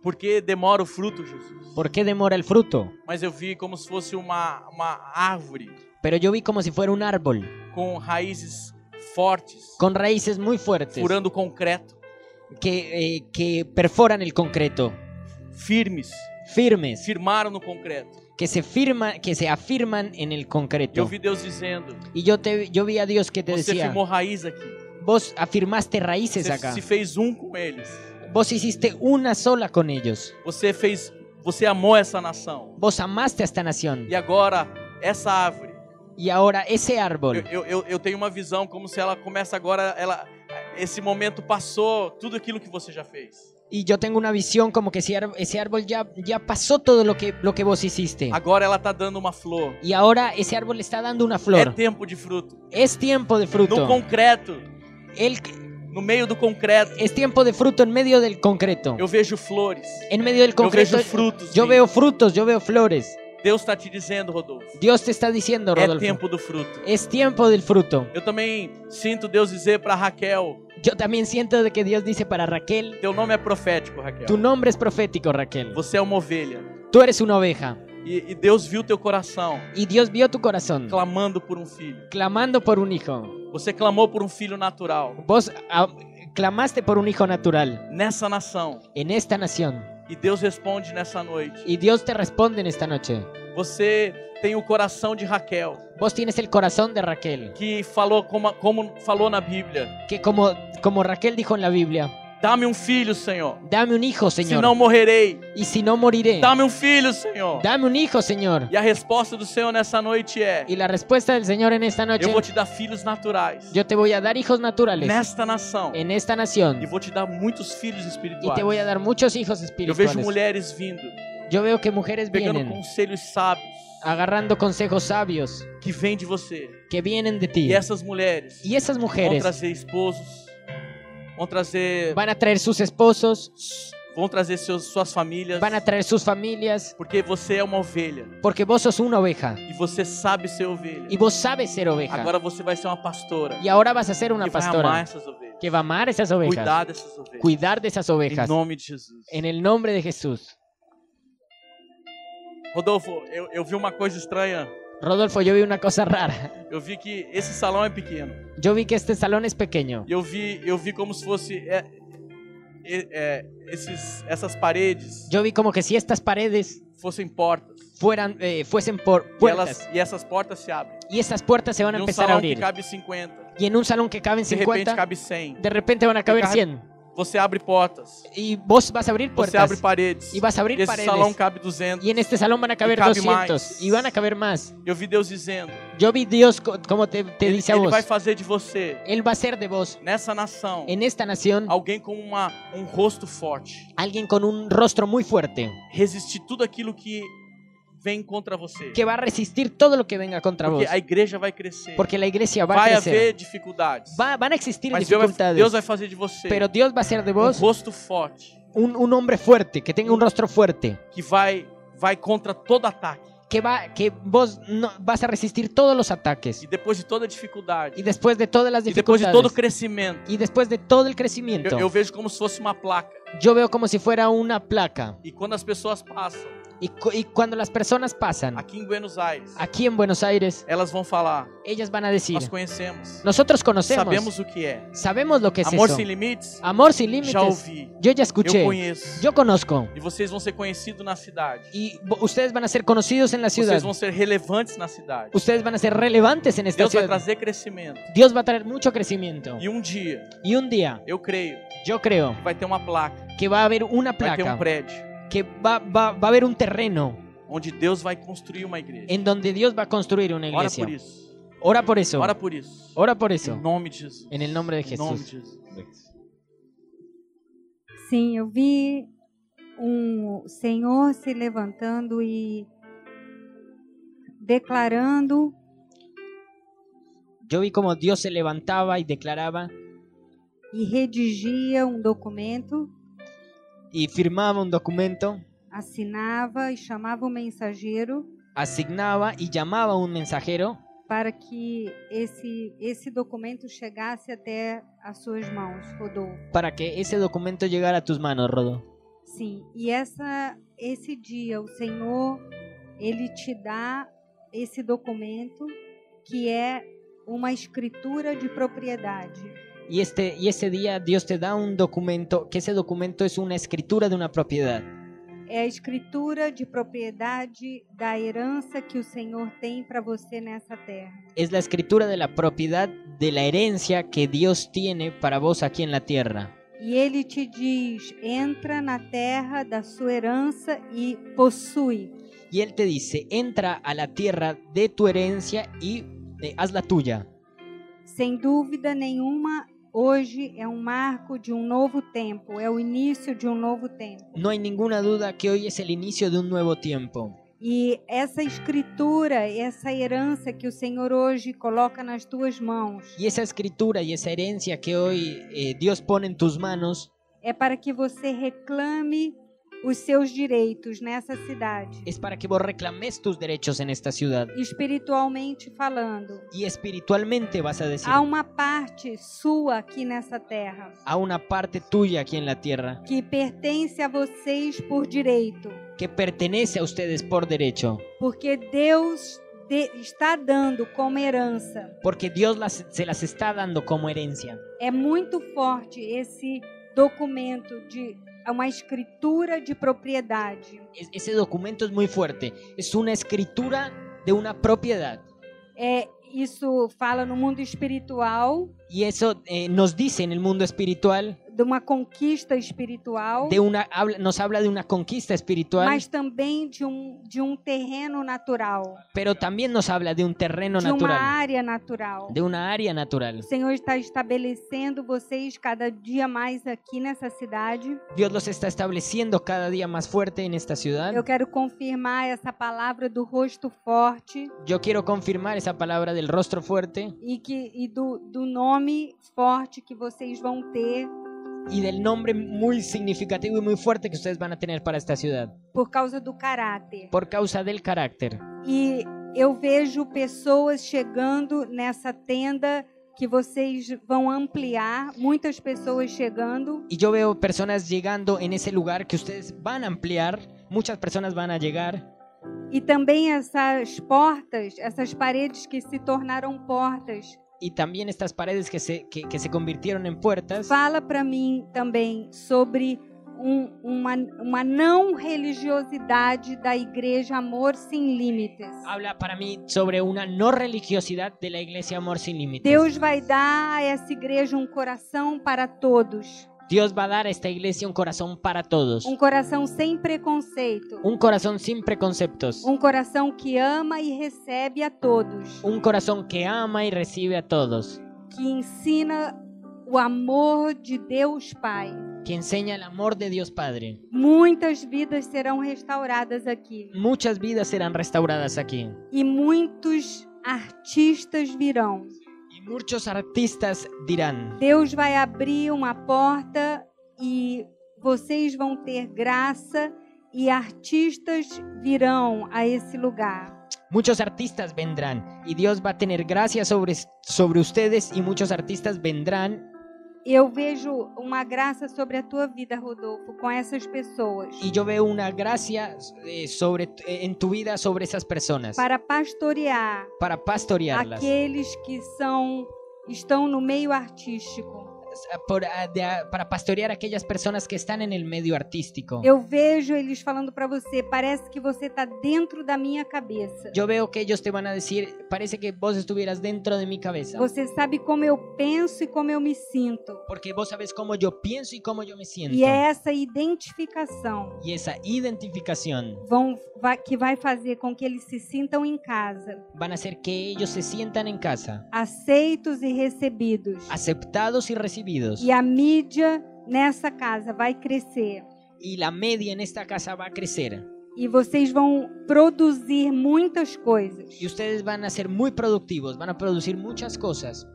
Por que demora o fruto, Jesus? ¿por qué demora el fruto? Mas eu vi como se fosse uma, uma árvore Pero yo vi como si fuera un árbol, com raízes fortes, con raíces muy fuertes, furando o concreto, que, eh, que perforan el concreto, firmes, firmes, firmaram no concreto. que se, firma, que se afirman en el concreto. Eu vi Deus dizendo: Y yo, te, yo vi a Dios que te Você decía, firmou raiz aqui. vos afirmaste raíces Você acá, se fez um com eles. vos hiciste una sola con ellos, Você fez, você amou essa nação. vos amaste a esta nación E agora essa árvore y ahora ese Eu, árbol. eu, eu- eu tenho uma visão como se ela começa agora, ela, esse momento passou tudo aquilo que você já fez. Y yo tengo una visión como que ese ar- ese árbol ya, ya pasó todo lo que, lo que vos hiciste. Agora ela está dando uma flor. Y ahora ese árbol le está dando una É flor. tempo de fruto. Es tiempo de No fruto. concreto, El- no meio do concreto, es tiempo de fruto en medio del concreto. eu vejo flores. En medio del concreto. vejo frutos, Yo veo frutos, yo veo flores. Deus está te dizendo, Rodolfo, Dios te está diciendo, é Rodolfo. tempo do fruto. Es tiempo del fruto. Eu também sinto Deus dizer para Raquel, Yo también siento de que Dios dice para Raquel, teu nome é profético, Raquel. tu nombre es profético, Raquel. Você é uma ovelha. Tú eres una oveja. E, e Deus viu teu coração Y Dios vio tu corazón clamando por um filho. clamando por un hijo. Você clamou por um filho natural Vos ah, clamaste por un hijo natural nessa nação. en esta nación. E Deus responde nessa noite. Y Dios te responde en esta noche. Você tem o coração de Raquel, Vos tienes el corazón de Raquel. que falou como, como falou na Bíblia: que como, como Raquel dijo en la Biblia, Dá-me um filho, Senhor, dame un hijo, Señor. senão morrerei. y si no moriré, Dá-me um filho, Senhor. dame un hijo, Señor. E a resposta do Senhor nessa noite é: Y la respuesta del Señor en esta noche, Eu vou te dar filhos naturais yo te voy a dar hijos naturales nesta nação, en esta nación e vou te dar muchos filhos y espirituais. te voy a dar muchos hijos Eu vejo espirituales. mulheres vindo, Yo veo que mujeres pegando vienen conselhos sábios agarrando consejos sabios que vêm de você. que vienen de ti. E essas mulheres Y esas vão mujeres trazer esposos, vão trazer van a traer sus esposos, vão trazer seus, suas famílias, van a traer sus familias, porque você é uma ovelha porque vos sos una oveja e você sabe ser ovelha. y vos sabes ser oveja. Agora você vai ser uma pastora. y ahora vas a ser una que Vai amar pastora essas ovelhas. que va a amar esas ovejas. Cuidar dessas ovelhas. cuidar de esas Em ovejas. nome de Jesus. En el nombre de Jesús. Rodolfo, eu, eu vi uma coisa estranha. Rodolfo, yo vi una cosa rara. Eu vi que esse salão é pequeno. Yo vi que este salón es pequeño. E eu vi, eu vi como se fosse é, é, é, esses, essas paredes Yo vi como que si estas paredes fossem portas. fueran, eh, fuesen por E, puertas elas, e essas portas se abrem. y estas puertas se van a Em um empezar a salão que abrir. cabe 50. Y en un salón que caben De repente 50, cabe 100. de repente van a caber cabe- 100. Você abre portas. Y vos vas a abrir Você abre puertas. paredes. Y vas a abrir Esse paredes. salão cabe 200. Y en este salón van a caber cabe 200. mais. Y van a caber más. Eu vi Deus dizendo. Yo vi Dios co- como te, te Ele, dice a ele vos. vai fazer de você, Él va a ser de vos, nessa nação, en esta nación, alguém com uma, um rosto forte. alguien con un rostro muy fuerte. Resistir tudo aquilo que vem contra você. Que va a resistir todo lo que venga contra Porque vos. a igreja vai crescer. Porque la iglesia va vai a crecer. haver dificuldades. Va- van a existir mas Deus vai, dificultades. Deus vai fazer de você pero Dios va a hacer de um vos rosto forte un, un hombre fuerte, que tenga un rostro fuerte. que vai, vai contra todo ataque. Que, va, que vos no- vas a resistir todos los ataques. E depois de toda dificuldade, Y después de todas las e depois de todo dificultades. crescimento, Y después de todo el crescimiento. eu, eu vejo como se fosse uma placa. yo veo como si fuera una placa. E quando as pessoas passam Y, cu- y cuando las personas pasan aqui em Buenos Aires, aquí en Buenos Aires, elas vão falar: ellas van a decir, Nós conhecemos, nosotros conocemos, sabemos o que é. sabemos lo que es Amor eso. sem limites, Amor sin límites. já ouvi. Yo ya escuché. Eu conheço. Yo conozco. E vocês vão ser conhecidos na cidade. Y vo- ustedes van a ser conocidos en la ciudad. Vocês vão ser relevantes na cidade. Ustedes van a ser relevantes en esta Deus vai ciudad. trazer crescimento. Dios va a traer mucho crecimiento. E um dia, Y un día, eu creio, yo creo vai ter uma placa, que va a haber una vai ter um placa, prédio, que va, va- va a haber un terreno onde Deus vai construir uma igreja. en donde Dios va a construir una Ora iglesia. por isso. Ora por eso. Ora por isso. Ora por eso. Em nome de Jesus. En el nombre de Em nome de Jesús. Jesus. Sim, eu vi um senhor se levantando e declarando Yo vi como Dios se levantaba y declaraba e redigia um documento, y firmaba un documento, assinava e chamava o mensageiro asignaba y llamaba a un mensajero para que esse, esse documento chegasse até as suas mãos, Rodolfo. para que ese documento llegara a tus manos, Rodo. Sim, e essa, esse dia o Senhor, ele te dá esse documento que é uma escritura de propriedade. Y, este, y ese día Dios te da un documento, que ese documento es una escritura de una propiedad. É a escritura de propriedade da herança que o Senhor tem para você nessa terra. Es la escritura de la propiedad de la herencia que Dios tiene para vos aquí en la tierra. E ele te diz: entra na terra da sua herança e possui. Y Él te dice, entra a la tierra de tu herencia y eh, haz la tuya. Sem dúvida nenhuma, hoje é um marco de um novo tempo, é o início de um novo tempo. No hay ninguna duda que hoy es el inicio de un nuevo tiempo. E essa escritura, essa herança que o Senhor hoje coloca nas tuas mãos, Y esa escritura y esa herencia que hoy eh, Dios pone en tus manos é para que você reclame os seus direitos nessa cidade, es para que vos reclames tus derechos en esta ciudad. espiritualmente falando. Y espiritualmente vas a decir Há uma parte sua aqui nessa terra a una parte tuya aquí en la tierra que pertence a vocês por direito, que pertenece a ustedes por derecho. porque Deus de- está dando como herança. Porque Dios las- se las está dando como herencia. É muito forte esse documento de é uma escritura de propriedade. Es- ese documento es muy fuerte. Es una escritura de una propiedad. É, isso fala no mundo espiritual, Y eso eh, nos dice en el mundo espiritual, de uma conquista espiritual, de una, habla- nos habla de una conquista espiritual, mas também de um, de um terreno natural, pero también nos habla de un terreno de uma natural, área natural. de una área natural. O Senhor está estabelecendo vocês cada dia mais aqui nessa cidade. Dios los está estableciendo cada día más fuerte en esta ciudad. Eu quero confirmar essa palavra do rosto forte Yo quiero confirmar esa palabra del rostro fuerte e, que, e do, do nome forte que vocês vão ter y del nombre muy significativo y muy fuerte que ustedes van a tener para esta ciudad, por causa do caráter. por causa del carácter. E eu vejo pessoas chegando nessa tenda que vocês vão ampliar, muitas pessoas chegando. Y yo veo personas llegando en ese lugar que ustedes van a ampliar, muchas personas van a llegar E também essas portas, essas paredes que se tornaram portas. y también estas paredes que se, que, que se convirtieron en puertas. Fala para mim também sobre um- uma, uma não religiosidade da igreja Amor Sem Limites. Habla para mí sobre una no religiosidad de la iglesia Amor Sin Límites. Deus vai dar a essa igreja um coração para todos, Dios va a dar a esta iglesia un corazón para todos, um coração sem preconceito, un corazón sin preconceptos, um coração que ama e recebe a todos, un corazón que ama y recibe a todos, que ensina o amor de Deus Pai. que enseña el amor de Dios Padre. Muitas vidas serão restauradas aqui Muchas vidas serán restauradas aquí e muitos artistas virão. y muchos artistas dirán, Deus vai abrir uma porta e vocês vão ter graça e artistas virão a esse lugar. Muchos artistas vendrán y Dios va a tener gracia sobre, sobre ustedes y muchos artistas vendrán Eu vejo uma graça sobre a tua vida, Rodolfo, com essas pessoas, y yo veo una gracia eh, sobre, eh, en tu vida sobre esas personas para pastorear para pastorearlas, aqueles que são estão no meio artístico. por- a- de- a- para pastorear aquellas personas que están en el medio artístico. Eu vejo eles falando para você, parece que você está dentro da minha cabeça. Yo veo que ellos te van a decir, parece que vos estuvieras dentro de mi cabeza. Você sabe como eu penso e como eu me sinto. Porque vos sabes cómo yo pienso y cómo yo me siento. E é essa identificação Y esa identificación vão, vai, que vai fazer com que eles se sintam em casa, van a hacer que ellos se sientan en casa, aceitos e recebidos. aceptados y recibidos. E a mídia nessa casa vai crescer. Y la media en esta casa va a crecer. E vocês vão produzir muitas coisas. Y ustedes van a ser muy productivos, van a producir muchas cosas.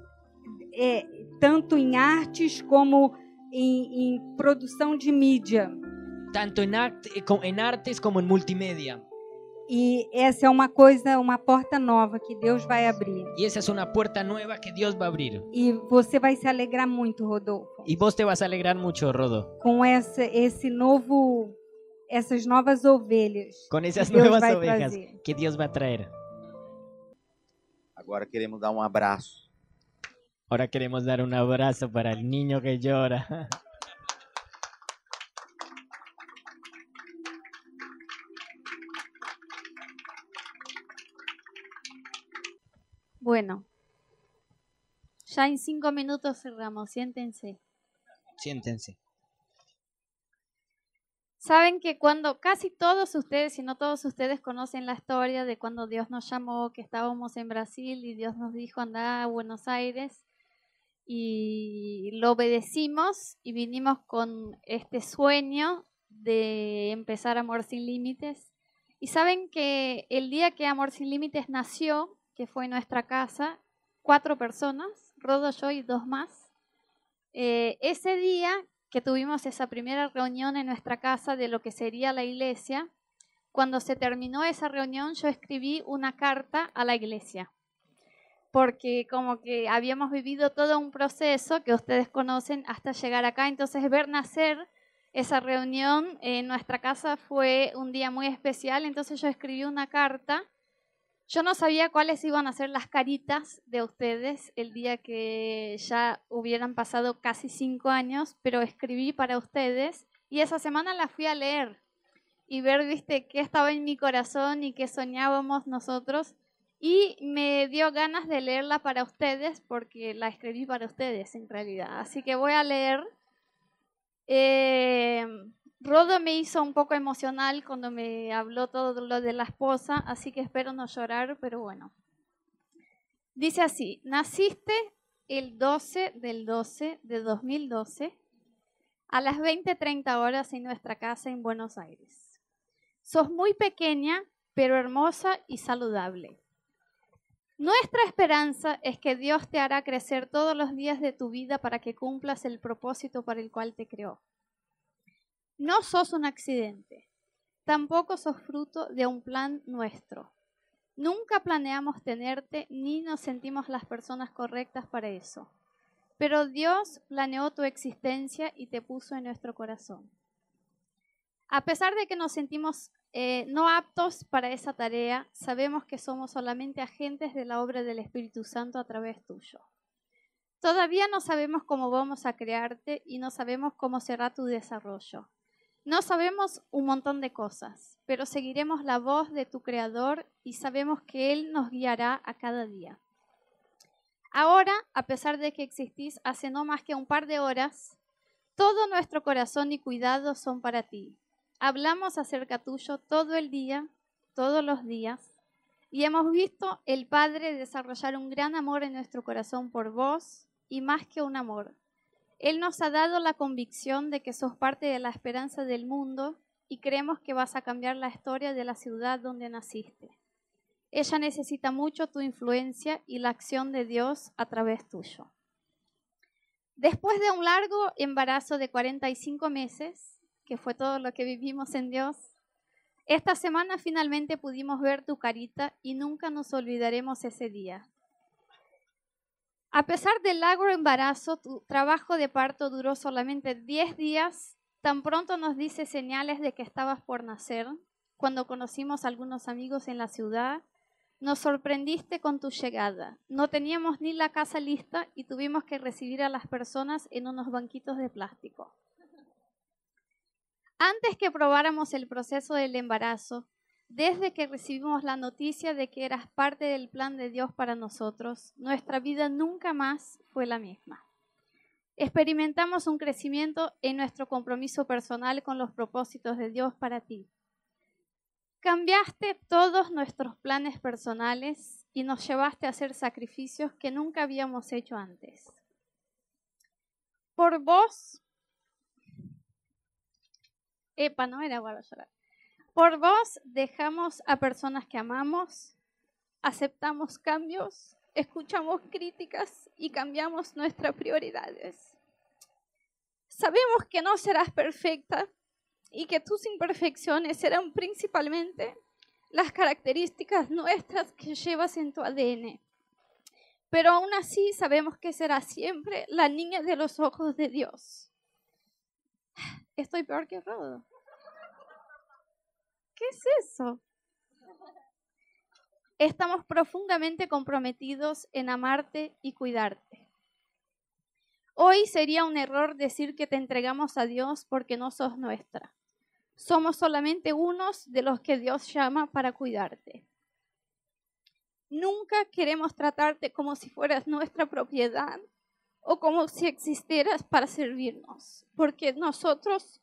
é, tanto em artes como em, em produção de mídia. Tanto en, act- eh, co- en artes como en multimedia. E essa é uma coisa, uma porta nova que Deus vai abrir. Y esa es una puerta nueva que Dios va a abrir. E você vai se alegrar muito, Rodolfo, Y vos te vas a alegrar mucho, Rodo, com essa, esse novo, essas novas ovelhas. con esas que Deus nuevas vai ovejas trazer. que Dios va a traer. Agora queremos dar um abraço. Ahora queremos dar un abrazo para el niño que llora. Bueno, ya en cinco minutos cerramos, siéntense. Siéntense. Saben que cuando casi todos ustedes, si no todos ustedes, conocen la historia de cuando Dios nos llamó, que estábamos en Brasil y Dios nos dijo andá a Buenos Aires y lo obedecimos y vinimos con este sueño de empezar Amor sin Límites. Y saben que el día que Amor sin Límites nació, que fue en nuestra casa, cuatro personas, Rodo, yo y dos más, eh, ese día que tuvimos esa primera reunión en nuestra casa de lo que sería la iglesia, cuando se terminó esa reunión yo escribí una carta a la iglesia, porque como que habíamos vivido todo un proceso que ustedes conocen hasta llegar acá, entonces ver nacer esa reunión en nuestra casa fue un día muy especial, entonces yo escribí una carta yo no sabía cuáles iban a ser las caritas de ustedes el día que ya hubieran pasado casi cinco años, pero escribí para ustedes y esa semana la fui a leer y ver, viste, qué estaba en mi corazón y qué soñábamos nosotros y me dio ganas de leerla para ustedes porque la escribí para ustedes en realidad. Así que voy a leer. Eh, Rodo me hizo un poco emocional cuando me habló todo lo de la esposa, así que espero no llorar, pero bueno. Dice así, naciste el 12 del 12 de 2012 a las 20.30 horas en nuestra casa en Buenos Aires. Sos muy pequeña, pero hermosa y saludable. Nuestra esperanza es que Dios te hará crecer todos los días de tu vida para que cumplas el propósito para el cual te creó. No sos un accidente, tampoco sos fruto de un plan nuestro. Nunca planeamos tenerte ni nos sentimos las personas correctas para eso. Pero Dios planeó tu existencia y te puso en nuestro corazón. A pesar de que nos sentimos eh, no aptos para esa tarea, sabemos que somos solamente agentes de la obra del Espíritu Santo a través tuyo. Todavía no sabemos cómo vamos a crearte y no sabemos cómo será tu desarrollo. No sabemos un montón de cosas, pero seguiremos la voz de tu Creador y sabemos que Él nos guiará a cada día. Ahora, a pesar de que existís hace no más que un par de horas, todo nuestro corazón y cuidado son para ti. Hablamos acerca tuyo todo el día, todos los días, y hemos visto el Padre desarrollar un gran amor en nuestro corazón por vos y más que un amor. Él nos ha dado la convicción de que sos parte de la esperanza del mundo y creemos que vas a cambiar la historia de la ciudad donde naciste. Ella necesita mucho tu influencia y la acción de Dios a través tuyo. Después de un largo embarazo de 45 meses, que fue todo lo que vivimos en Dios, esta semana finalmente pudimos ver tu carita y nunca nos olvidaremos ese día. A pesar del largo embarazo, tu trabajo de parto duró solamente 10 días. Tan pronto nos dice señales de que estabas por nacer, cuando conocimos a algunos amigos en la ciudad, Nos sorprendiste con tu llegada. No teníamos ni la casa lista y tuvimos que recibir a las personas en unos banquitos de plástico. Antes que probáramos el proceso del embarazo, desde que recibimos la noticia de que eras parte del plan de Dios para nosotros, nuestra vida nunca más fue la misma. Experimentamos un crecimiento en nuestro compromiso personal con los propósitos de Dios para ti. Cambiaste todos nuestros planes personales y nos llevaste a hacer sacrificios que nunca habíamos hecho antes. Por vos, epa, no era Guadalajara. Por vos dejamos a personas que amamos, aceptamos cambios, escuchamos críticas y cambiamos nuestras prioridades. Sabemos que no serás perfecta y que tus imperfecciones serán principalmente las características nuestras que llevas en tu ADN. Pero aún así sabemos que serás siempre la niña de los ojos de Dios. Estoy peor que Rodo. ¿Qué es eso? Estamos profundamente comprometidos en amarte y cuidarte. Hoy sería un error decir que te entregamos a Dios porque no sos nuestra. Somos solamente unos de los que Dios llama para cuidarte. Nunca queremos tratarte como si fueras nuestra propiedad o como si existieras para servirnos, porque nosotros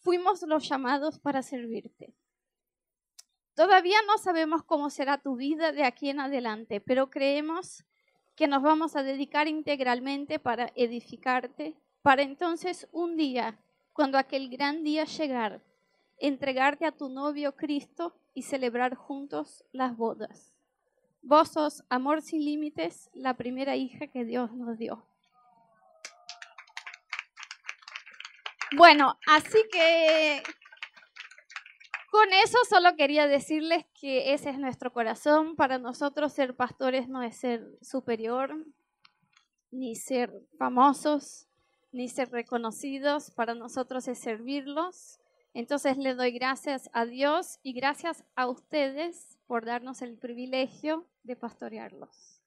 fuimos los llamados para servirte. Todavía no sabemos cómo será tu vida de aquí en adelante, pero creemos que nos vamos a dedicar integralmente para edificarte, para entonces un día, cuando aquel gran día llegar, entregarte a tu novio Cristo y celebrar juntos las bodas. Vos sos amor sin límites, la primera hija que Dios nos dio. Bueno, así que con eso solo quería decirles que ese es nuestro corazón. Para nosotros ser pastores no es ser superior, ni ser famosos, ni ser reconocidos. Para nosotros es servirlos. Entonces le doy gracias a Dios y gracias a ustedes por darnos el privilegio de pastorearlos.